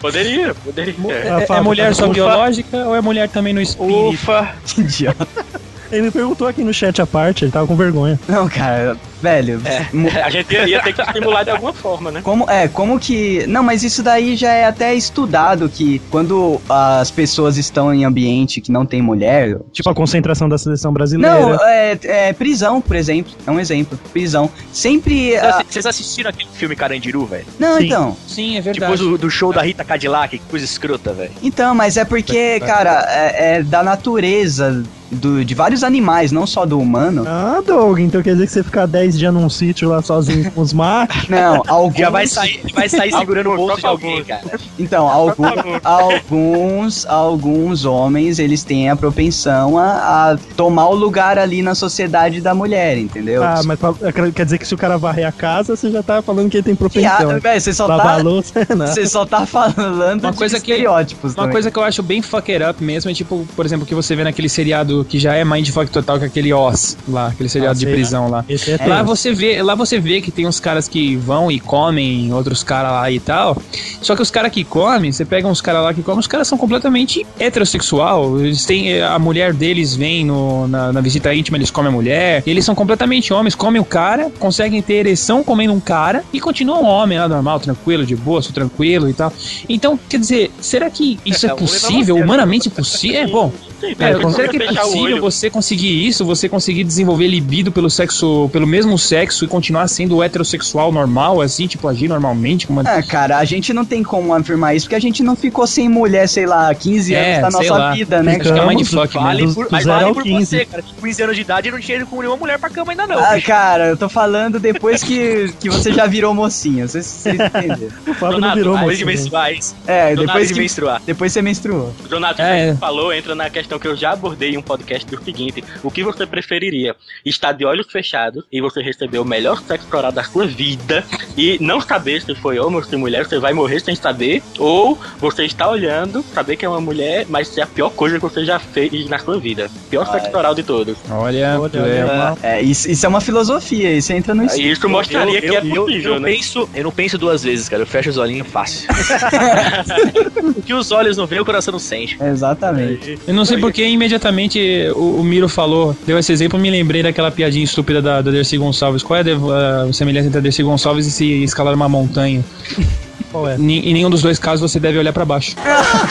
[SPEAKER 3] Poderia, poderia.
[SPEAKER 2] Ah,
[SPEAKER 4] É- é
[SPEAKER 2] Fábio,
[SPEAKER 4] mulher
[SPEAKER 2] tá-
[SPEAKER 4] só
[SPEAKER 2] Ufa.
[SPEAKER 4] biológica ou é mulher também no espírito?
[SPEAKER 3] Ufa!
[SPEAKER 1] Idiota.
[SPEAKER 2] Ele me perguntou aqui no chat à parte, ele tava com vergonha.
[SPEAKER 1] Não, cara, velho... mu-
[SPEAKER 3] A gente ia, ia ter que estimular de alguma forma, né?
[SPEAKER 1] Como, é, como que. Não, mas isso daí já é até estudado que quando as pessoas estão em ambiente que não tem mulher.
[SPEAKER 2] Tipo a concentração da seleção brasileira.
[SPEAKER 1] Não, é, é prisão, por exemplo. É um exemplo. Prisão. Sempre.
[SPEAKER 3] assim,
[SPEAKER 1] a-
[SPEAKER 5] Vocês assistiram aquele filme Carandiru, velho?
[SPEAKER 1] Não,
[SPEAKER 2] Sim.
[SPEAKER 1] então.
[SPEAKER 4] Sim, é verdade.
[SPEAKER 5] Depois do, do show da Rita Cadillac, que coisa escrota, velho.
[SPEAKER 1] Então, mas é porque, cara, é, é da natureza do, de vários animais, não só do humano.
[SPEAKER 2] Ah, Doug, então quer dizer que você ficar 10 dias num sítio lá sozinho com os machos?
[SPEAKER 1] Não, alguns.
[SPEAKER 5] Já vai sair, vai sair segurando
[SPEAKER 3] um
[SPEAKER 5] o bolso de alguém,
[SPEAKER 3] Alguns.
[SPEAKER 5] cara.
[SPEAKER 1] Então, algum- alguns, alguns homens, eles têm a propensão a, a tomar o lugar ali na sociedade da mulher, entendeu?
[SPEAKER 2] Ah, mas fa- quer dizer que se o cara varrer a casa, você já tá falando que ele tem propensão.
[SPEAKER 1] Piada,
[SPEAKER 2] né?
[SPEAKER 1] velho, ah, você só
[SPEAKER 2] Lavar a
[SPEAKER 1] tá.
[SPEAKER 2] louça, né? não.
[SPEAKER 1] Você só tá falando
[SPEAKER 4] Uma
[SPEAKER 1] de
[SPEAKER 4] coisa que-
[SPEAKER 1] estereótipos
[SPEAKER 4] Uma
[SPEAKER 1] também.
[SPEAKER 4] coisa que eu acho bem fuck it up mesmo é tipo, por exemplo, que você vê naquele seriado que já é Mindfuck Total, que é aquele Oz lá, aquele seriado de
[SPEAKER 2] sei,
[SPEAKER 4] prisão lá.
[SPEAKER 2] Esse é,
[SPEAKER 4] Lá
[SPEAKER 2] tenso.
[SPEAKER 4] você, vê, lá você vê que tem uns caras que vão e comem outros caras lá e tal. Só que os caras que comem, você pega uns caras lá que comem, os caras são completamente heterossexual. Eles têm, eh, a mulher deles vem no- na, na visita íntima, eles comem a mulher. E eles são completamente homens, comem o cara, conseguem ter ereção comendo um cara e continuam homem lá normal, tranquilo, de boa, sou tranquilo e tal. Então, quer dizer, será que isso é,
[SPEAKER 5] É, o
[SPEAKER 4] possível, humanamente possível? É bom.
[SPEAKER 3] né? Sim, né?
[SPEAKER 4] É,
[SPEAKER 3] Você
[SPEAKER 4] será que é
[SPEAKER 3] fechar o
[SPEAKER 4] possível
[SPEAKER 3] olho.
[SPEAKER 4] você conseguir isso, você conseguir desenvolver libido pelo sexo, pelo mesmo sexo e continuar sendo heterossexual normal, assim, tipo, agir normalmente? Como...
[SPEAKER 1] Ah, cara, a gente não tem como afirmar isso, porque a gente não ficou sem mulher, sei lá, 15
[SPEAKER 4] É,
[SPEAKER 1] anos da
[SPEAKER 4] sei
[SPEAKER 1] nossa
[SPEAKER 4] lá.
[SPEAKER 1] vida, né?
[SPEAKER 4] Acho que é
[SPEAKER 1] cara?
[SPEAKER 2] Ficamos,
[SPEAKER 4] mindfuck mesmo.
[SPEAKER 5] Vale
[SPEAKER 2] Do-
[SPEAKER 5] por,
[SPEAKER 2] do
[SPEAKER 5] mas
[SPEAKER 2] zero
[SPEAKER 5] vale
[SPEAKER 2] ao
[SPEAKER 5] por
[SPEAKER 2] 15.
[SPEAKER 5] você, cara. Com 15 anos de idade, eu não tinha ido com nenhuma mulher pra cama ainda
[SPEAKER 3] É
[SPEAKER 5] não.
[SPEAKER 1] Ah,
[SPEAKER 5] bicho.
[SPEAKER 1] cara, eu tô falando depois que, que você já virou mocinha, vocês, vocês entenderam.
[SPEAKER 2] O Fábio não
[SPEAKER 5] Donato,
[SPEAKER 2] virou
[SPEAKER 5] depois
[SPEAKER 2] moço.
[SPEAKER 5] de
[SPEAKER 2] né?
[SPEAKER 5] menstruar, é isso.
[SPEAKER 1] É,
[SPEAKER 5] Donato
[SPEAKER 1] depois
[SPEAKER 5] de
[SPEAKER 1] que,
[SPEAKER 5] menstruar.
[SPEAKER 1] depois você menstruou.
[SPEAKER 3] Donato,
[SPEAKER 4] É.
[SPEAKER 3] já que você falou, entra na questão que eu já abordei em um podcast do seguinte: o que você preferiria? Estar de olhos fechados e você receber o melhor sexo oral da sua vida e não saber se foi homem ou se mulher, você vai morrer sem saber, ou você está olhando, saber que é uma mulher, mas é a pior coisa que você já fez na sua vida. Pior sexo oral de todos.
[SPEAKER 4] Olha,
[SPEAKER 2] Olha,
[SPEAKER 4] é,
[SPEAKER 2] olha, uma-
[SPEAKER 1] É, isso, isso é uma filosofia, isso entra no estudo.
[SPEAKER 3] Isso mostraria
[SPEAKER 5] eu,
[SPEAKER 3] que é
[SPEAKER 5] eu- eu
[SPEAKER 3] possível,
[SPEAKER 5] não
[SPEAKER 3] né?
[SPEAKER 5] penso, eu não penso duas vezes, cara. Eu fecho os olhinhos fácil. o que os olhos não veem, o coração não sente.
[SPEAKER 1] Exatamente.
[SPEAKER 4] Eu não sei porque imediatamente o, o Miro falou, deu esse exemplo, eu me lembrei daquela piadinha estúpida da, da Dercy Gonçalves. Qual é a, dev- a semelhança entre a Dercy Gonçalves e se escalar uma montanha?
[SPEAKER 2] Qual é?
[SPEAKER 4] Ni- Em nenhum dos dois casos você deve olhar pra baixo.
[SPEAKER 1] Nossa,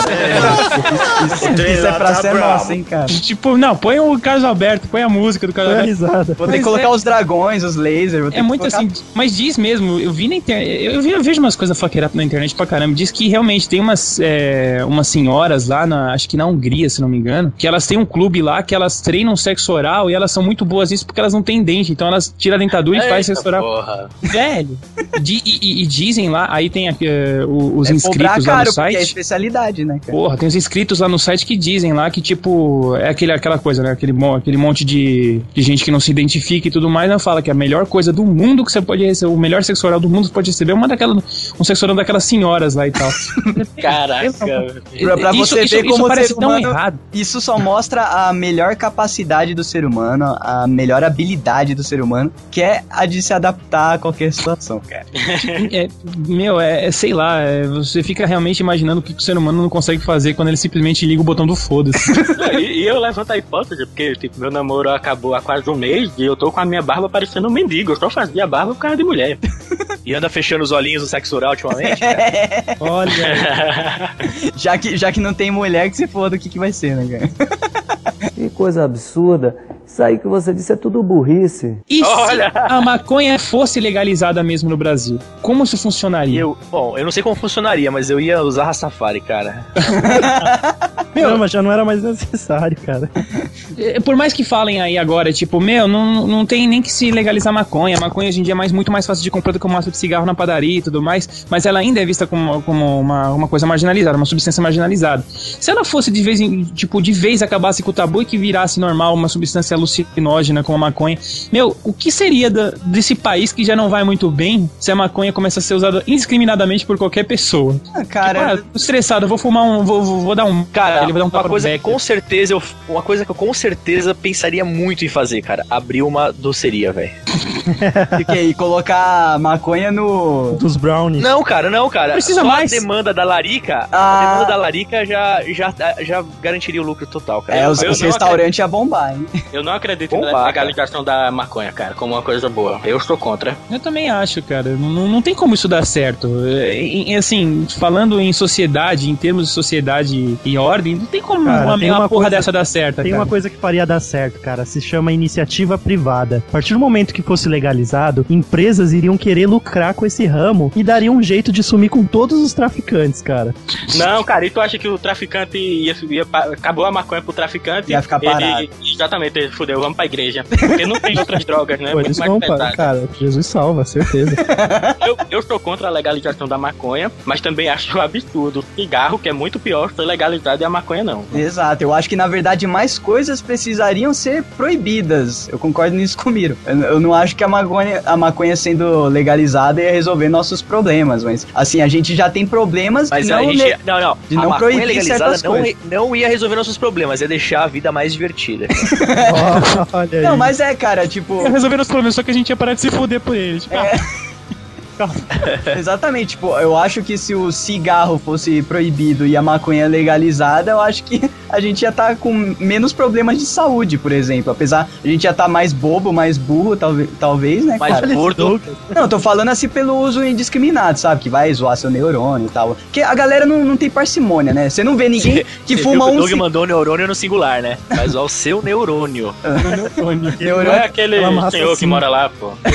[SPEAKER 1] cara. Isso, isso é pra ser nossa, hein, cara.
[SPEAKER 4] tipo, não, põe o Carlos Alberto, põe a música do Carlos
[SPEAKER 2] Foi a
[SPEAKER 4] Alberto.
[SPEAKER 2] risada.
[SPEAKER 1] Vou ter que
[SPEAKER 4] Pois
[SPEAKER 1] colocar
[SPEAKER 4] é.
[SPEAKER 1] os dragões, os lasers. vou ter
[SPEAKER 4] É
[SPEAKER 1] que
[SPEAKER 4] muito
[SPEAKER 1] colocar-
[SPEAKER 4] assim, mas diz mesmo, eu vi na internet, eu, vi- eu vejo umas coisas fucker up na internet pra caramba, diz que realmente tem umas, é, umas senhoras lá, na, acho que na Hungria, se não me engano, que elas têm um clube lá que elas treinam sexo oral e elas são muito boas nisso porque elas não têm dente, então elas tiram a dentadura e fazem sexo oral.
[SPEAKER 5] Porra.
[SPEAKER 4] Velho, di- e, e- e dizem lá, aí tem aqui, é, o- os
[SPEAKER 1] É cobrar
[SPEAKER 4] inscritos lá
[SPEAKER 1] caro,
[SPEAKER 4] no
[SPEAKER 1] porque é
[SPEAKER 4] site...
[SPEAKER 1] especialidade, né, cara?
[SPEAKER 4] Porra, tem uns inscritos lá no site que dizem lá que, tipo, é aquele, aquela coisa, né? Aquele, mon- aquele monte de, de gente que não se identifica e tudo mais, né? Fala que a melhor coisa do mundo que você pode receber, o melhor sexo oral do mundo que você pode receber é uma daquela, um sexo oral daquelas senhoras lá e tal.
[SPEAKER 3] Caraca, velho.
[SPEAKER 1] Pra- pra você ver como o
[SPEAKER 4] parece
[SPEAKER 1] ser
[SPEAKER 4] tão
[SPEAKER 1] humano-
[SPEAKER 4] errado.
[SPEAKER 1] Isso só mostra a melhor capacidade do ser humano, a melhor habilidade do ser humano, que é a de se adaptar a qualquer situação, cara.
[SPEAKER 4] É, meu, é, é, sei lá, é, você fica realmente imaginando o que que o ser humano não consegue fazer quando ele simplesmente liga o botão do foda-se.
[SPEAKER 3] Não, e, e eu levanto a hipótese, porque tipo, meu namoro acabou há quase um mês e eu tô com a minha barba parecendo um mendigo. Eu só fazia barba por causa de mulher.
[SPEAKER 5] E anda fechando os olhinhos no sexo oral ultimamente?
[SPEAKER 2] Olha,
[SPEAKER 1] Já que, já que não tem mulher que se foda, o que, que vai ser, né, cara?
[SPEAKER 10] Que coisa absurda. Isso aí que você disse é tudo burrice.
[SPEAKER 4] E se a maconha fosse legalizada mesmo no Brasil? Como isso funcionaria?
[SPEAKER 5] Eu, bom, eu não sei como funcionaria, mas eu ia usar Rastafari, cara.
[SPEAKER 2] Meu, não, mas já não era mais necessário, cara.
[SPEAKER 4] Eh, Por mais que falem aí agora, tipo, meu, não, não tem nem que se legalizar maconha. Maconha hoje em dia é mais, muito mais fácil de comprar do que um maço de cigarro na padaria e tudo mais. Mas ela ainda é vista como, como uma, uma coisa marginalizada, uma substância marginalizada. Se ela fosse de vez em, tipo, de vez acabasse com o tabu e que virasse normal uma substância alucinógena como a maconha, meu, o que seria da- desse país que já não vai muito bem se a maconha começa a ser usada indiscriminadamente por qualquer pessoa?
[SPEAKER 1] Ah, cara,
[SPEAKER 4] Tipo, ah, tô estressado, eu vou fumar um. Vou, vou, vou dar um.
[SPEAKER 5] Cara,
[SPEAKER 4] ele vai dar um
[SPEAKER 5] uma
[SPEAKER 4] tapa no
[SPEAKER 5] coisa que
[SPEAKER 4] Becker.
[SPEAKER 5] com certeza eu, uma coisa que eu com certeza pensaria muito em fazer, cara, abrir uma doceria, velho.
[SPEAKER 1] fiquei aí, colocar maconha no.
[SPEAKER 2] Dos brownies.
[SPEAKER 5] Não, cara, não, cara.
[SPEAKER 4] Precisa
[SPEAKER 5] Só
[SPEAKER 4] mais.
[SPEAKER 5] a demanda da larica,
[SPEAKER 1] Ah.
[SPEAKER 5] a demanda da larica já, já, já garantiria o lucro total, cara.
[SPEAKER 1] É, os,
[SPEAKER 3] eu
[SPEAKER 1] os
[SPEAKER 3] não
[SPEAKER 1] restaurantes ia bombar, hein?
[SPEAKER 3] Eu não acredito
[SPEAKER 5] Bombar,
[SPEAKER 3] na
[SPEAKER 5] cara.
[SPEAKER 3] legalização da maconha, cara, como uma coisa boa. Eu sou contra.
[SPEAKER 4] Eu também acho, cara. Não, não tem como isso dar certo. É, em- em- assim, falando em sociedade, em termos de sociedade e ordem, não tem como
[SPEAKER 2] Cara,
[SPEAKER 4] uma,
[SPEAKER 2] tem
[SPEAKER 4] uma
[SPEAKER 2] uma
[SPEAKER 4] porra
[SPEAKER 2] coisa-
[SPEAKER 4] dessa dar certo.
[SPEAKER 2] Tem
[SPEAKER 4] cara.
[SPEAKER 2] uma coisa que faria dar certo, cara. Se chama iniciativa privada. A partir do momento que fosse legalizado, empresas iriam querer lucrar com esse ramo e dariam um jeito de sumir com todos os traficantes, cara.
[SPEAKER 3] Não, cara, e tu acha que o traficante ia, ia pa- acabou a maconha pro traficante?
[SPEAKER 1] Ia ficar parado.
[SPEAKER 3] Ele, exatamente, ele fudeu, vamos pra igreja. Porque não tem outras drogas, né?
[SPEAKER 2] Pô,
[SPEAKER 3] Muito
[SPEAKER 2] eles
[SPEAKER 3] mais
[SPEAKER 2] vão, pa-
[SPEAKER 3] pesado.
[SPEAKER 2] cara. Jesus salva, certeza.
[SPEAKER 3] Eu, eu sou contra a legalização da maconha, mas também acho um absurdo. o Cigarro, que é muito pior, ser legalizado e a maconha não.
[SPEAKER 1] Exato, eu acho que na verdade mais coisas precisariam ser proibidas. Eu concordo nisso com o Miro. Eu, eu não acho que a maconha, a maconha sendo legalizada ia resolver nossos problemas, mas assim, a gente já tem problemas
[SPEAKER 5] Mas
[SPEAKER 1] que não
[SPEAKER 5] a gente.
[SPEAKER 1] le-
[SPEAKER 5] Não, não.
[SPEAKER 1] de
[SPEAKER 5] a
[SPEAKER 1] não
[SPEAKER 5] maconha
[SPEAKER 1] proibir certas
[SPEAKER 5] não,
[SPEAKER 1] coisas.
[SPEAKER 5] não ia resolver nossos problemas, ia deixar a vida mais divertida.
[SPEAKER 2] Olha aí.
[SPEAKER 1] Não, mas é, cara, tipo,
[SPEAKER 4] Ia resolver os problemas, só que a gente ia parar de se foder por eles.
[SPEAKER 2] É,
[SPEAKER 4] Tipo, ah,
[SPEAKER 1] exatamente, tipo, eu acho que se o cigarro fosse proibido e a maconha legalizada, eu acho que a gente ia estar com menos problemas de saúde, por exemplo. Apesar, a gente ia estar mais bobo, mais burro, talve- talvez, né,
[SPEAKER 5] Mais
[SPEAKER 1] cara?
[SPEAKER 5] gordo.
[SPEAKER 1] Não, eu tô falando assim pelo uso indiscriminado, sabe? Que vai zoar seu neurônio e tal. Porque a galera não, não tem parcimônia, né? Você não vê ninguém que
[SPEAKER 5] Você
[SPEAKER 1] fuma
[SPEAKER 5] viu que
[SPEAKER 1] um
[SPEAKER 5] O Doug mandou neurônio no singular, né? Mas ao seu neurônio.
[SPEAKER 1] ci-
[SPEAKER 3] Não é
[SPEAKER 1] neurônio,
[SPEAKER 3] aquele
[SPEAKER 2] Ela amassa
[SPEAKER 3] senhor
[SPEAKER 2] assim.
[SPEAKER 3] que mora lá, pô.
[SPEAKER 1] É,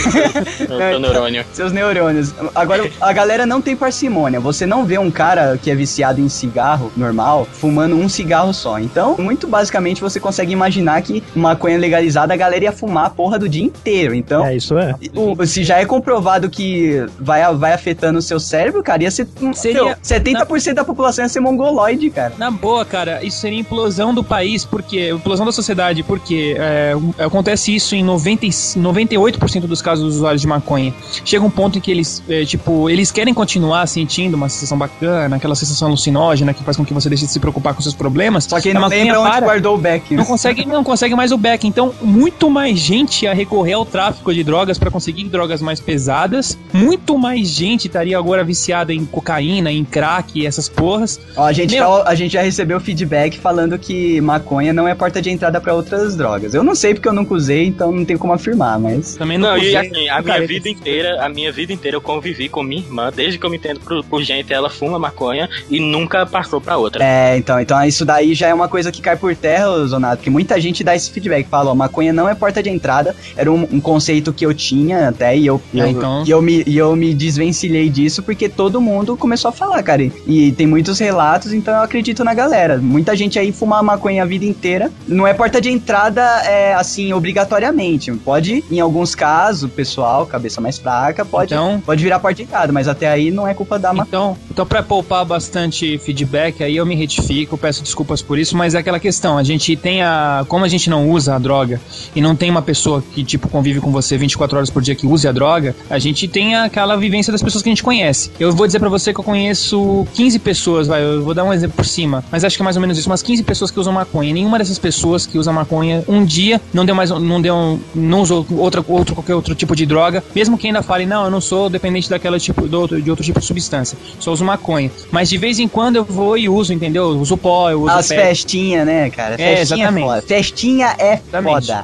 [SPEAKER 3] O seu neurônio.
[SPEAKER 1] seus neurônios. Agora, a galera não tem parcimônia. Você não vê um cara que é viciado em cigarro normal fumando um cigarro só. Então, muito basicamente, você consegue imaginar que maconha legalizada, a galera ia fumar a porra do dia inteiro. Então,
[SPEAKER 2] É, isso é.
[SPEAKER 1] o- se já é comprovado que vai, vai afetando o seu cérebro, cara, ia ser.
[SPEAKER 4] Seria-
[SPEAKER 1] meu, 70% da população ia ser mongoloide, cara.
[SPEAKER 4] Na boa, cara, isso seria implosão do país, porque. Implosão da sociedade, porque é, um- acontece isso em 90, e- 98% dos casos dos usuários de maconha. Chega um ponto em que eles, é, tipo, eles querem continuar sentindo uma sensação bacana, aquela sensação alucinógena que faz com que você deixe de se preocupar com seus problemas.
[SPEAKER 1] Só que
[SPEAKER 4] A
[SPEAKER 1] não
[SPEAKER 4] maconha
[SPEAKER 1] lembra onde
[SPEAKER 4] para.
[SPEAKER 1] guardou o Beck. né?
[SPEAKER 4] Não consegue, não consegue mais o back. Então, muito mais gente ia recorrer ao tráfico de drogas para conseguir drogas mais pesadas. Muito mais gente estaria agora viciada em cocaína, em crack e essas porras.
[SPEAKER 1] Ó, a, gente
[SPEAKER 4] Meu-
[SPEAKER 1] tá- a gente já recebeu feedback falando que maconha não é porta de entrada pra outras drogas. Eu não sei porque eu nunca usei, então não tem como afirmar, mas.
[SPEAKER 4] Também não,
[SPEAKER 3] Não, e
[SPEAKER 4] usei.
[SPEAKER 3] assim, a
[SPEAKER 4] Cara,
[SPEAKER 3] minha vida inteira, a minha vida inteira eu convivi com minha irmã, desde que eu me entendo por, por gente, ela fuma maconha e nunca passou pra outra.
[SPEAKER 1] É, então, então isso daí já é uma coisa que cai por terra, ô Zonato, que muita gente dá esse feedback, fala, ó, maconha não é porta de entrada, era um, um conceito que eu tinha até, e eu,
[SPEAKER 4] Ah,
[SPEAKER 1] eu-
[SPEAKER 4] então.
[SPEAKER 1] e eu me, e eu me desvencilhei disso, porque todo mundo começou a falar, cara, e, e tem muitos relatos, então eu acredito na galera, muita gente aí fumar maconha a vida inteira, não é porta de entrada, é, assim, obrigatoriamente, pode, em alguns casos, pessoal, cabeça mais fraca, pode...
[SPEAKER 4] Então,
[SPEAKER 1] Pode virar porta de entrada, mas até aí não é culpa da maconha.
[SPEAKER 4] Então, então para poupar bastante feedback, aí eu me retifico, peço desculpas por isso, mas é aquela questão, a gente tem a, como a gente não usa a droga e não tem uma pessoa que tipo convive com você 24 horas por dia que use a droga, a gente tem aquela vivência das pessoas que a gente conhece. Eu vou dizer pra você que eu conheço 15 pessoas, vai, eu vou dar um exemplo por cima, mas acho que é mais ou menos isso, umas 15 pessoas que usam maconha. Nenhuma dessas pessoas que usa maconha um dia não deu mais não deu não usou outra outro qualquer outro tipo de droga, mesmo que ainda fale não, eu não sou dependente daquela tipo do outro- de outro tipo de substância, só uso maconha. Mas de vez em quando eu vou e uso, entendeu? Eu uso pó, eu uso
[SPEAKER 1] As
[SPEAKER 4] pé.
[SPEAKER 1] festinhas, né, cara? Festinha
[SPEAKER 4] É,
[SPEAKER 1] é,
[SPEAKER 4] exatamente.
[SPEAKER 1] foda. Festinha é
[SPEAKER 4] Exatamente.
[SPEAKER 1] foda.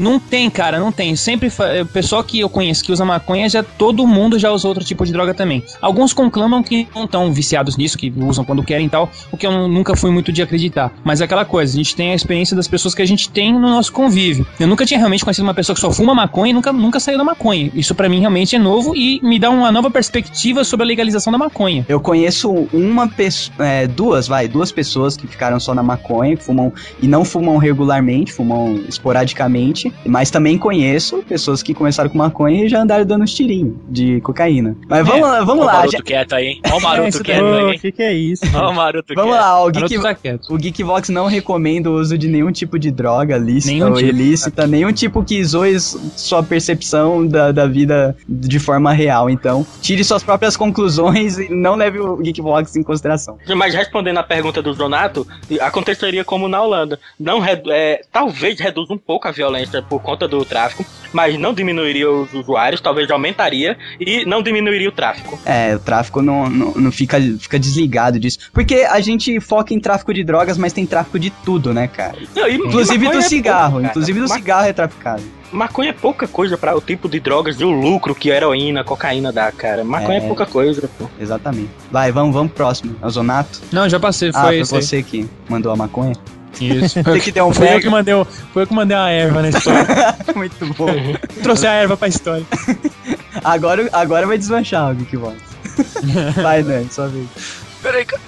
[SPEAKER 4] Não tem, cara, não tem. Sempre fa- o pessoal que eu conheço que usa maconha, já todo mundo já usa outro tipo de droga também. Alguns conclamam que não estão viciados nisso, que usam quando querem e tal, o que eu nu- nunca fui muito de acreditar. Mas é aquela coisa, a gente tem a experiência das pessoas que a gente tem no nosso convívio. Eu nunca tinha realmente conhecido uma pessoa que só fuma maconha e nunca, nunca saiu da maconha. Isso pra mim realmente é novo e me dá uma nova perspectiva sobre a legalização da maconha.
[SPEAKER 1] Eu conheço uma pessoa, duas, vai, duas pessoas que ficaram só na maconha, que fumam e não fumam regularmente, fumam esporadicamente, mas também conheço pessoas que começaram com maconha e já andaram dando uns tirinhos de cocaína. Mas vamos, lá,
[SPEAKER 5] Ó
[SPEAKER 1] vamos
[SPEAKER 5] o
[SPEAKER 1] lá,
[SPEAKER 5] maroto
[SPEAKER 1] já-
[SPEAKER 5] quieto aí, hein? Ó o
[SPEAKER 4] É,
[SPEAKER 5] maroto
[SPEAKER 4] isso
[SPEAKER 5] quieto
[SPEAKER 2] Ô,
[SPEAKER 5] aí,
[SPEAKER 2] O
[SPEAKER 5] hein?
[SPEAKER 2] que que é isso?
[SPEAKER 5] Ó o maroto
[SPEAKER 1] vamos
[SPEAKER 5] quieto.
[SPEAKER 1] lá, o
[SPEAKER 4] Garoto
[SPEAKER 1] Geek,
[SPEAKER 4] tá quieto.
[SPEAKER 1] o Geekvox não recomenda o uso de nenhum tipo de droga lícita
[SPEAKER 4] Nenhum
[SPEAKER 1] ou
[SPEAKER 4] tipo.
[SPEAKER 1] ilícita, nenhum tipo que zoe s- sua percepção da, da vida de forma real. Então, tire suas próprias conclusões e não leve o Geekvox em consideração.
[SPEAKER 3] Mas respondendo a pergunta do Donato, aconteceria como na Holanda. Não redu- é, talvez reduza um pouco a violência por conta do tráfico, mas não diminuiria os usuários, talvez aumentaria e não diminuiria o tráfico.
[SPEAKER 1] É, o tráfico não, não, não fica, fica desligado disso. Porque a gente foca em tráfico de drogas, mas tem tráfico de tudo, né, cara?
[SPEAKER 3] Não, e
[SPEAKER 1] Inclusive
[SPEAKER 3] maconha
[SPEAKER 1] do
[SPEAKER 3] é
[SPEAKER 1] cigarro.
[SPEAKER 3] pouco, cara.
[SPEAKER 1] inclusive do
[SPEAKER 3] Ma-
[SPEAKER 1] cigarro é traficado.
[SPEAKER 3] Maconha é pouca coisa para o tipo de drogas e o lucro que heroína, cocaína dá, cara. Maconha é,
[SPEAKER 1] É.
[SPEAKER 3] pouca coisa, pô.
[SPEAKER 1] Exatamente. Vai, vamos, vamos pro próximo. É o Zonato?
[SPEAKER 4] Não, já passei,
[SPEAKER 1] ah,
[SPEAKER 4] foi
[SPEAKER 1] foi
[SPEAKER 4] isso. aí.
[SPEAKER 1] você que mandou a maconha.
[SPEAKER 4] Isso.
[SPEAKER 1] Você que deu um
[SPEAKER 4] Foi eu
[SPEAKER 1] pega.
[SPEAKER 4] que mandei, o- foi eu que mandei a erva na história.
[SPEAKER 1] Muito bom.
[SPEAKER 4] Trouxe a erva pra história.
[SPEAKER 1] Agora, agora vai desmanchar o Geekbox. Vai, Dani, sua vez.
[SPEAKER 5] Peraí, cara.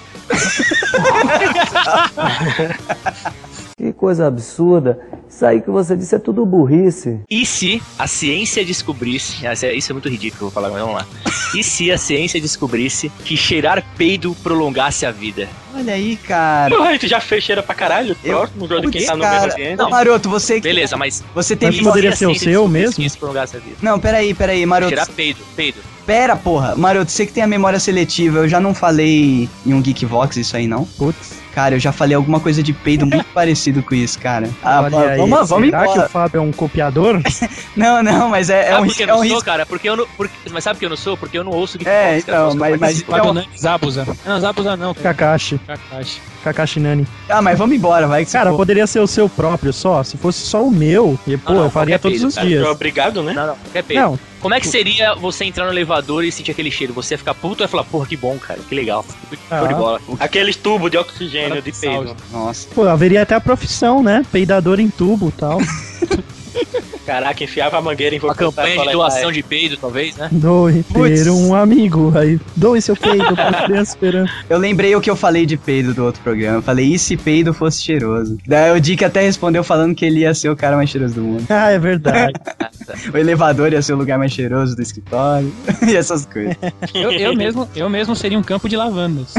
[SPEAKER 10] Que coisa absurda. Isso aí que você disse é tudo burrice.
[SPEAKER 5] E se a ciência descobrisse. ah, Isso é, isso é muito ridículo, que eu vou falar, mas vamos lá. E se a ciência descobrisse que cheirar peido prolongasse a vida?
[SPEAKER 1] Olha aí, cara.
[SPEAKER 3] Porra, tu já fez cheira pra caralho,
[SPEAKER 1] Eu-
[SPEAKER 3] próximo, João, de quem
[SPEAKER 1] Putz,
[SPEAKER 3] tá no
[SPEAKER 1] cara.
[SPEAKER 3] meio ambiente.
[SPEAKER 1] Não, Maroto, você que.
[SPEAKER 5] Beleza, mas.
[SPEAKER 1] Você tem
[SPEAKER 2] Mas
[SPEAKER 5] e
[SPEAKER 1] foto-
[SPEAKER 2] poderia
[SPEAKER 5] se a
[SPEAKER 2] ser o
[SPEAKER 5] ciência
[SPEAKER 2] seu
[SPEAKER 5] descobrisse
[SPEAKER 2] mesmo?
[SPEAKER 5] Que isso prolongasse a vida.
[SPEAKER 1] Não, peraí, peraí, Maroto.
[SPEAKER 5] Cheirar peido, peido.
[SPEAKER 1] Pera, porra. Maroto, você que tem a memória seletiva, eu já não falei em um Geekvox isso aí, não?
[SPEAKER 2] Putz.
[SPEAKER 1] Cara, eu já falei alguma coisa de peido muito parecido com isso, cara. Ah,
[SPEAKER 2] olha
[SPEAKER 1] va-
[SPEAKER 2] aí.
[SPEAKER 1] vamos, vamos
[SPEAKER 2] Será que
[SPEAKER 1] embora.
[SPEAKER 2] o Fábio é um copiador?
[SPEAKER 1] Não, não, mas é, é um,
[SPEAKER 5] sabe por
[SPEAKER 1] ris-
[SPEAKER 5] que eu
[SPEAKER 1] é
[SPEAKER 5] não
[SPEAKER 1] um
[SPEAKER 5] sou,
[SPEAKER 1] risco.
[SPEAKER 5] cara? Porque eu não. porque- mas sabe por que eu não sou? Porque eu não ouço Geekbox,
[SPEAKER 1] É,
[SPEAKER 5] cara. Eu
[SPEAKER 1] então,
[SPEAKER 5] sou-
[SPEAKER 1] mas, mas
[SPEAKER 4] Fábio
[SPEAKER 1] então-
[SPEAKER 4] Nunes, Zabuza. Não, Zabuza não, cara.
[SPEAKER 2] Kakashi.
[SPEAKER 4] Kakashi.
[SPEAKER 2] Kakashi Nani.
[SPEAKER 1] Ah, mas vamos embora, vai que você
[SPEAKER 2] Cara,
[SPEAKER 1] for-
[SPEAKER 2] poderia ser o seu próprio só. Se fosse só o meu, e, pô,
[SPEAKER 5] não,
[SPEAKER 2] eu faria
[SPEAKER 5] qualquer
[SPEAKER 2] todos
[SPEAKER 5] peido,
[SPEAKER 2] os
[SPEAKER 5] cara.
[SPEAKER 2] dias.
[SPEAKER 3] Obrigado, né?
[SPEAKER 5] Não, não, qualquer peido.
[SPEAKER 2] Não,
[SPEAKER 5] Como é que seria você entrar no elevador e sentir aquele cheiro? Você ia ficar puto e ia falar, porra, que bom, cara, que legal. Show
[SPEAKER 2] Ah.
[SPEAKER 5] de bola.
[SPEAKER 3] Aqueles tubos de oxigênio de
[SPEAKER 4] Salve.
[SPEAKER 3] peso.
[SPEAKER 1] Nossa.
[SPEAKER 2] pô, haveria até a profissão, né? Peidador em tubo e tal.
[SPEAKER 3] Caraca, enfiava a mangueira em
[SPEAKER 5] Uma
[SPEAKER 3] voltar
[SPEAKER 5] campanha
[SPEAKER 3] pra
[SPEAKER 5] de
[SPEAKER 3] coletar.
[SPEAKER 5] doação de peido, talvez, né?
[SPEAKER 2] Doe
[SPEAKER 1] Putz.
[SPEAKER 2] ter um amigo. Aí, doe seu peido pra criança esperando.
[SPEAKER 1] Eu lembrei o que eu falei de peido do outro programa. Eu falei, e se peido fosse cheiroso? Daí o Dick até respondeu falando que ele ia ser o cara mais cheiroso do mundo.
[SPEAKER 2] Ah, é verdade.
[SPEAKER 1] O elevador ia ser o lugar mais cheiroso do escritório. e essas coisas.
[SPEAKER 4] Eu, eu mesmo, eu mesmo seria um campo de lavandas.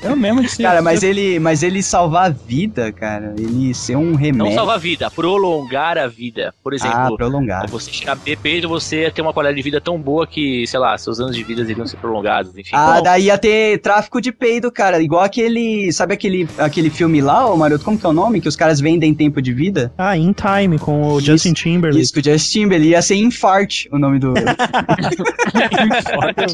[SPEAKER 4] eu mesmo de ser.
[SPEAKER 1] Cara, mas ele, mas ele salvar a vida, cara. Ele ser um
[SPEAKER 5] Não
[SPEAKER 4] né?
[SPEAKER 1] remédio.
[SPEAKER 5] salvar a vida, prolongar a vida. Por
[SPEAKER 1] Ah,
[SPEAKER 5] exemplo,
[SPEAKER 1] prolongar.
[SPEAKER 5] você cheirar peido, você ia ter uma qualidade de vida tão boa que, sei lá, seus anos de vida iriam ser prolongados, enfim.
[SPEAKER 1] Ah,
[SPEAKER 5] Bom,
[SPEAKER 1] daí ia ter tráfico de peido, cara. Igual aquele. Sabe aquele, aquele filme lá, ô Maroto? Como que é o nome? Que os caras vendem tempo de vida?
[SPEAKER 2] Ah, In Time com o
[SPEAKER 1] Isso,
[SPEAKER 2] Justin Timberlake.
[SPEAKER 1] Isso, que o Justin Timberlake ia ser infart o nome do.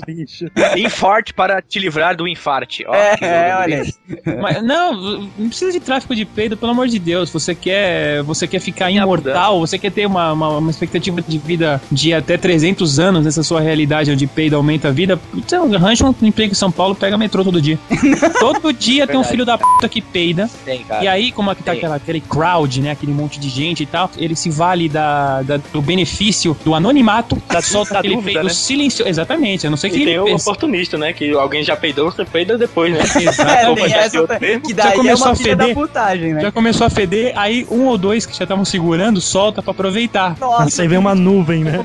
[SPEAKER 5] Infarte para te livrar do infarte. Ó,
[SPEAKER 1] é,
[SPEAKER 5] que jogo
[SPEAKER 1] é, olha. aí.
[SPEAKER 4] Mas- não, não precisa de tráfico de peido, pelo amor de Deus. Você quer, você quer ficar
[SPEAKER 5] Minha
[SPEAKER 4] imortal, você quer ter uma, uma, uma expectativa de vida de até 300 anos nessa sua realidade onde peido aumenta a vida. Então, arranja um emprego em São Paulo, pega metrô todo dia. todo dia tem um
[SPEAKER 5] Verdade.
[SPEAKER 4] filho da puta que peida.
[SPEAKER 5] Tem, cara.
[SPEAKER 4] E aí, como é que tá
[SPEAKER 5] Sim.
[SPEAKER 4] aquela, aquele crowd, né? Aquele monte de gente e tal, ele se vale da, da- do benefício do anonimato, da solta aquele
[SPEAKER 5] dúvida,
[SPEAKER 4] peido
[SPEAKER 5] né?
[SPEAKER 4] silencioso. Exatamente, eu não sei o que
[SPEAKER 3] E tem
[SPEAKER 4] ele
[SPEAKER 3] o
[SPEAKER 4] pensa.
[SPEAKER 3] oportunista, né? Que alguém já peidou, você peida depois, né?
[SPEAKER 1] É,
[SPEAKER 4] Exato.
[SPEAKER 1] tem essa também, que
[SPEAKER 4] Já
[SPEAKER 1] daí é
[SPEAKER 4] começou
[SPEAKER 1] uma
[SPEAKER 4] a
[SPEAKER 1] filha da
[SPEAKER 4] feder?
[SPEAKER 1] putagem, né?
[SPEAKER 4] Já começou a feder, aí um ou dois que já estavam segurando, solta pra aproveitar.
[SPEAKER 2] Nossa,
[SPEAKER 1] Nossa,
[SPEAKER 2] aí vem uma nuvem, né?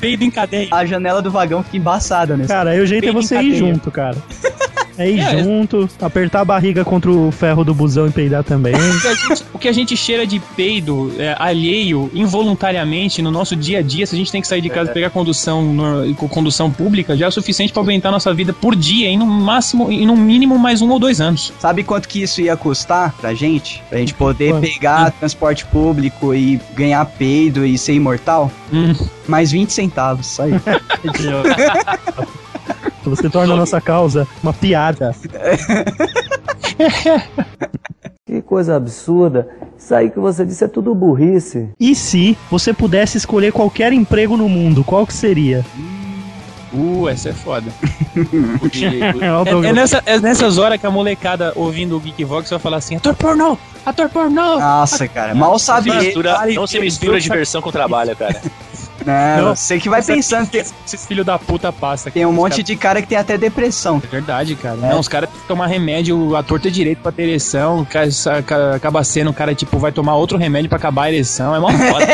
[SPEAKER 4] Peido em cadeia.
[SPEAKER 1] a janela do vagão fica embaçada né? nesse.
[SPEAKER 2] Cara, aí o jeito é você ir junto, cara. É ir
[SPEAKER 4] É.
[SPEAKER 2] junto, apertar a barriga contra o ferro do busão e peidar também.
[SPEAKER 4] O que Então, a gente- O que a gente cheira de peido é, alheio involuntariamente no nosso dia a dia, se a gente tem que sair de
[SPEAKER 5] É.
[SPEAKER 4] casa e pegar condução, no- com condução pública, já é o suficiente pra aumentar nossa vida por dia, em no máximo, e no mínimo mais um ou dois anos.
[SPEAKER 1] Sabe quanto que isso ia custar pra gente? Pra gente poder
[SPEAKER 2] Quanto?
[SPEAKER 1] pegar
[SPEAKER 4] Hum.
[SPEAKER 1] transporte público e ganhar peido e ser imortal?
[SPEAKER 4] Hum.
[SPEAKER 1] Mais 20 centavos, isso aí.
[SPEAKER 2] Você torna a nossa causa uma piada.
[SPEAKER 10] Que coisa absurda. Isso aí que você disse é tudo burrice.
[SPEAKER 2] E se você pudesse escolher qualquer emprego no mundo, qual que seria?
[SPEAKER 4] Uh, essa é foda.
[SPEAKER 2] É, ó,
[SPEAKER 4] É, é
[SPEAKER 2] Douglas.
[SPEAKER 1] né?
[SPEAKER 4] nessa- é nessas horas que a molecada ouvindo o Geekvox vai falar assim: ator pornô! Ator pornô!
[SPEAKER 1] Nossa, cara, mal
[SPEAKER 4] é
[SPEAKER 1] sabe.
[SPEAKER 5] Não se mistura-
[SPEAKER 4] Pare-
[SPEAKER 5] não se mistura diversão com trabalho, cara.
[SPEAKER 1] Não,
[SPEAKER 4] Não.
[SPEAKER 1] né?
[SPEAKER 4] é
[SPEAKER 1] você que vai
[SPEAKER 4] Essa-
[SPEAKER 1] pensando. Tem,
[SPEAKER 4] Esses filhos da puta passa.
[SPEAKER 1] tem um monte de cara que tem até depressão.
[SPEAKER 4] É verdade, cara. Não, os caras têm que tomar remédio, a torta é direito pra ter ereção, o cara, sa- ca- acaba sendo, o cara, tipo, vai tomar outro remédio pra acabar a ereção, é mó foda.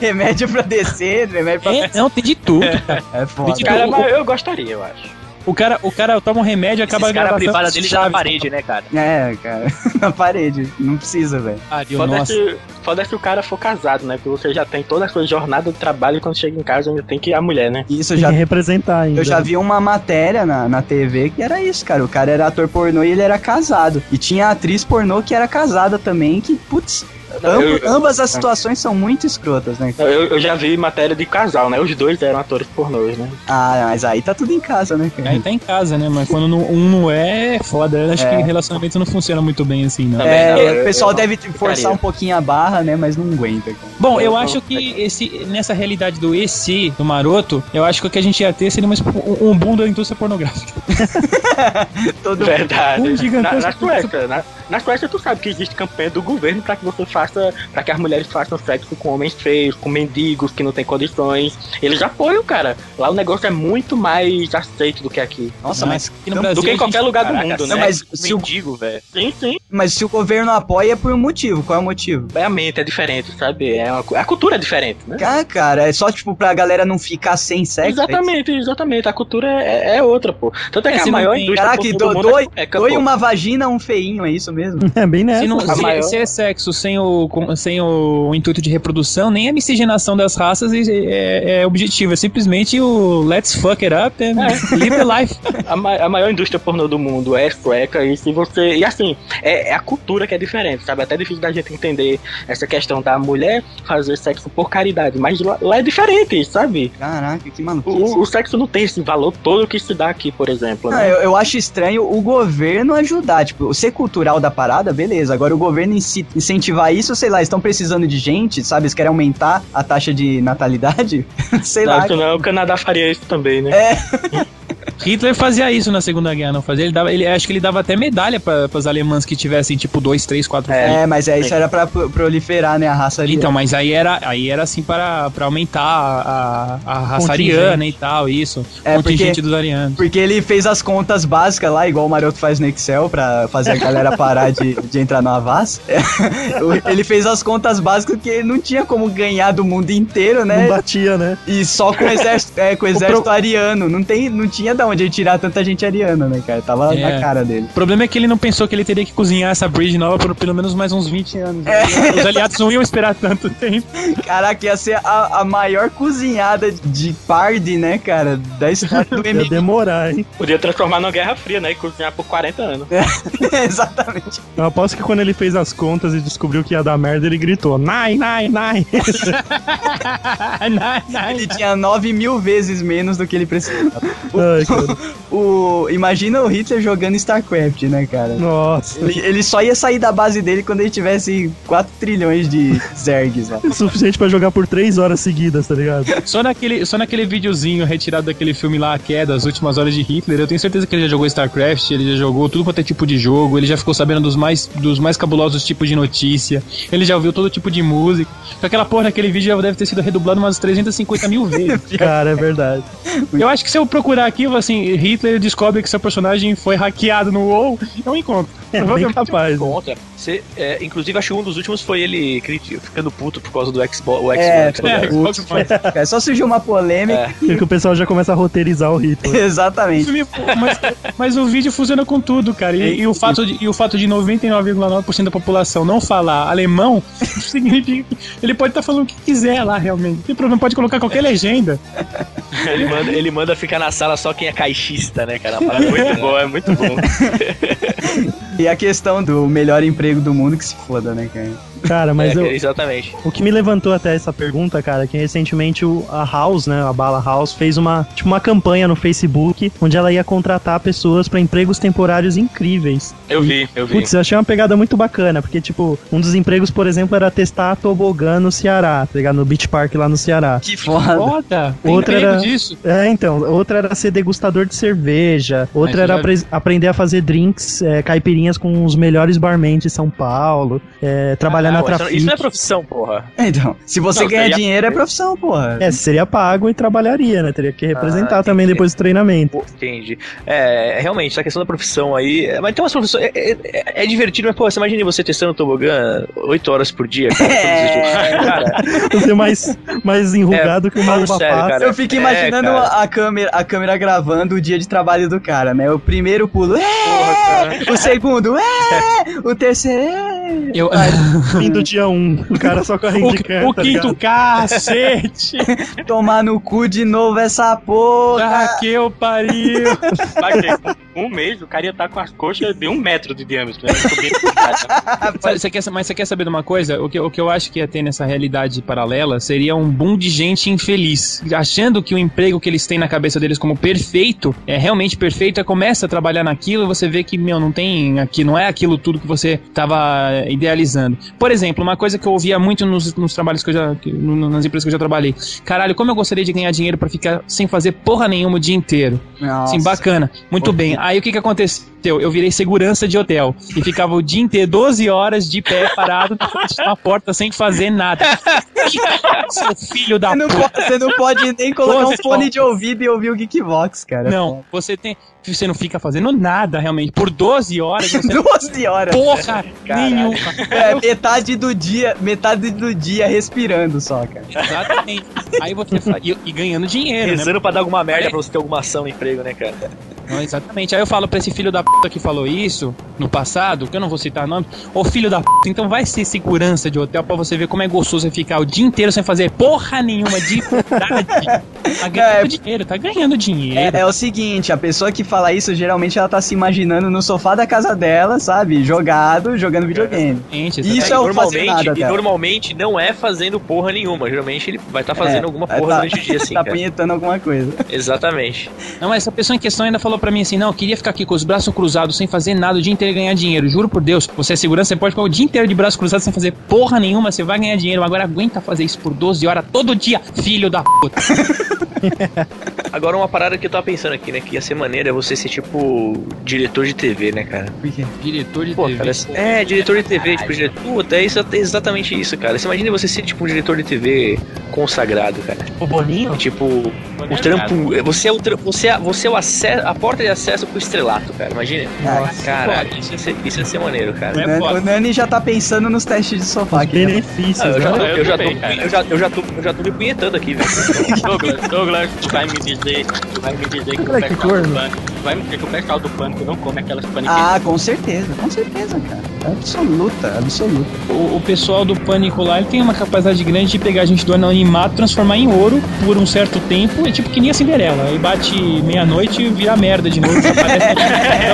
[SPEAKER 1] remédio pra descer, remédio pra.
[SPEAKER 4] É, não, tem de tudo, cara.
[SPEAKER 1] É foda.
[SPEAKER 4] Tem de
[SPEAKER 3] Cara,
[SPEAKER 4] tudo.
[SPEAKER 3] mas eu gostaria, eu acho.
[SPEAKER 4] O cara, o cara toma um remédio e acaba
[SPEAKER 5] Esse cara
[SPEAKER 4] gravação
[SPEAKER 5] privada dele
[SPEAKER 3] é
[SPEAKER 5] já na
[SPEAKER 4] chave.
[SPEAKER 5] parede, né, cara?
[SPEAKER 1] É, cara, na parede. Não precisa, velho.
[SPEAKER 4] Pariu,
[SPEAKER 3] Foda
[SPEAKER 4] nossa.
[SPEAKER 3] se, foda se o cara for casado, né? Porque você já tem toda a sua jornada de trabalho e quando chega em casa ainda tem que ir a mulher, né?
[SPEAKER 1] Isso eu
[SPEAKER 2] Tem
[SPEAKER 1] já
[SPEAKER 2] que representar ainda.
[SPEAKER 1] Eu já vi uma matéria na, na TV que era isso, cara. O cara era ator pornô e ele era casado. E tinha atriz pornô que era casada também, que, putz, amb-
[SPEAKER 3] eu- eu-
[SPEAKER 1] ambas as situações são muito escrotas, né?
[SPEAKER 3] Eu, eu já vi matéria de casal, né? Os dois eram atores pornôs, né?
[SPEAKER 1] Ah, mas aí tá tudo em casa, né, cara?
[SPEAKER 4] Aí tá em casa, né? Mas quando não- um não é, é foda. Eu acho
[SPEAKER 1] É.
[SPEAKER 4] que relacionamento não funciona muito bem assim, não.
[SPEAKER 3] Também
[SPEAKER 1] É,
[SPEAKER 3] não, eu-
[SPEAKER 1] o pessoal
[SPEAKER 3] eu
[SPEAKER 1] deve forçar um pouquinho a barra, né? Mas não aguenta, cara.
[SPEAKER 4] Bom, eu acho que esse, nessa realidade do EC, do maroto, eu acho que o que a gente ia ter seria uma expo- um, um boom da indústria pornográfica.
[SPEAKER 3] É
[SPEAKER 1] Todo
[SPEAKER 3] Verdade.
[SPEAKER 4] Um
[SPEAKER 3] na,
[SPEAKER 4] gigantesco-
[SPEAKER 3] na Suécia, na, na Suécia tu sabe que existe campanha do governo pra que você faça, para que as mulheres façam sexo com homens feios, com mendigos que não têm condições. Eles apoiam, cara. Lá o negócio é muito mais aceito do que aqui.
[SPEAKER 1] Nossa, mas.
[SPEAKER 4] aqui no
[SPEAKER 1] tam-
[SPEAKER 3] Do
[SPEAKER 4] Brasil
[SPEAKER 3] que
[SPEAKER 4] a
[SPEAKER 3] em
[SPEAKER 4] gente-
[SPEAKER 3] qualquer lugar
[SPEAKER 5] Caraca,
[SPEAKER 3] do mundo,
[SPEAKER 1] Não,
[SPEAKER 3] né?
[SPEAKER 1] mas se o,
[SPEAKER 5] Mendigo, velho.
[SPEAKER 3] Sim, sim.
[SPEAKER 1] mas se o governo apoia é por um motivo. Qual é o motivo?
[SPEAKER 3] É a mente, é diferente, sabe? É uma cu- a cultura é diferente, né?
[SPEAKER 1] Ah, cara, é só tipo pra galera não ficar sem sexo. é
[SPEAKER 3] exatamente, exatamente. A cultura é, é outra, pô. Tanto é
[SPEAKER 4] É,
[SPEAKER 3] que a
[SPEAKER 4] se não
[SPEAKER 3] maior
[SPEAKER 4] tem-
[SPEAKER 3] indústria
[SPEAKER 1] Caraca, do,
[SPEAKER 3] pornô do mundo
[SPEAKER 1] doi,
[SPEAKER 3] é cueca,
[SPEAKER 1] doi
[SPEAKER 3] pô.
[SPEAKER 1] uma vagina a um feinho, é isso mesmo?
[SPEAKER 2] É bem nessa.
[SPEAKER 4] Se, não,
[SPEAKER 3] a
[SPEAKER 4] se,
[SPEAKER 3] maior-
[SPEAKER 4] se é sexo sem o, com- sem o intuito de reprodução, nem a miscigenação das raças é, é- é objetivo. É simplesmente o let's fuck it up and live the life.
[SPEAKER 3] A, ma- a maior indústria pornô do mundo é sueca e se você. E assim, é, é a cultura que é diferente, sabe? Até difícil da gente entender essa questão da mulher fazer sexo por caridade, mas lá, lá é diferente, sabe?
[SPEAKER 1] Caraca, que maluco.
[SPEAKER 3] O, o sexo não tem esse valor todo que se dá aqui, por exemplo.
[SPEAKER 1] Não,
[SPEAKER 3] Né?
[SPEAKER 1] eu, eu acho estranho o governo ajudar. Tipo, ser cultural da parada, beleza. Agora o governo inci- incentivar isso, sei lá, estão precisando de gente, sabe? Eles querem aumentar a taxa de natalidade. sei
[SPEAKER 3] Não,
[SPEAKER 1] lá. É.
[SPEAKER 3] senão o Canadá faria isso também, né?
[SPEAKER 4] Hitler fazia isso na Segunda Guerra, não fazia? Ele dava, ele, acho que ele dava até medalha para as alemãs que tivessem, tipo, dois, três, quatro filhos.
[SPEAKER 1] É, mas é, isso era pra pro- proliferar, né, a raça ali.
[SPEAKER 4] Então, mas aí era, aí era assim para, para aumentar a, a, a raça
[SPEAKER 2] Contingente.
[SPEAKER 4] ariana e tal, isso.
[SPEAKER 1] É,
[SPEAKER 4] contingente
[SPEAKER 1] porque-
[SPEAKER 4] dos arianos.
[SPEAKER 1] Porque ele fez as contas básicas lá, igual o Maroto faz no Excel, pra fazer a galera parar de, de entrar na Havas. ele fez as contas básicas porque não tinha como ganhar do mundo inteiro, né?
[SPEAKER 2] Não batia, né?
[SPEAKER 1] E só com o exército, é, com o exército ariano. Não, tem, não tinha da onde ele tirar tanta gente ariana, né, cara? Tava
[SPEAKER 4] É.
[SPEAKER 1] na cara dele.
[SPEAKER 4] O problema é que ele não pensou que ele teria que cozinhar essa bridge nova por pelo menos mais uns 20 anos. Os aliados não iam esperar tanto tempo.
[SPEAKER 1] Caraca, ia ser a, a maior cozinhada de parde, né, cara? Da história do
[SPEAKER 2] Ia
[SPEAKER 1] MD.
[SPEAKER 2] demorar, hein?
[SPEAKER 3] Podia transformar numa Guerra Fria, né? E cozinhar por 40 anos.
[SPEAKER 1] Exatamente.
[SPEAKER 2] Eu aposto que quando ele fez as contas e descobriu que ia dar merda, ele gritou: Nai, nai, nai.
[SPEAKER 1] Ele tinha 9 mil vezes menos do que ele precisava.
[SPEAKER 2] Ai, cara.
[SPEAKER 1] O, imagina o Hitler jogando StarCraft, né, cara?
[SPEAKER 2] Nossa.
[SPEAKER 1] Ele, ele só ia sair da base dele quando ele tivesse 4 trilhões de zergs lá.
[SPEAKER 2] O É suficiente pra jogar por três horas seguidas, tá ligado?
[SPEAKER 4] Só naquele, só naquele videozinho retirado daquele filme lá, A Queda, As Últimas Horas de Hitler, eu tenho certeza que ele já jogou StarCraft, ele já jogou tudo quanto é tipo de jogo, ele já ficou sabendo dos mais, dos mais cabulosos tipos de notícia, ele já ouviu todo tipo de música. Aquela porra daquele vídeo já deve ter sido redublado umas 350 mil vezes.
[SPEAKER 2] Cara, é verdade.
[SPEAKER 4] Eu acho que se eu procurar aqui, assim, Hitler descobre que seu personagem foi hackeado no WoW, eu encontro.
[SPEAKER 2] É bem capaz. né?
[SPEAKER 5] Contra. Você, é, inclusive, acho que um dos últimos foi ele criti- ficando puto por causa do Xbox. O Xbox
[SPEAKER 1] É,
[SPEAKER 5] tá
[SPEAKER 1] foi-
[SPEAKER 5] ligado?
[SPEAKER 4] É, Xbox One.
[SPEAKER 1] Cara, só surgiu uma polêmica.
[SPEAKER 2] É que o pessoal já começa a roteirizar o Hitler.
[SPEAKER 1] Exatamente.
[SPEAKER 4] Filme, pô, mas, mas o vídeo funciona com tudo, cara. E, e o, fato de, e o fato de 99,9% da população não falar alemão significa que ele pode estar falando o que quiser lá, realmente. Não tem problema, pode colocar qualquer legenda.
[SPEAKER 5] Ele, manda, ele manda ficar na sala só quem é caixista, né, cara? É muito bom, é muito bom.
[SPEAKER 1] E a questão do melhor emprego do mundo que se foda, né, cara?
[SPEAKER 2] Cara, mas
[SPEAKER 5] É,
[SPEAKER 2] eu,
[SPEAKER 5] Exatamente.
[SPEAKER 2] O que me levantou até essa pergunta, cara, é que recentemente o- a House, né, a Bala House, fez uma, tipo, uma campanha no Facebook onde ela ia contratar pessoas pra empregos temporários incríveis.
[SPEAKER 3] Eu vi, eu vi.
[SPEAKER 2] Putz, eu achei uma pegada muito bacana, porque, tipo, um dos empregos, por exemplo, era testar tobogã no Ceará, tá ligado? No Beach Park lá no Ceará.
[SPEAKER 1] Que foda.
[SPEAKER 4] Foda! Tem
[SPEAKER 2] Outra
[SPEAKER 4] emprego
[SPEAKER 2] era-
[SPEAKER 4] disso?
[SPEAKER 2] É, então, outra era ser degustador de cerveja, outra
[SPEAKER 4] Mas
[SPEAKER 2] era
[SPEAKER 4] já-
[SPEAKER 2] apre- aprender a fazer drinks, é, caipirinhas com os melhores barman de São Paulo, é, trabalhar na
[SPEAKER 5] Pô, isso,
[SPEAKER 2] trafic.
[SPEAKER 5] isso não é profissão, porra.
[SPEAKER 1] Então, se você
[SPEAKER 3] Não,
[SPEAKER 1] ganhar
[SPEAKER 3] seria-
[SPEAKER 1] dinheiro é profissão, porra.
[SPEAKER 2] É, seria pago e trabalharia, né? Teria que representar
[SPEAKER 5] Ah,
[SPEAKER 2] também
[SPEAKER 5] entendi.
[SPEAKER 2] depois do treinamento.
[SPEAKER 5] Pô, entendi. É, realmente, essa questão da profissão aí. é, Mas tem umas profissões. É, é- é divertido, mas, pô, você imagina você testando tobogã 8 horas por dia, cara.
[SPEAKER 1] É.
[SPEAKER 5] todos os dias. Cara,
[SPEAKER 2] Você é mais, mais enrugado que uma
[SPEAKER 5] falando
[SPEAKER 2] uva
[SPEAKER 5] É, sério,
[SPEAKER 2] passa.
[SPEAKER 5] cara.
[SPEAKER 1] Eu fico imaginando
[SPEAKER 5] É, cara.
[SPEAKER 1] a, câmera, a câmera gravando o dia de trabalho do cara, né? O primeiro pulo, é! O segundo, é! O terceiro, é!
[SPEAKER 4] Eu...
[SPEAKER 2] Fim do dia 1, um, o cara só correndo
[SPEAKER 4] Ah, O,
[SPEAKER 2] de canto. tá
[SPEAKER 4] o quinto cacete!
[SPEAKER 1] Tomar no cu de novo essa porra!
[SPEAKER 4] Ah, que eu pariu!
[SPEAKER 3] Vai ter um mês, o cara ia estar com as coxas de um metro de diâmetro. Né? Subindo pro cara.
[SPEAKER 4] Sabe, você quer, sa- mas você quer saber de uma coisa? O que, o que eu acho que ia ter nessa realidade paralela seria um boom de gente infeliz, achando que o emprego que eles têm na cabeça deles como perfeito é realmente perfeito, aí começa a trabalhar naquilo e você vê que, meu, não tem aqui, não é aquilo tudo que você tava idealizando. Por exemplo, uma coisa que eu ouvia muito nos, nos trabalhos que eu já. que- no- no- nas empresas que eu já trabalhei. Caralho, como eu gostaria de ganhar dinheiro pra ficar sem fazer porra nenhuma o dia inteiro.
[SPEAKER 1] Nossa.
[SPEAKER 4] Sim, bacana. Muito bem. Aí o que que aconteceu? Eu virei segurança de hotel e ficava o dia inteiro, 12 horas de pé parado na frente de uma porta sem fazer nada. Seu filho da
[SPEAKER 1] Você não, po- você não pode nem colocar um
[SPEAKER 4] Nossa.
[SPEAKER 1] fone de ouvido e ouvir o Geekbox, cara.
[SPEAKER 4] Não, você tem. Você não fica fazendo nada realmente. Por 12 horas você não
[SPEAKER 1] 12 horas.
[SPEAKER 4] porra nenhuma.
[SPEAKER 1] É, metade do dia, metade do dia respirando só, cara.
[SPEAKER 4] Exatamente. Aí você fa- e, e ganhando dinheiro, né?
[SPEAKER 5] Rezando pra dar alguma merda pra você ter alguma ação no emprego, né, cara?
[SPEAKER 4] Não, exatamente. Aí eu falo pra esse filho da puta que falou isso no passado, que eu não vou citar nome, ô filho da puta, então vai ser segurança de hotel pra você ver como é gostoso você ficar o dia inteiro sem fazer porra nenhuma de verdade. Tá ganhando
[SPEAKER 1] É.
[SPEAKER 4] dinheiro, tá ganhando dinheiro.
[SPEAKER 1] É, é o seguinte, a pessoa que fala isso, geralmente ela tá se imaginando no sofá da casa dela, sabe? Jogado, jogando videogame.
[SPEAKER 4] Gente,
[SPEAKER 1] Isso
[SPEAKER 4] exatamente.
[SPEAKER 1] é
[SPEAKER 5] e
[SPEAKER 1] o fazer
[SPEAKER 5] normalmente,
[SPEAKER 1] nada,
[SPEAKER 5] e
[SPEAKER 1] cara.
[SPEAKER 5] normalmente não é fazendo porra nenhuma. Geralmente ele vai estar
[SPEAKER 1] É,
[SPEAKER 5] fazendo alguma
[SPEAKER 1] é,
[SPEAKER 5] porra
[SPEAKER 1] tá-
[SPEAKER 5] durante o dia, assim,
[SPEAKER 1] tá
[SPEAKER 5] cara.
[SPEAKER 1] apunhetando alguma coisa.
[SPEAKER 5] Exatamente.
[SPEAKER 4] Não, essa pessoa em questão ainda falou pra mim assim: não, eu queria ficar aqui com os braços cruzados sem fazer nada o dia inteiro e ganhar dinheiro. Juro por Deus, você é segurança, você pode ficar o dia inteiro de braço cruzado sem fazer porra nenhuma, você vai ganhar dinheiro. Agora aguenta fazer isso por 12 horas todo dia, filho da puta.
[SPEAKER 5] Agora uma parada que eu tava pensando aqui, né? Que ia ser maneira é você ser, tipo, diretor de TV, né, cara?
[SPEAKER 4] Diretor de
[SPEAKER 5] Pô,
[SPEAKER 4] TV.
[SPEAKER 5] cara, é, diretor de TV, tipo, diretor. Puta, é, isso, é exatamente isso, cara. Você imagina você ser, tipo, um diretor de TV consagrado, cara.
[SPEAKER 2] O Boninho?
[SPEAKER 5] Tipo, o trampo. Você é, o tra- você é, você é o acesso, a porta de acesso pro estrelato, cara. Imagina.
[SPEAKER 1] Nossa,
[SPEAKER 5] Caralho, isso ia ser, isso ia ser maneiro,
[SPEAKER 1] O
[SPEAKER 3] é
[SPEAKER 5] cara.
[SPEAKER 1] Nani-
[SPEAKER 4] foda.
[SPEAKER 1] o Nani já tá pensando nos testes de sofá aqui. né?
[SPEAKER 2] Benefícios,
[SPEAKER 5] Ah, eu, já,
[SPEAKER 2] né?
[SPEAKER 5] tô-
[SPEAKER 3] eu
[SPEAKER 5] eu, já tô,
[SPEAKER 3] também, cara.
[SPEAKER 5] eu, já, eu, já tô, eu já tô me punhetando aqui, velho.
[SPEAKER 3] Douglas, Douglas, tu vai me dizer, tu vai me dizer que o
[SPEAKER 2] Cara, que
[SPEAKER 3] pessoal do
[SPEAKER 2] corno.
[SPEAKER 3] pânico, tu vai me dizer que o pessoal do pânico não come aquelas paniquinhas.
[SPEAKER 1] Ah, com certeza, com certeza, cara. Absoluta, absoluta.
[SPEAKER 4] O, o pessoal do Pânico lá ele tem uma capacidade grande de pegar a gente do anonimato, transformar em ouro por um certo tempo, é tipo que nem a Cinderela. Aí bate meia-noite e vira merda de novo, aparece,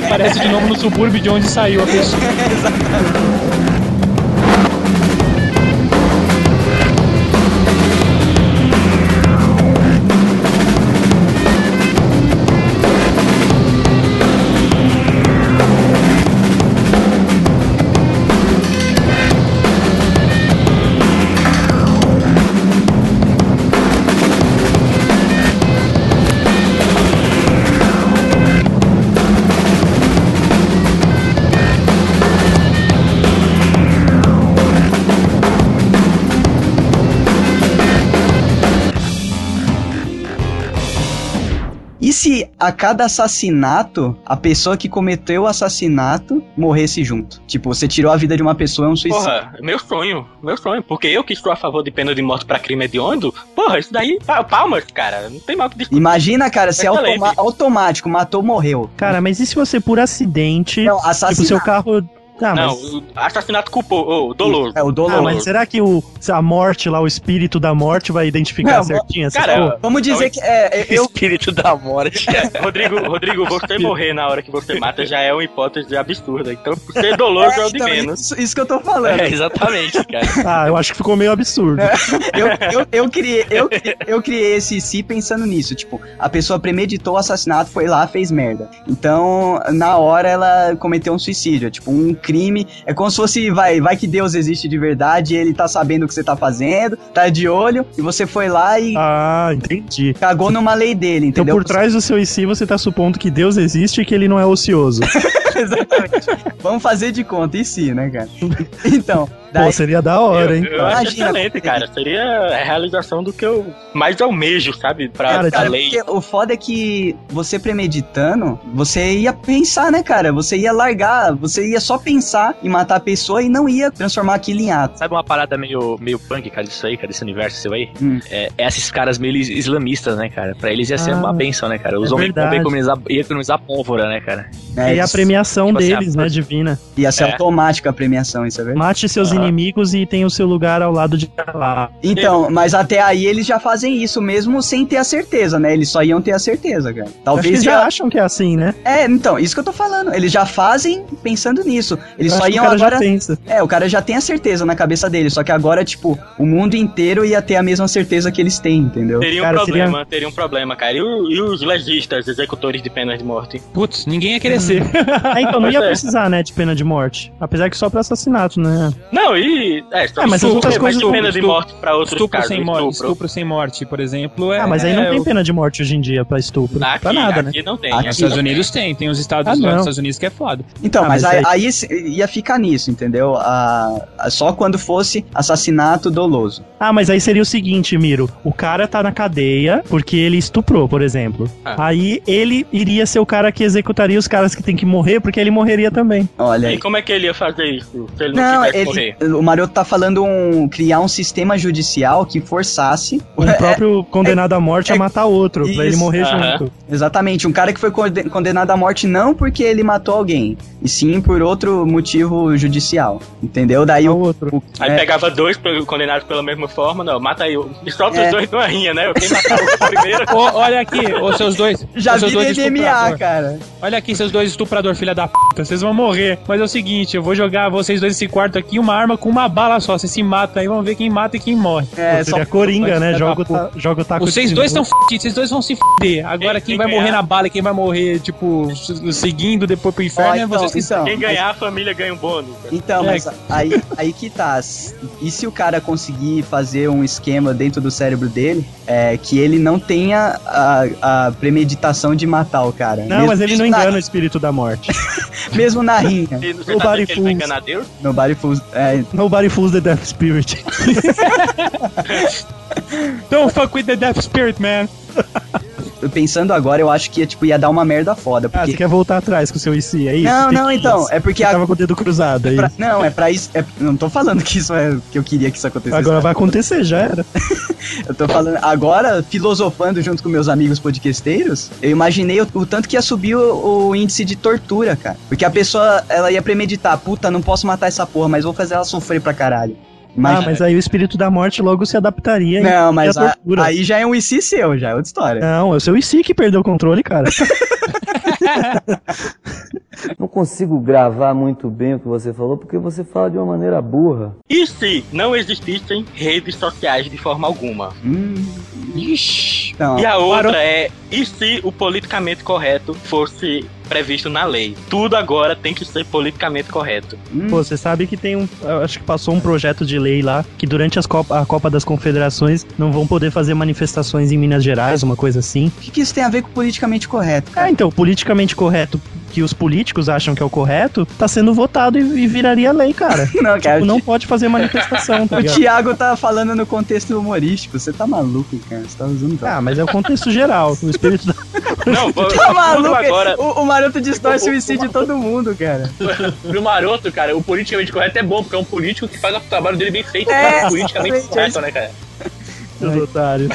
[SPEAKER 4] aparece de novo no subúrbio de onde saiu a pessoa.
[SPEAKER 1] E se a cada assassinato, a pessoa que cometeu o assassinato morresse junto? Tipo, você tirou a vida de uma pessoa, é um suicídio.
[SPEAKER 3] Porra, meu sonho, meu sonho, porque eu que estou a favor de pena de morte pra crime hediondo, porra, isso daí, pa- palmas, cara, não tem mal que discutir.
[SPEAKER 1] Imagina, cara, se é
[SPEAKER 3] Eu falei,
[SPEAKER 1] automa- automático, matou, morreu.
[SPEAKER 2] Cara, mas e se você por acidente.
[SPEAKER 1] Não,
[SPEAKER 2] Tipo,
[SPEAKER 1] assassinato.
[SPEAKER 2] seu carro. Tá,
[SPEAKER 3] não,
[SPEAKER 2] mas-
[SPEAKER 3] o assassinato culpou, ô, doloso.
[SPEAKER 1] É, o
[SPEAKER 2] Ah,
[SPEAKER 1] Dolor.
[SPEAKER 2] mas será que o, se a morte lá, o espírito da morte vai identificar
[SPEAKER 1] Não,
[SPEAKER 2] certinho essa
[SPEAKER 3] cara,
[SPEAKER 2] porra?
[SPEAKER 1] Vamos dizer que é, é, eu,
[SPEAKER 5] Espírito da morte.
[SPEAKER 3] É, Rodrigo, Rodrigo, você morrer na hora que você mata já é uma hipótese absurda. Então, ser doloso é o de
[SPEAKER 1] então,
[SPEAKER 3] menos.
[SPEAKER 1] isso, isso que eu tô falando.
[SPEAKER 5] É, exatamente, cara.
[SPEAKER 2] Ah, eu acho que ficou meio absurdo.
[SPEAKER 1] É. Eu, eu, eu, criei, eu, eu criei esse si pensando nisso. Tipo, a pessoa premeditou o assassinato, foi lá, fez merda. Então, na hora, ela cometeu um suicídio. É Tipo, um crime. É como se fosse, vai, vai que Deus existe de verdade, ele tá sabendo o que você tá fazendo, tá de olho, e você foi lá e
[SPEAKER 2] Ah, entendi.
[SPEAKER 1] cagou numa lei dele,
[SPEAKER 2] Então,
[SPEAKER 1] entendeu?
[SPEAKER 2] por trás do seu e si, você tá supondo que Deus existe e que ele não é ocioso.
[SPEAKER 1] Exatamente. Vamos fazer de conta, e si, né, cara? Então,
[SPEAKER 2] Pô,
[SPEAKER 1] daí.
[SPEAKER 2] seria da hora, hein?
[SPEAKER 3] Eu acho
[SPEAKER 1] Imagina.
[SPEAKER 3] excelente, cara. Seria a realização do que eu mais almejo, sabe? Pra,
[SPEAKER 2] Cara,
[SPEAKER 3] pra
[SPEAKER 1] Cara, tipo,
[SPEAKER 3] lei.
[SPEAKER 1] porque o foda é que você premeditando, você ia pensar, né, cara? Você ia largar, você ia só pensar em matar a pessoa e não ia transformar aquilo em ato.
[SPEAKER 5] Sabe uma parada meio, meio punk, cara, disso aí, cara, desse universo seu aí?
[SPEAKER 1] Hum.
[SPEAKER 5] É, é esses caras meio is- islamistas, né, cara? Pra eles ia ser
[SPEAKER 2] Ah,
[SPEAKER 5] uma benção, né, cara? Os
[SPEAKER 2] é
[SPEAKER 5] homens
[SPEAKER 2] verdade.
[SPEAKER 5] vão economizar, ia economizar pólvora, né, cara?
[SPEAKER 1] né?
[SPEAKER 2] e a premiação
[SPEAKER 5] tipo assim,
[SPEAKER 2] deles,
[SPEAKER 5] a-
[SPEAKER 2] né, divina.
[SPEAKER 1] Ia ser
[SPEAKER 5] é.
[SPEAKER 1] automática a premiação, isso é verdade.
[SPEAKER 2] Mate seus
[SPEAKER 5] Aham.
[SPEAKER 2] inimigos e tenha o seu lugar ao lado de lá.
[SPEAKER 1] Então, mas até aí eles já fazem isso mesmo sem ter a certeza, né? Eles só iam ter a certeza, cara.
[SPEAKER 2] Acho que
[SPEAKER 1] Talvez
[SPEAKER 2] eles
[SPEAKER 1] ia...
[SPEAKER 2] já acham que é assim, né?
[SPEAKER 1] É, então, isso que eu tô falando. Eles já fazem pensando nisso. Eles
[SPEAKER 2] Eu
[SPEAKER 1] só
[SPEAKER 2] acho que
[SPEAKER 1] iam
[SPEAKER 2] o cara
[SPEAKER 1] agora.
[SPEAKER 2] já pensa.
[SPEAKER 1] É, o cara já tem a certeza na cabeça dele, só que agora, tipo, o mundo inteiro ia ter a mesma certeza que eles têm, entendeu?
[SPEAKER 3] Teria um
[SPEAKER 2] Cara,
[SPEAKER 3] problema, teria um problema, cara. E, o- e os legistas, executores de penas de morte?
[SPEAKER 4] Putz, ninguém ia querer ser.
[SPEAKER 2] Ah, então não ia
[SPEAKER 3] Pois é.
[SPEAKER 2] precisar, né, de pena de morte. Apesar que só pra assassinato, né?
[SPEAKER 3] Não, e. É, só
[SPEAKER 2] É, mas as
[SPEAKER 3] estupro,
[SPEAKER 2] outras
[SPEAKER 3] mas
[SPEAKER 2] coisas-
[SPEAKER 3] pena de
[SPEAKER 4] estupro-
[SPEAKER 3] morte pra outros
[SPEAKER 4] Estupro
[SPEAKER 3] casos.
[SPEAKER 4] sem morte,
[SPEAKER 3] estupro.
[SPEAKER 4] estupro sem morte, por exemplo, é.
[SPEAKER 2] Ah, mas aí não
[SPEAKER 4] é,
[SPEAKER 2] tem
[SPEAKER 4] o-
[SPEAKER 2] pena de morte hoje em dia pra estupro.
[SPEAKER 3] Aqui,
[SPEAKER 2] pra nada, né?
[SPEAKER 3] aqui não tem.
[SPEAKER 1] Aqui
[SPEAKER 4] Nos
[SPEAKER 3] Aqui
[SPEAKER 4] Estados Unidos tem, tem os Estados,
[SPEAKER 2] Ah,
[SPEAKER 4] lá
[SPEAKER 2] não.
[SPEAKER 4] nos Estados Unidos que é foda.
[SPEAKER 1] Então,
[SPEAKER 2] Ah,
[SPEAKER 1] mas,
[SPEAKER 2] mas
[SPEAKER 1] aí, aí se- ia ficar nisso, entendeu? A- a- só quando fosse assassinato doloso.
[SPEAKER 2] Ah, mas aí seria o seguinte, Miro. O cara tá na cadeia porque ele estuprou, por exemplo.
[SPEAKER 3] Ah.
[SPEAKER 2] Aí ele iria ser o cara que executaria os caras que tem que morrer, porque ele morreria também.
[SPEAKER 1] Olha
[SPEAKER 3] E
[SPEAKER 1] aí.
[SPEAKER 3] como é que ele ia fazer isso se ele não,
[SPEAKER 1] Não,
[SPEAKER 3] tivesse
[SPEAKER 1] ele-
[SPEAKER 3] morrer?
[SPEAKER 1] o Maroto tá falando um criar um sistema judicial que forçasse
[SPEAKER 2] O próprio condenado à morte
[SPEAKER 1] é-
[SPEAKER 2] a matar outro, pra ele
[SPEAKER 1] Isso,
[SPEAKER 2] morrer
[SPEAKER 3] aham.
[SPEAKER 2] junto.
[SPEAKER 1] exatamente um cara que foi conde- condenado à morte não porque ele matou alguém, e sim por outro motivo judicial, entendeu? Daí
[SPEAKER 2] E
[SPEAKER 1] o,
[SPEAKER 2] o outro.
[SPEAKER 1] o-
[SPEAKER 3] Aí
[SPEAKER 1] é,
[SPEAKER 3] pegava dois pelo- condenados pela mesma forma, não, mata aí. o- E solta
[SPEAKER 1] É.
[SPEAKER 3] os dois numa rinha, né? Quem matar o primeiro.
[SPEAKER 4] Ô, olha aqui, ô seus dois.
[SPEAKER 1] já
[SPEAKER 4] ô, seus
[SPEAKER 1] vi
[SPEAKER 4] dois
[SPEAKER 1] DMA,
[SPEAKER 4] estuprador.
[SPEAKER 1] cara.
[SPEAKER 4] Olha aqui, seus dois estuprador, filha da p. Vocês vão morrer. Mas é o seguinte, eu vou jogar vocês dois nesse quarto aqui, uma arma com uma bala só. Vocês se matam aí, vamos ver quem mata e quem morre.
[SPEAKER 1] É,
[SPEAKER 2] seria
[SPEAKER 1] só
[SPEAKER 2] coringa,
[SPEAKER 4] só-
[SPEAKER 2] né?
[SPEAKER 4] só-
[SPEAKER 2] Joga o, ta, joga o taco
[SPEAKER 4] Vocês
[SPEAKER 2] de
[SPEAKER 4] dois estão
[SPEAKER 2] sinuca.
[SPEAKER 4] fudidos, vocês dois vão se fuder. Agora
[SPEAKER 3] Quem- quem
[SPEAKER 4] né? quem vai morrer
[SPEAKER 3] ganhar?
[SPEAKER 4] na bala e quem vai morrer, tipo, s- seguindo depois pro inferno
[SPEAKER 1] Ó,
[SPEAKER 4] é
[SPEAKER 1] então,
[SPEAKER 4] vocês que
[SPEAKER 1] então,
[SPEAKER 3] Quem
[SPEAKER 1] mas-
[SPEAKER 3] ganhar, a família ganha um bônus.
[SPEAKER 1] Então,
[SPEAKER 4] É.
[SPEAKER 1] mas aí, aí que tá. E se o cara conseguir fazer um esquema dentro do cérebro dele é, que ele não tenha a, a premeditação de matar o cara?
[SPEAKER 2] Não, mas ele não engana o
[SPEAKER 1] Na,
[SPEAKER 2] espírito da morte.
[SPEAKER 1] mesmo na rinha.
[SPEAKER 3] E você tá
[SPEAKER 2] O
[SPEAKER 3] dizendo
[SPEAKER 2] Body
[SPEAKER 3] que ele vai
[SPEAKER 2] Fools.
[SPEAKER 3] enganar Deus?
[SPEAKER 1] Nobody fools. É,
[SPEAKER 2] Nobody fools the death spirit.
[SPEAKER 4] Don't fuck with the Death Spirit, man.
[SPEAKER 1] eu pensando agora, eu acho que ia, tipo, ia dar uma merda foda.
[SPEAKER 2] Ah, você
[SPEAKER 1] Porque...
[SPEAKER 2] quer voltar atrás com o seu IC, é isso?
[SPEAKER 1] não,
[SPEAKER 2] Tem
[SPEAKER 1] não,
[SPEAKER 2] que-
[SPEAKER 1] então. É porque.
[SPEAKER 2] Você
[SPEAKER 1] a-
[SPEAKER 2] tava com o dedo cruzado aí.
[SPEAKER 1] pra- não, é pra isso. é- não tô falando que isso é que eu queria que isso acontecesse.
[SPEAKER 2] Agora vai acontecer, já era.
[SPEAKER 1] Eu tô falando, agora, filosofando junto com meus amigos podcasteiros, eu imaginei o, o tanto que ia subir o, o índice de tortura, cara. Porque a pessoa, ela ia premeditar, puta, não posso matar essa porra, mas vou fazer ela sofrer pra caralho.
[SPEAKER 2] Ah, mas aí o espírito da morte logo se adaptaria. e-
[SPEAKER 1] Não,
[SPEAKER 2] e
[SPEAKER 1] mas
[SPEAKER 2] a
[SPEAKER 1] a-
[SPEAKER 2] tortura.
[SPEAKER 1] aí já é um IC seu, já é outra história.
[SPEAKER 2] Não, é o seu IC que perdeu o controle, cara.
[SPEAKER 10] Não consigo gravar muito bem o que você falou porque você fala de uma maneira burra.
[SPEAKER 3] E se não existissem redes sociais de forma alguma?
[SPEAKER 2] É.
[SPEAKER 1] Hum,
[SPEAKER 4] Ixi.
[SPEAKER 1] então,
[SPEAKER 3] E a outra é, e se o politicamente correto fosse previsto na lei? Tudo agora tem que ser politicamente correto.
[SPEAKER 1] hum,
[SPEAKER 2] Pô, você sabe que tem um. eu Acho que passou um projeto de lei lá que durante as Copa- a Copa das Confederações não vão poder fazer manifestações em Minas Gerais, uma coisa assim.
[SPEAKER 1] o que, que isso tem a ver com politicamente correto?
[SPEAKER 2] Ah, então, politicamente correto, que os políticos acham que é o correto, tá sendo votado e, e viraria lei, cara.
[SPEAKER 1] Não, cara,
[SPEAKER 2] Tipo,
[SPEAKER 1] o
[SPEAKER 2] não
[SPEAKER 1] Ti-
[SPEAKER 2] pode fazer manifestação, tá
[SPEAKER 1] o
[SPEAKER 2] ligado?
[SPEAKER 1] Thiago tá falando no contexto humorístico, você tá maluco, cara, você tá usando...
[SPEAKER 2] Ah, mas é o contexto geral. O espírito da.
[SPEAKER 3] Não, vou-
[SPEAKER 1] Tá
[SPEAKER 3] tudo
[SPEAKER 1] maluco,
[SPEAKER 3] agora.
[SPEAKER 1] o, o maroto distorce o IC de todo mundo, cara.
[SPEAKER 5] Pro maroto, cara, o politicamente correto é bom, porque é um político que faz o trabalho dele bem feito.
[SPEAKER 1] É,
[SPEAKER 5] cara,
[SPEAKER 1] politicamente exatamente, correto,
[SPEAKER 5] né, cara?
[SPEAKER 1] É.
[SPEAKER 2] Seus otários.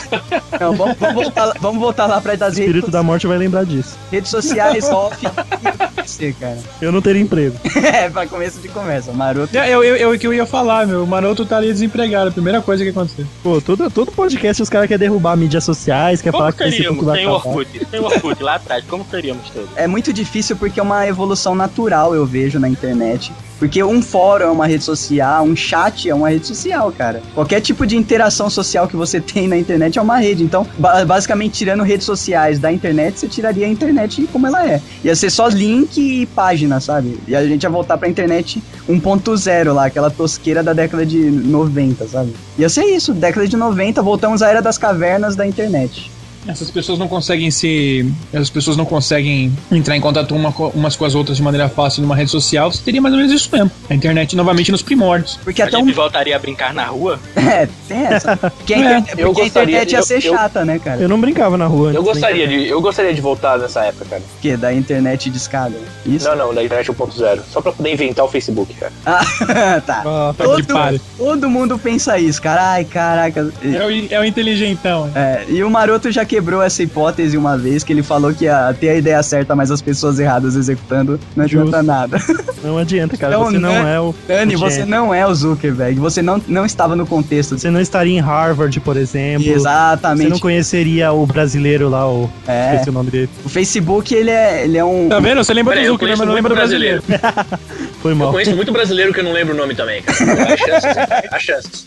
[SPEAKER 1] Não, vamos, vamos voltar, lá- vamos voltar lá para das
[SPEAKER 2] O
[SPEAKER 1] redes,
[SPEAKER 2] espírito da morte vai lembrar disso.
[SPEAKER 1] redes sociais, off. e você, cara.
[SPEAKER 2] Eu não teria emprego.
[SPEAKER 1] É, pra começo de conversa, maroto.
[SPEAKER 4] É eu, eu, eu, que eu ia falar, meu. O Maroto tá ali desempregado. A primeira coisa que aconteceu.
[SPEAKER 2] Pô, todo, todo podcast os caras querem derrubar mídias sociais, quer falar
[SPEAKER 3] Como
[SPEAKER 2] que o
[SPEAKER 3] teríamos?
[SPEAKER 2] Facebook vai
[SPEAKER 3] Tem o
[SPEAKER 2] acabar.
[SPEAKER 3] Orkut. Tem o Orkut lá atrás. Como teríamos todos?
[SPEAKER 1] É muito difícil porque é uma evolução natural, eu vejo, na internet. Porque um fórum é uma rede social, um chat é uma rede social, cara. Qualquer tipo de interação social que você tem na internet é uma rede. Então, ba- basicamente, tirando redes sociais da internet, você tiraria a internet como ela é. Ia ser só link e página, sabe? E a gente ia voltar pra internet 1.0 lá, aquela tosqueira da década de 90, sabe? Ia ser isso, década de 90, voltamos à era das cavernas da internet.
[SPEAKER 4] Essas pessoas não conseguem se. Essas pessoas não conseguem entrar em contato uma co- umas com as outras de maneira fácil numa rede social. Você teria mais ou menos isso mesmo. A internet novamente nos primórdios.
[SPEAKER 1] Porque
[SPEAKER 5] É
[SPEAKER 3] A
[SPEAKER 1] até um
[SPEAKER 3] gente voltaria a brincar na rua?
[SPEAKER 1] É, tem essa. Porque a, inter-
[SPEAKER 11] eu
[SPEAKER 1] porque a
[SPEAKER 11] gostaria-
[SPEAKER 1] internet ia
[SPEAKER 11] eu-
[SPEAKER 1] ser
[SPEAKER 11] eu-
[SPEAKER 1] chata, né, cara?
[SPEAKER 2] Eu não brincava na rua.
[SPEAKER 11] Eu
[SPEAKER 2] antes,
[SPEAKER 11] gostaria,
[SPEAKER 2] nem-
[SPEAKER 11] de, eu gostaria de voltar nessa época, cara.
[SPEAKER 1] Porque da internet de escada. Isso?
[SPEAKER 11] Não, não, da
[SPEAKER 5] um
[SPEAKER 11] internet 1.0. Só pra poder inventar o Facebook, cara.
[SPEAKER 1] Ah, tá.
[SPEAKER 2] Ah,
[SPEAKER 4] Tá que
[SPEAKER 1] Todo-
[SPEAKER 4] pare.
[SPEAKER 1] Todo mundo pensa isso, cara. Ai, caraca. E-
[SPEAKER 4] É o, é o
[SPEAKER 2] tá, então,
[SPEAKER 4] inteligentão.
[SPEAKER 1] é, e o Maroto já quebrou essa hipótese uma vez, que ele falou que ia ter a ideia certa, mas as pessoas erradas executando não
[SPEAKER 2] Justo.
[SPEAKER 1] adianta nada.
[SPEAKER 2] não adianta, cara.
[SPEAKER 1] Então,
[SPEAKER 2] você não
[SPEAKER 1] né?
[SPEAKER 2] é o.
[SPEAKER 1] Dani,
[SPEAKER 2] o
[SPEAKER 1] você
[SPEAKER 2] gênio.
[SPEAKER 1] não é o Zuckerberg, você não, não estava no contexto.
[SPEAKER 2] Você não estaria em Harvard, por exemplo. Você
[SPEAKER 1] Exatamente.
[SPEAKER 2] não conheceria o brasileiro lá, o.
[SPEAKER 1] É.
[SPEAKER 2] Esqueci o nome dele.
[SPEAKER 1] O Facebook, ele é, ele é um...
[SPEAKER 4] Tá vendo? Você lembra
[SPEAKER 5] Peraí,
[SPEAKER 4] do
[SPEAKER 5] eu
[SPEAKER 4] Zuckerberg,
[SPEAKER 5] conheço
[SPEAKER 4] mas não
[SPEAKER 5] muito
[SPEAKER 4] lembra do brasileiro.
[SPEAKER 5] brasileiro.
[SPEAKER 2] Foi
[SPEAKER 5] Eu
[SPEAKER 2] mal.
[SPEAKER 5] conheço muito brasileiro que eu não lembro o nome também, cara. Há chances,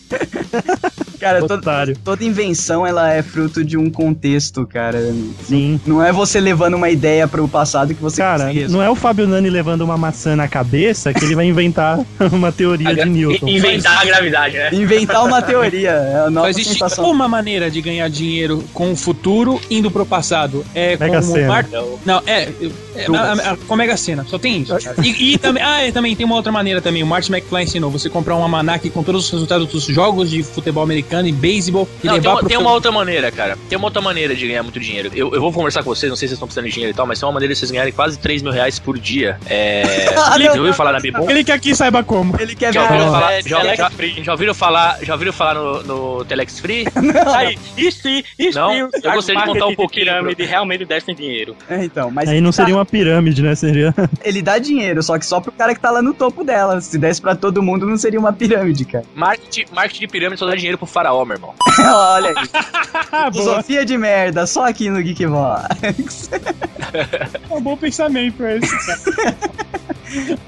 [SPEAKER 5] há chances.
[SPEAKER 1] Cara, todo-
[SPEAKER 2] Otário.
[SPEAKER 1] toda invenção, ela é fruto de um contexto, cara.
[SPEAKER 2] Sim.
[SPEAKER 1] Não é você levando uma ideia pro passado que você
[SPEAKER 2] Cara,
[SPEAKER 1] consegue
[SPEAKER 2] não é o Fábio Nani levando uma maçã na cabeça que ele vai inventar uma teoria de Newton.
[SPEAKER 5] Inventar a gravidade, né?
[SPEAKER 1] inventar uma teoria. É a
[SPEAKER 4] Só
[SPEAKER 1] nova
[SPEAKER 4] existe
[SPEAKER 1] sensação.
[SPEAKER 4] uma maneira de ganhar dinheiro com o futuro indo pro passado. É
[SPEAKER 2] Mega
[SPEAKER 4] com
[SPEAKER 2] Sena.
[SPEAKER 4] o Mar... Não, é. é na,
[SPEAKER 2] Duas.
[SPEAKER 4] a, a, com a Mega Sena, só tem isso. E, e também. Ah, é, também tem uma outra maneira também. O Martin McFly ensinou você comprar um almanac com todos os resultados dos jogos de futebol americano e beisebol e
[SPEAKER 5] Não, tem,
[SPEAKER 4] levar
[SPEAKER 5] uma,
[SPEAKER 4] pro.
[SPEAKER 5] tem uma outra maneira, cara. Tem uma outra maneira de ganhar muito dinheiro. Eu, eu vou conversar com vocês, não sei se vocês estão precisando de dinheiro e tal, mas tem uma maneira de vocês ganharem quase 3 mil reais por dia. É.
[SPEAKER 1] Ah,
[SPEAKER 5] já
[SPEAKER 1] não,
[SPEAKER 5] ouviu falar na Bibom?
[SPEAKER 4] Ele que aqui saiba como.
[SPEAKER 1] Ele quer
[SPEAKER 5] Já
[SPEAKER 1] ver.
[SPEAKER 5] ouviram
[SPEAKER 1] Não,
[SPEAKER 5] falar,
[SPEAKER 3] velho,
[SPEAKER 5] já,
[SPEAKER 3] Telex
[SPEAKER 5] já-
[SPEAKER 3] Free.
[SPEAKER 5] já ouviram falar, já ouviram falar no, no Telex Free?
[SPEAKER 3] Aí, e se, e
[SPEAKER 5] Não,
[SPEAKER 3] se
[SPEAKER 5] eu
[SPEAKER 3] os-
[SPEAKER 5] gostaria
[SPEAKER 3] as
[SPEAKER 5] de
[SPEAKER 3] marcas
[SPEAKER 5] contar um pouquinho,
[SPEAKER 3] pirâmide realmente dessem dinheiro?
[SPEAKER 1] É, então, mas
[SPEAKER 2] Aí não seria uma pirâmide, né? Seria.
[SPEAKER 1] ele dá dinheiro, só que só pro cara que tá lá no topo dela. Se desse pra todo mundo, não seria uma pirâmide, cara.
[SPEAKER 5] Marketing, marketing de pirâmide só dá dinheiro pro faraó, meu irmão.
[SPEAKER 1] Olha aí.
[SPEAKER 2] Ah,
[SPEAKER 1] Filosofia de merda, só aqui no Geek Vox.
[SPEAKER 4] É um bom pensamento esse.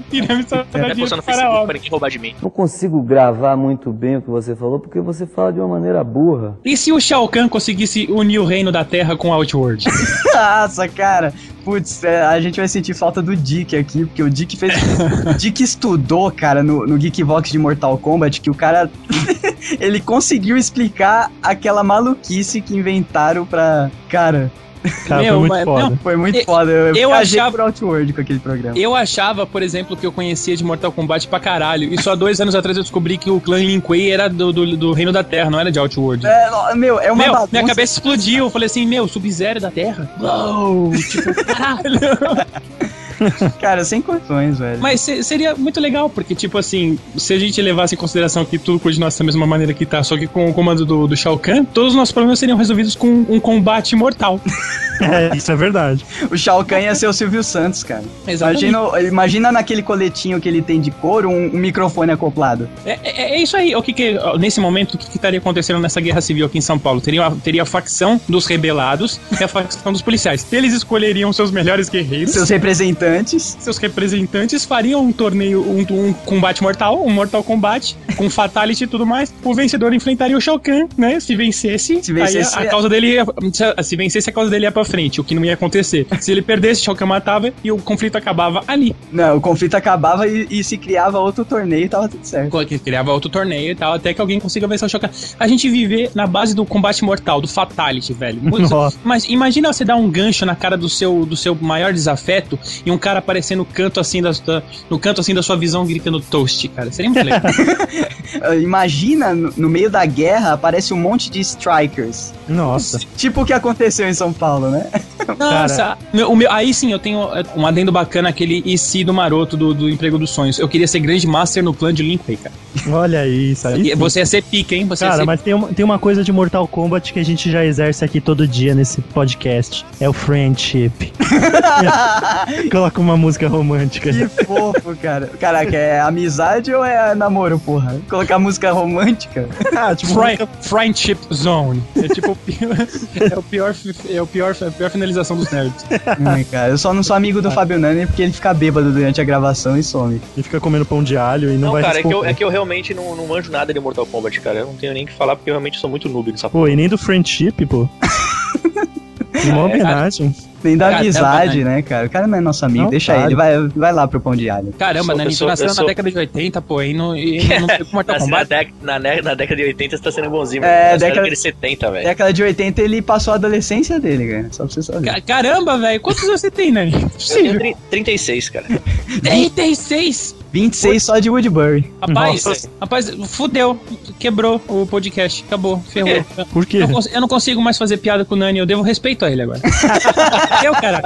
[SPEAKER 4] Pirâmide só
[SPEAKER 5] Vai postar no Facebook pra ninguém roubar de mim.
[SPEAKER 10] Não consigo gravar muito bem o que você falou porque você fala de uma maneira burra.
[SPEAKER 4] E se o Shao Kahn conseguisse unir o reino da Terra com o Outworld?
[SPEAKER 1] Nossa, cara. Putz, é, a gente vai sentir falta do Dick aqui, porque o Dick fez. o Dick estudou, cara, no, no Geekvox de Mortal Kombat, que o cara. ele conseguiu explicar aquela maluquice que inventaram pra. Cara,
[SPEAKER 2] Cara,
[SPEAKER 4] Meu,
[SPEAKER 2] foi muito
[SPEAKER 4] mas-
[SPEAKER 2] foda.
[SPEAKER 1] foi muito
[SPEAKER 4] Eu-
[SPEAKER 1] foda. Eu,
[SPEAKER 4] eu
[SPEAKER 1] viajei
[SPEAKER 4] achava-
[SPEAKER 1] pro Outward com aquele programa.
[SPEAKER 4] Eu achava, por exemplo, que eu conhecia de Mortal Kombat pra caralho. E só dois anos atrás eu descobri que o clã Lin Kuei era do, do, do Reino da Terra, não era de Outworld.
[SPEAKER 1] É, ó, meu, é uma
[SPEAKER 4] Meu,
[SPEAKER 1] bagunça.
[SPEAKER 4] minha cabeça explodiu. Eu falei assim, meu, Sub-Zero da Terra? Uou, tipo, caralho.
[SPEAKER 1] Cara, sem condições, velho.
[SPEAKER 4] Mas se- seria muito legal, porque, tipo assim, se a gente levasse em consideração que tudo continua da mesma maneira que tá, só que com o comando do, do Shao Kahn, todos os nossos problemas seriam resolvidos com um combate mortal.
[SPEAKER 2] É, isso é verdade.
[SPEAKER 1] O Shao Kahn ia ser o Silvio Santos, cara.
[SPEAKER 4] Exatamente.
[SPEAKER 1] Imagina, imagina naquele coletinho que ele tem de couro um, um microfone acoplado.
[SPEAKER 4] É, é- é isso aí. O que que- nesse momento, o que, que estaria acontecendo nessa guerra civil aqui em São Paulo? Teria, a- teria a facção dos rebelados e a facção dos policiais. Eles escolheriam seus melhores guerreiros.
[SPEAKER 1] Seus
[SPEAKER 4] Seus...
[SPEAKER 1] representantes.
[SPEAKER 4] representantes fariam um torneio, um, um combate mortal, um Mortal Kombat, com Fatality e tudo mais. O vencedor enfrentaria o Shao Kahn, né? Se vencesse,
[SPEAKER 1] Se vencesse,
[SPEAKER 4] aí a, a
[SPEAKER 1] é.
[SPEAKER 4] causa dele ia, se- se vencesse, a causa dele ia pra frente, o que não ia acontecer. Se ele perdesse, Shao Kahn matava e o conflito acabava ali.
[SPEAKER 1] Não, o conflito acabava e, e se criava outro torneio e tava tudo certo.
[SPEAKER 4] que criava outro torneio e tal, até que alguém consiga vencer o Shokan. A gente viver na base do combate mortal, do Fatality, velho. Muito-
[SPEAKER 2] Nossa.
[SPEAKER 4] Mas imagina você dar um gancho na cara do seu, do seu maior desafeto e um cara aparecer no canto assim da, da- no canto assim da sua visão gritando toast, cara. Seria muito legal.
[SPEAKER 1] Ah, Imagina, no no meio da guerra, aparece um monte de strikers.
[SPEAKER 2] Nossa.
[SPEAKER 1] Tipo o que aconteceu em São Paulo, né?
[SPEAKER 4] Nossa, meu- o meu- aí sim eu tenho é, um adendo bacana, aquele e se do maroto do, do emprego dos sonhos. Eu queria ser grande master no clã de Limpei, cara.
[SPEAKER 2] Olha isso aí.
[SPEAKER 4] E Você ia ser pica, hein? Você ia
[SPEAKER 2] Tá Cara,
[SPEAKER 4] ser-
[SPEAKER 2] mas tem uma, tem uma coisa de Mortal Kombat que a gente já exerce aqui todo dia nesse podcast. É o friendship. Coloca uma música romântica.
[SPEAKER 1] Que fofo, cara. Caraca, é amizade ou é namoro, porra? Colocar música romântica?
[SPEAKER 2] ah,
[SPEAKER 4] Fri- Friendship Zone. É tipo o pior, é o pior, é o pior, a pior finalização dos nerds.
[SPEAKER 1] Ai, cara, eu só não sou amigo do Fábio Nani porque ele fica bêbado durante a gravação e some.
[SPEAKER 2] E fica comendo pão de alho e não,
[SPEAKER 5] Não,
[SPEAKER 2] vai
[SPEAKER 5] cara, é que, eu,
[SPEAKER 2] responder.
[SPEAKER 5] é que eu realmente não, não manjo nada de Mortal Kombat, cara. Eu não tenho nem o que falar porque eu realmente sou muito noob nessa
[SPEAKER 2] Pô, e nem do friendship, pô.
[SPEAKER 5] É,
[SPEAKER 2] uma homenagem.
[SPEAKER 1] Nem da
[SPEAKER 4] Cara,
[SPEAKER 1] amizade,
[SPEAKER 4] é
[SPEAKER 1] né, cara? O cara não é nosso amigo,
[SPEAKER 2] Não,
[SPEAKER 1] deixa
[SPEAKER 2] cara.
[SPEAKER 1] ele, vai, vai lá pro pão de alho.
[SPEAKER 4] Caramba,
[SPEAKER 5] Eu sou-
[SPEAKER 4] né?
[SPEAKER 5] eu
[SPEAKER 4] Nintendo
[SPEAKER 5] sou-
[SPEAKER 4] nasceu
[SPEAKER 5] eu
[SPEAKER 4] na
[SPEAKER 5] sou-
[SPEAKER 4] década de 80, pô, e não, e não teve Mortal
[SPEAKER 5] Nasci na,
[SPEAKER 4] Kombat.
[SPEAKER 5] dec- na, ne- na década de 80 você tá sendo bonzinho,
[SPEAKER 1] É,
[SPEAKER 5] mano. Nasci
[SPEAKER 1] década-
[SPEAKER 5] na década de 70,
[SPEAKER 4] É
[SPEAKER 5] velho.
[SPEAKER 1] Década de 80 ele passou a adolescência dele, cara. Só pra você saber.
[SPEAKER 4] Ca- Caramba, velho, quantos anos você tem, né? Nani?
[SPEAKER 5] Eu tenho tri- 36, cara.
[SPEAKER 4] 36!
[SPEAKER 1] 26 só de Woodbury.
[SPEAKER 4] Rapaz,
[SPEAKER 5] Nossa.
[SPEAKER 4] rapaz, fudeu. Quebrou o podcast. Acabou, ferrou.
[SPEAKER 2] Por quê?
[SPEAKER 4] Eu, não cons- eu não consigo mais fazer piada com o Nani, eu devo respeito a ele agora. fudeu, cara.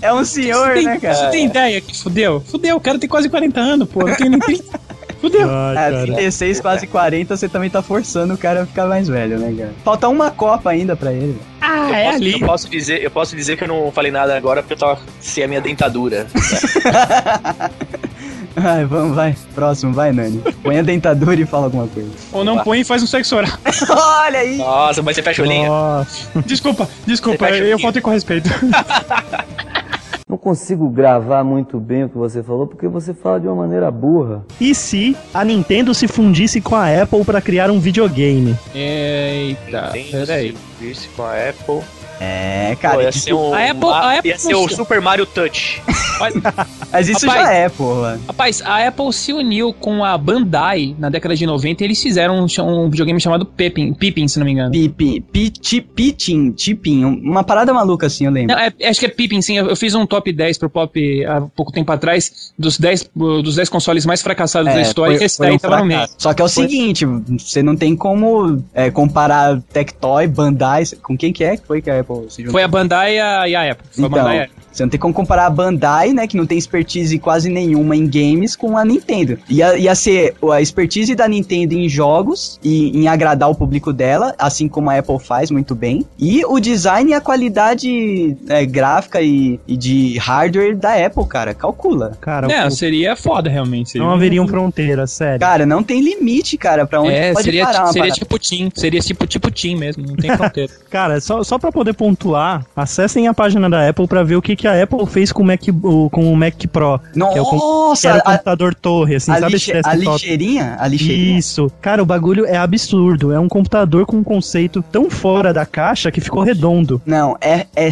[SPEAKER 1] É um senhor,
[SPEAKER 4] Você tem,
[SPEAKER 1] né, cara?
[SPEAKER 4] você tem ideia que fudeu? Fudeu, o cara tem quase 40 anos, pô. Não tem nem 30. Fudeu.
[SPEAKER 2] Ai,
[SPEAKER 1] É,
[SPEAKER 2] Ah, cara.
[SPEAKER 1] 36, quase 40, você também tá forçando o cara a ficar mais velho, né, cara? Falta uma Copa ainda pra ele.
[SPEAKER 4] Ah,
[SPEAKER 5] eu,
[SPEAKER 4] é
[SPEAKER 5] posso,
[SPEAKER 4] ali.
[SPEAKER 5] eu posso dizer, eu posso dizer que eu não falei nada agora porque eu tava sem a minha dentadura.
[SPEAKER 1] Ai, vamos, vai. Próximo, vai, Nani. Põe a dentadura e fala alguma coisa.
[SPEAKER 4] Ou não põe e faz um sexo oral.
[SPEAKER 1] Olha aí!
[SPEAKER 5] Nossa, mas você fecha o olhinho.
[SPEAKER 2] Nossa.
[SPEAKER 4] Desculpa, desculpa,
[SPEAKER 5] Você
[SPEAKER 1] tá
[SPEAKER 5] fecha o
[SPEAKER 4] eu, eu
[SPEAKER 5] quê?
[SPEAKER 4] faltei com respeito.
[SPEAKER 10] Não consigo gravar muito bem o que você falou porque você fala de uma maneira burra.
[SPEAKER 2] E se a Nintendo se fundisse com a Apple pra criar um videogame?
[SPEAKER 4] Eita, peraí.
[SPEAKER 5] Isso com a Apple.
[SPEAKER 1] É,
[SPEAKER 5] Pô,
[SPEAKER 1] cara,
[SPEAKER 5] ia ser um,
[SPEAKER 4] a Apple- a Apple
[SPEAKER 5] ia ser o
[SPEAKER 4] funciona.
[SPEAKER 5] Super Mario Touch.
[SPEAKER 1] mas isso
[SPEAKER 4] Rapaz.
[SPEAKER 1] já é, porra.
[SPEAKER 4] Rapaz, a Apple se uniu com a Bandai na década de 90 e eles fizeram um, cha- um videogame chamado Pippin, Pippin, se não me engano.
[SPEAKER 1] Pipi, piti, pitim, tipim, um, uma parada maluca assim, eu lembro.
[SPEAKER 4] Não, é- acho que é Pippin, sim. Eu, eu fiz um top 10 pro Pop há pouco tempo atrás, dos 10, dos 10 consoles mais fracassados da
[SPEAKER 1] É,
[SPEAKER 4] história,
[SPEAKER 1] foi-
[SPEAKER 4] e esse
[SPEAKER 1] foi
[SPEAKER 4] daí
[SPEAKER 1] um
[SPEAKER 4] tava no meio.
[SPEAKER 1] fracasso. Só que é o
[SPEAKER 4] Foi-
[SPEAKER 1] seguinte, você não tem como é, comparar Tectoy, Bandai, com quem que é que foi que a Apple se juntou?
[SPEAKER 4] Foi a Bandai e a, e a Apple. Foi a
[SPEAKER 1] Então,
[SPEAKER 4] Bandai e a Apple.
[SPEAKER 1] você não tem como comparar a Bandai, né, que não tem expertise quase nenhuma em games, com a Nintendo. Ia, ia ser a expertise da Nintendo em jogos e em agradar o público dela, assim como a Apple faz muito bem, e o design e a qualidade é, gráfica e, e de hardware da Apple, cara. Calcula.
[SPEAKER 2] Cara,
[SPEAKER 4] É,
[SPEAKER 2] pô,
[SPEAKER 4] seria foda realmente. Seria.
[SPEAKER 2] não
[SPEAKER 1] Então,
[SPEAKER 2] haveriam fronteiras, sério.
[SPEAKER 1] Cara, não tem limite, cara, pra onde
[SPEAKER 4] é,
[SPEAKER 1] pode
[SPEAKER 4] seria,
[SPEAKER 1] parar
[SPEAKER 4] ti-
[SPEAKER 1] uma
[SPEAKER 4] seria
[SPEAKER 1] parada.
[SPEAKER 4] tipo Team, seria tipo tipo Team mesmo, não tem fronteira.
[SPEAKER 2] Cara, só, só pra poder pontuar, acessem a página da Apple pra ver o que, que a Apple fez com o Mac, o- com o Mac Pro. que é o com- que
[SPEAKER 1] Nossa,
[SPEAKER 2] era o
[SPEAKER 1] a,
[SPEAKER 2] computador torre, assim,
[SPEAKER 1] a
[SPEAKER 2] sabe?
[SPEAKER 1] lixe-
[SPEAKER 2] esse
[SPEAKER 1] a
[SPEAKER 2] desktop?
[SPEAKER 1] lixeirinha? A lixeirinha?
[SPEAKER 2] Isso. Cara, o bagulho é absurdo. É um computador com um conceito tão fora da caixa que ficou redondo.
[SPEAKER 1] Não, é, é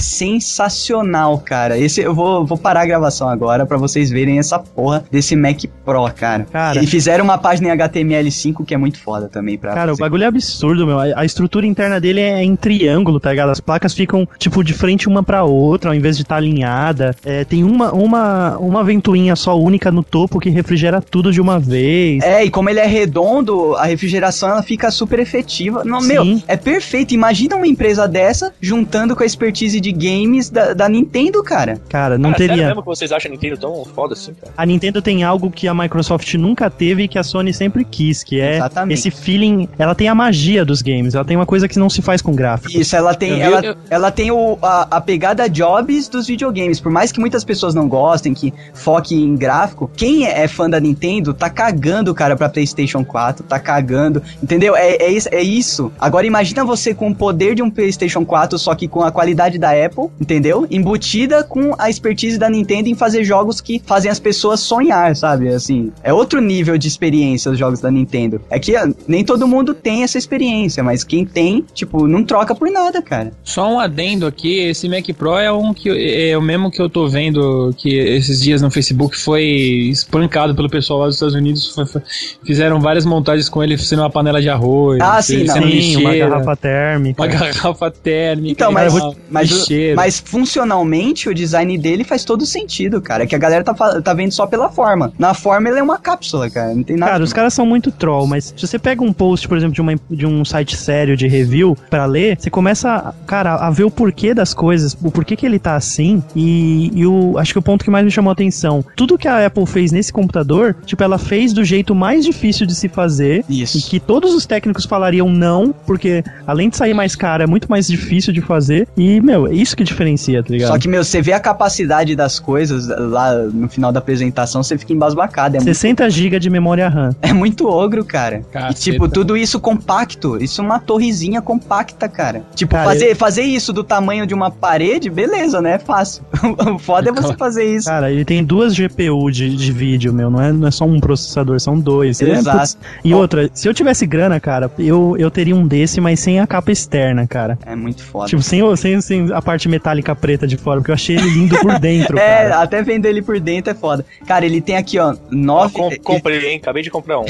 [SPEAKER 1] sensacional, cara. Esse eu vou, vou parar a gravação agora pra vocês verem essa porra desse Mac Pro, cara.
[SPEAKER 2] Cara.
[SPEAKER 1] E fizeram uma página em HTML5 que é muito foda também pra
[SPEAKER 2] Cara, o
[SPEAKER 1] fazer.
[SPEAKER 2] bagulho é absurdo, meu. A a estrutura interna dele é em triângulo, tá ligado? As placas ficam, tipo, de frente uma pra outra, ao invés de estar alinhada. É, tem uma, uma, uma ventoinha só única no topo que refrigera tudo de uma vez.
[SPEAKER 1] É, e como ele é redondo, a refrigeração ela fica super efetiva. Não,
[SPEAKER 2] Sim.
[SPEAKER 1] meu, é perfeito. Imagina uma empresa dessa juntando com a expertise de games da, da Nintendo, cara.
[SPEAKER 2] Cara, não
[SPEAKER 5] Cara, Sério
[SPEAKER 2] teria.
[SPEAKER 5] mesmo que vocês acham Nintendo tão foda assim, cara?
[SPEAKER 2] A Nintendo tem algo que a Microsoft nunca teve e que a Sony sempre quis, que é
[SPEAKER 1] Exatamente.
[SPEAKER 2] esse feeling. Ela tem a magia dos games, ela tem uma coisa que não se faz com gráfico.
[SPEAKER 1] Isso, ela tem,
[SPEAKER 4] Eu vi-
[SPEAKER 1] ela,
[SPEAKER 4] eu-
[SPEAKER 1] ela tem o, a, a pegada jobs dos videogames. Por mais que muitas pessoas não gostem, que foque em gráfico, quem é, é fã da Nintendo tá cagando, cara, pra PlayStation 4, tá cagando, entendeu? É, é, isso- é isso. Agora imagina você com o poder de um PlayStation 4, só que com a qualidade da Apple, entendeu? Embutida com a expertise da Nintendo em fazer jogos que fazem as pessoas sonhar, sabe? Assim, é outro nível de experiência os jogos da Nintendo. É que ah, nem todo mundo tem essa experiência, mas quem tem, tipo, não troca por nada, cara.
[SPEAKER 4] Só um adendo aqui, esse Mac Pro é um que é o mesmo que eu tô vendo que esses dias no Facebook foi espancado pelo pessoal lá dos Estados Unidos, foi- foi- fizeram várias montagens com ele sendo uma panela de arroz,
[SPEAKER 1] Ah,
[SPEAKER 4] sendo-
[SPEAKER 1] sim, não.
[SPEAKER 4] sendo
[SPEAKER 1] Sim, uma
[SPEAKER 4] lixeira,
[SPEAKER 1] garrafa
[SPEAKER 2] térmica.
[SPEAKER 4] uma garrafa térmica,
[SPEAKER 1] Então,
[SPEAKER 4] e
[SPEAKER 1] mas,
[SPEAKER 4] tal,
[SPEAKER 1] mas,
[SPEAKER 4] lixeira.
[SPEAKER 1] mas funcionalmente o design dele faz todo sentido, cara. Que a galera tá, fa- tá vendo só pela forma. Na forma ele é uma cápsula, cara. Não tem nada.
[SPEAKER 2] Cara, os caras são muito troll, mas se você pega um post, por exemplo, de, uma- de um site sério de review pra ler, você começa, cara, a ver o porquê das coisas, o porquê que ele tá assim, e, e o, acho que o ponto que mais me chamou a atenção, tudo que a Apple fez nesse computador, tipo, ela fez do jeito mais difícil de se fazer,
[SPEAKER 1] Isso.
[SPEAKER 2] e que todos os técnicos falariam não, porque além de sair mais caro, é muito mais difícil de fazer, e, meu, é isso que diferencia, tá ligado?
[SPEAKER 1] Só que, meu, você vê a capacidade das coisas lá no final da apresentação, você fica embasbacado. É, muito,
[SPEAKER 2] 60 GB de memória RAM.
[SPEAKER 1] é muito ogro, cara. E,
[SPEAKER 4] Caceta.
[SPEAKER 1] tipo, tudo isso compacto. Isso é uma torrezinha compacta, cara. Tipo,
[SPEAKER 2] Cara,
[SPEAKER 1] fazer, fazer isso do tamanho de uma parede, beleza, né? É fácil. o foda é você fazer isso.
[SPEAKER 2] Cara, ele tem duas GPU de, de vídeo, meu. Não é, não é só um processador, são dois. Ele é,
[SPEAKER 1] Exato.
[SPEAKER 2] putz, e outra, se eu tivesse grana, cara, eu, eu teria um desse, mas sem a capa externa, cara.
[SPEAKER 1] É muito foda.
[SPEAKER 2] Tipo, sem, o- sem, sem a parte metálica preta de fora, porque eu achei ele lindo por dentro,
[SPEAKER 1] é,
[SPEAKER 2] cara.
[SPEAKER 1] até vender ele por dentro é foda. Cara, ele tem aqui, ó,
[SPEAKER 11] Ó,
[SPEAKER 1] nove.
[SPEAKER 11] com- comprei, hein? Acabei de comprar um.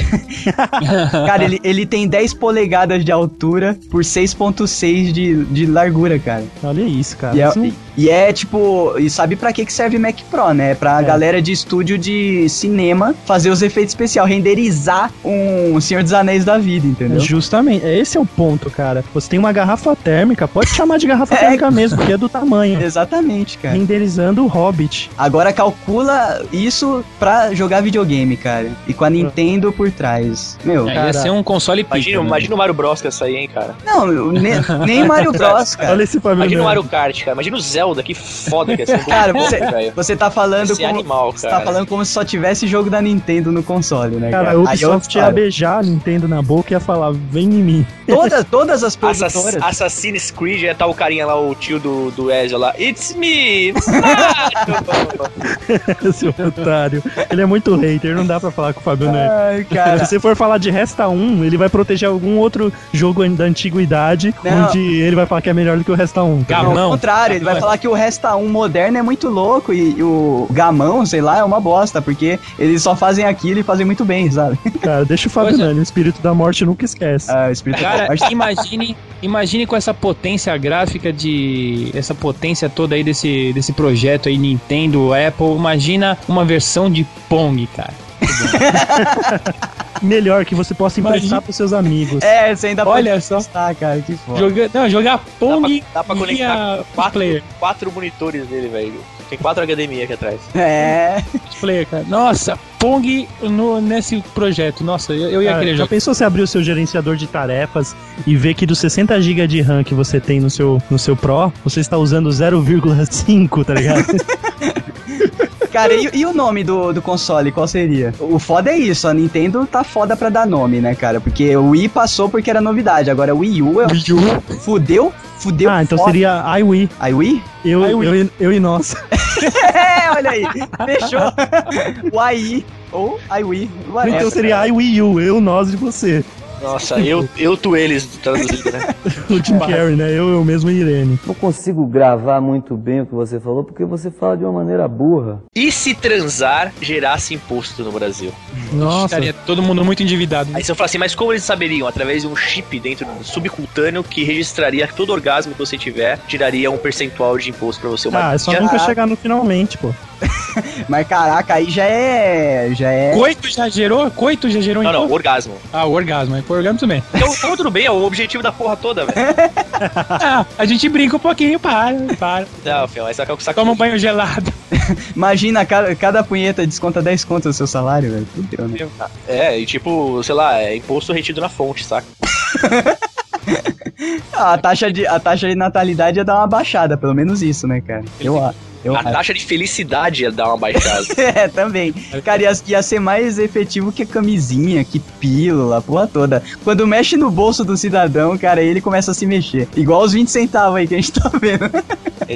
[SPEAKER 1] Cara, ele, ele tem 10 polegadas de altura por 6.6 de, de largura, cara.
[SPEAKER 2] Olha isso, cara.
[SPEAKER 1] E é,
[SPEAKER 2] Isso um não-
[SPEAKER 1] e é tipo, e sabe pra que que serve Mac Pro, né? Pra galera de estúdio de cinema fazer os efeitos especiais, renderizar um Senhor dos Anéis da vida, entendeu?
[SPEAKER 2] Justamente, esse é o ponto, cara. Você tem uma garrafa térmica, pode chamar de garrafa térmica mesmo, porque é do tamanho.
[SPEAKER 1] Exatamente, cara.
[SPEAKER 2] Renderizando o Hobbit.
[SPEAKER 1] Agora calcula isso pra jogar videogame, cara. E com a Nintendo por trás. Meu,
[SPEAKER 4] É, ia ser um console pica,
[SPEAKER 11] Imagina,
[SPEAKER 4] né?
[SPEAKER 11] imagina o Mario Bros que ia sair, hein, cara.
[SPEAKER 1] não, eu ne- nem Mario Bros, cara.
[SPEAKER 2] Olha esse Fabio
[SPEAKER 11] Imagina o
[SPEAKER 2] Neto.
[SPEAKER 11] Mario Kart, cara. Imagina o Zelda, que foda que ia ser. um
[SPEAKER 3] é
[SPEAKER 1] Cara, você,
[SPEAKER 11] velho.
[SPEAKER 1] você tá falando
[SPEAKER 11] Esse
[SPEAKER 1] como,
[SPEAKER 11] animal,
[SPEAKER 1] você
[SPEAKER 11] cara.
[SPEAKER 1] tá falando como se só tivesse jogo da Nintendo no console, né, cara?
[SPEAKER 2] Cara, a
[SPEAKER 1] Aí eu
[SPEAKER 2] Ubisoft ia
[SPEAKER 1] falo,
[SPEAKER 2] beijar a Nintendo na boca e ia falar, vem em mim.
[SPEAKER 1] todas, todas as
[SPEAKER 11] Assass-
[SPEAKER 1] produtoras.
[SPEAKER 11] Assassin's Creed é tal o carinha lá, o tio do, do Ezio lá. It's me! Mario!
[SPEAKER 2] Seu otário. Ele é muito hater, não dá pra falar com o Fábio Neto.
[SPEAKER 1] Ai,
[SPEAKER 2] Se
[SPEAKER 1] cara.
[SPEAKER 2] você for falar de Resta 1, ele vai proteger algum outro jogo da antiguidade,
[SPEAKER 1] Não.
[SPEAKER 2] onde ele vai falar que é melhor do que o Resta 1. tá
[SPEAKER 4] Gamão.
[SPEAKER 1] Ao É contrário, ele vai falar que o Resta 1 moderno é muito louco e, e o Gamão, sei lá, é uma bosta, porque eles só fazem aquilo e fazem muito bem, sabe?
[SPEAKER 2] ligado? Cara, deixa o Fábio
[SPEAKER 4] Pois é.
[SPEAKER 2] Nani, o espírito da morte nunca esquece.
[SPEAKER 1] Ah, o espírito
[SPEAKER 4] Cara,
[SPEAKER 1] da morte.
[SPEAKER 4] imagine, imagine com essa potência gráfica de. Essa potência toda aí desse, desse projeto aí, Nintendo, Apple. Imagina uma versão de Pong, cara.
[SPEAKER 2] Melhor que você possa
[SPEAKER 4] Imagina.
[SPEAKER 2] emprestar pros seus amigos.
[SPEAKER 1] É, você ainda
[SPEAKER 4] Olha só.
[SPEAKER 1] Tá, cara, que foda.
[SPEAKER 4] Joga, não, jogar Pong
[SPEAKER 11] Dá pra conectar
[SPEAKER 4] via
[SPEAKER 11] quatro,
[SPEAKER 4] player.
[SPEAKER 11] quatro monitores dele, velho. Tem quatro HDMI aqui atrás.
[SPEAKER 1] É.
[SPEAKER 4] player cara. Nossa, Pong no, nesse projeto. Nossa, eu, eu ia
[SPEAKER 2] Cara,
[SPEAKER 4] querer
[SPEAKER 2] já
[SPEAKER 4] jogar.
[SPEAKER 2] pensou você abrir o seu gerenciador de tarefas e ver que dos 60 GB de RAM que você tem no seu, no seu Pro, você está usando 0,5, tá ligado?
[SPEAKER 1] Cara, e, e o nome do, do console, qual seria? O foda é isso, a Nintendo tá foda pra dar nome, né, cara? Porque o Wii passou porque era novidade, agora o Wii U é... Wii U? Fudeu, fudeu
[SPEAKER 2] ah, então
[SPEAKER 1] foda.
[SPEAKER 2] seria iWi.
[SPEAKER 1] Aí Wii?
[SPEAKER 2] Eu,
[SPEAKER 4] iWi.
[SPEAKER 2] eu, eu e nós.
[SPEAKER 1] É, olha aí, fechou. o AI, ou I Wii, whatever.
[SPEAKER 2] então seria I, we, you, eu, nós e você.
[SPEAKER 11] Nossa, eu, eu tu eles traduzido, né?
[SPEAKER 2] O Jim Carrey, né? Eu, eu mesmo e Irene.
[SPEAKER 10] Não consigo gravar muito bem o que você falou, porque você fala de uma maneira burra.
[SPEAKER 11] E se transar gerasse imposto no Brasil?
[SPEAKER 2] Nossa.
[SPEAKER 4] Estaria todo mundo muito endividado.
[SPEAKER 11] Aí você fala assim, mas como eles saberiam? Através de um chip dentro do subcutâneo que registraria todo orgasmo que você tiver, tiraria um percentual de imposto pra você. Uma
[SPEAKER 2] Ah, é só
[SPEAKER 11] dia-
[SPEAKER 2] nunca chegar no finalmente, pô.
[SPEAKER 1] Mas caraca, aí já é... já é...
[SPEAKER 4] Coito já gerou? Coito já gerou
[SPEAKER 11] Não,
[SPEAKER 4] então?
[SPEAKER 11] não, orgasmo.
[SPEAKER 4] Ah, o orgasmo. É por orgasmo também.
[SPEAKER 11] Então, então tudo bem, é o objetivo da porra toda, velho.
[SPEAKER 4] Ah, a gente brinca um pouquinho, para, para.
[SPEAKER 11] Não, Fiel,
[SPEAKER 3] é
[SPEAKER 11] aí saca o saco.
[SPEAKER 4] Toma um banho gelado.
[SPEAKER 1] Imagina, cada, cada punheta desconta 10 conto do seu salário, velho. Fudeu, né?
[SPEAKER 11] É, e tipo, sei lá, é imposto retido na fonte, saca?
[SPEAKER 1] Ah, a taxa, de, a taxa de natalidade ia dar uma baixada, pelo menos isso, né, cara? Eu, a- Eu
[SPEAKER 5] a
[SPEAKER 1] acho.
[SPEAKER 5] taxa de felicidade ia dar uma baixada.
[SPEAKER 1] é, também. Cara, ia, ia ser mais efetivo que camisinha, que pílula, a porra toda. Quando mexe no bolso do cidadão, cara, ele começa a se mexer. Igual os 20 centavos aí que a gente tá vendo.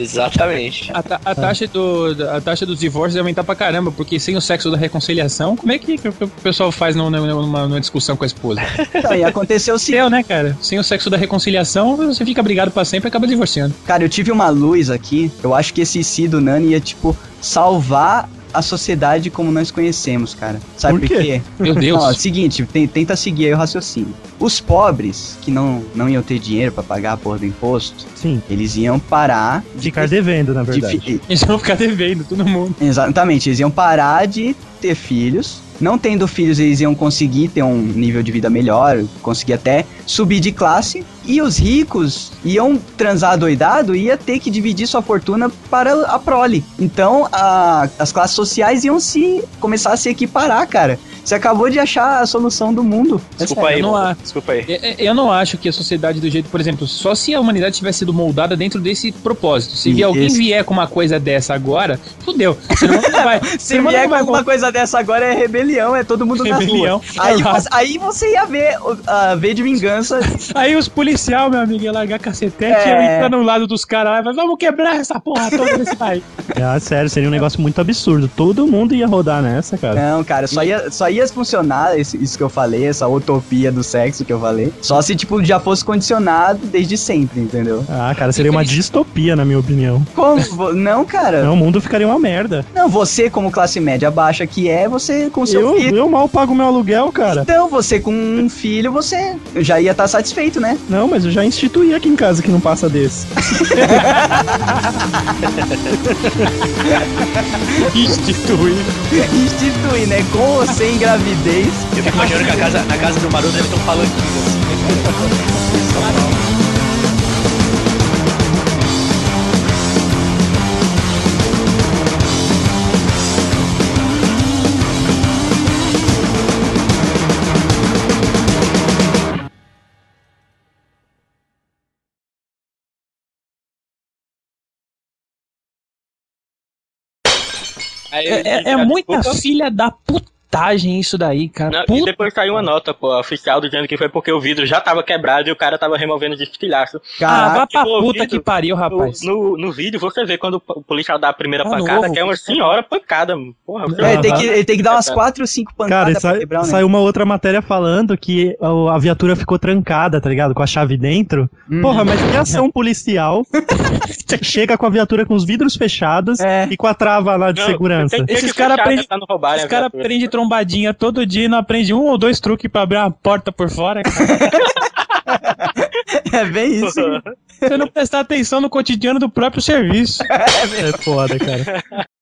[SPEAKER 5] Exatamente.
[SPEAKER 4] A, ta- a taxa do, da- a taxa dos divórcios ia aumentar pra caramba, porque sem o sexo da reconciliação, como é que, que o pessoal faz num- numa, numa discussão com a esposa?
[SPEAKER 1] Então, e aconteceu o
[SPEAKER 4] Seu, né, cara? Sem o sexo da reconciliação, você fica brigado pra sempre e acaba divorciando.
[SPEAKER 1] Cara, eu tive uma luz aqui. Eu acho que esse Si do Nani ia, tipo, salvar a sociedade como nós conhecemos, cara. Sabe
[SPEAKER 4] Por
[SPEAKER 1] por
[SPEAKER 4] quê?
[SPEAKER 1] quê?
[SPEAKER 4] Meu Deus.
[SPEAKER 1] Ó, seguinte, ten- tenta seguir aí o raciocínio. Os pobres, que não, não iam ter dinheiro pra pagar a porra do imposto,
[SPEAKER 2] Sim.
[SPEAKER 1] eles iam parar de
[SPEAKER 2] Ficar devendo, na verdade.
[SPEAKER 1] fi-
[SPEAKER 4] Eles vão ficar devendo, todo mundo.
[SPEAKER 1] Exatamente, eles iam parar de ter filhos. Não tendo filhos, eles iam conseguir ter um nível de vida melhor, conseguir até subir de classe. E os ricos iam transar doidado e ia ter que dividir sua fortuna para a prole. Então a- as classes sociais iam se começar a se equiparar, cara. Você acabou de achar a solução do mundo. É
[SPEAKER 5] Desculpa
[SPEAKER 1] sério.
[SPEAKER 5] aí,
[SPEAKER 4] não
[SPEAKER 5] mano.
[SPEAKER 4] há.
[SPEAKER 5] Desculpa aí.
[SPEAKER 4] É, é, Eu não acho que a sociedade do jeito, por exemplo, só se a humanidade tivesse sido moldada dentro desse propósito. Se
[SPEAKER 1] Sim,
[SPEAKER 4] vier alguém
[SPEAKER 1] esse-
[SPEAKER 4] vier com uma coisa dessa agora, fudeu. O ser humano não vai. o ser
[SPEAKER 1] Se
[SPEAKER 4] humano
[SPEAKER 1] vier
[SPEAKER 4] não
[SPEAKER 1] com
[SPEAKER 4] vai
[SPEAKER 1] alguma coisa dessa agora é rebelião, é todo mundo
[SPEAKER 4] um Rebelião,
[SPEAKER 1] na rua. Aí,
[SPEAKER 4] exato.
[SPEAKER 1] você- aí você ia ver, o- a V de vingança
[SPEAKER 4] Aí os policial, meu amigo, ia largar
[SPEAKER 1] É.
[SPEAKER 4] cacetete, ia entrar no lado dos caras lá e vai, vamos quebrar essa porra toda desse país.
[SPEAKER 2] Ah, sério, seria um negócio muito absurdo. Todo mundo ia rodar nessa,
[SPEAKER 4] É.
[SPEAKER 2] cara.
[SPEAKER 1] Não, cara, só ia, só ia funcionar esse- isso que eu falei, essa utopia do sexo que eu falei. Só se, tipo, já fosse condicionado desde sempre, entendeu?
[SPEAKER 2] Ah, cara, seria uma distopia, na minha opinião.
[SPEAKER 1] Como? vo- Não, cara.
[SPEAKER 4] É.
[SPEAKER 2] Não, o mundo ficaria uma merda.
[SPEAKER 1] Não, você, como classe média baixa que é, você com seu
[SPEAKER 2] Eu,
[SPEAKER 1] filho.
[SPEAKER 2] eu mal pago meu aluguel, cara.
[SPEAKER 1] Então, você com um filho, você já ia estar satisfeito, né?
[SPEAKER 2] Não, mas eu já instituí aqui em casa que não passa desse.
[SPEAKER 4] Instituir.
[SPEAKER 1] Instituir, né? Com ou sem gravidez.
[SPEAKER 5] Eu fico imaginando que a casa, na casa do Maroto deve ter um palanquinho assim. Aí,
[SPEAKER 4] É, é- é
[SPEAKER 3] cara,
[SPEAKER 4] muita
[SPEAKER 3] desculpa.
[SPEAKER 4] filha da putagem isso daí, cara.
[SPEAKER 3] Não,
[SPEAKER 4] Puta
[SPEAKER 3] e depois saiu uma nota, pô, oficial dizendo que foi porque o vidro já tava quebrado e o cara tava removendo de estilhaço.
[SPEAKER 4] ah,
[SPEAKER 1] Caraca,
[SPEAKER 4] vá
[SPEAKER 3] tipo,
[SPEAKER 4] pra puta
[SPEAKER 3] ouvido.
[SPEAKER 4] que pariu,
[SPEAKER 3] No,
[SPEAKER 4] rapaz.
[SPEAKER 3] no, no vídeo você vê quando o policial dá a primeira
[SPEAKER 4] Tá
[SPEAKER 3] pancada,
[SPEAKER 4] novo.
[SPEAKER 3] que é uma senhora pancada. Porra,
[SPEAKER 1] É, ele, tem
[SPEAKER 2] Aham.
[SPEAKER 1] que, ele tem que dar umas 4 ou 5
[SPEAKER 2] Cara,
[SPEAKER 1] pancadas
[SPEAKER 2] sai-
[SPEAKER 1] pra quebrar o
[SPEAKER 2] saiu uma outra matéria falando que a, a viatura ficou trancada, tá ligado? Com a chave dentro.
[SPEAKER 1] Hum.
[SPEAKER 2] Porra, mas que ação policial chega com a viatura com os vidros fechados
[SPEAKER 1] É.
[SPEAKER 2] e com a trava lá de
[SPEAKER 3] Não,
[SPEAKER 2] segurança.
[SPEAKER 4] Esses cara aprende-
[SPEAKER 3] roubar,
[SPEAKER 4] Os caras aprendem trombadinha todo dia e não aprende um ou dois truques pra abrir uma porta por fora. Cara.
[SPEAKER 1] É bem isso.
[SPEAKER 4] Você não prestar atenção no cotidiano do próprio serviço.
[SPEAKER 2] É foda, cara.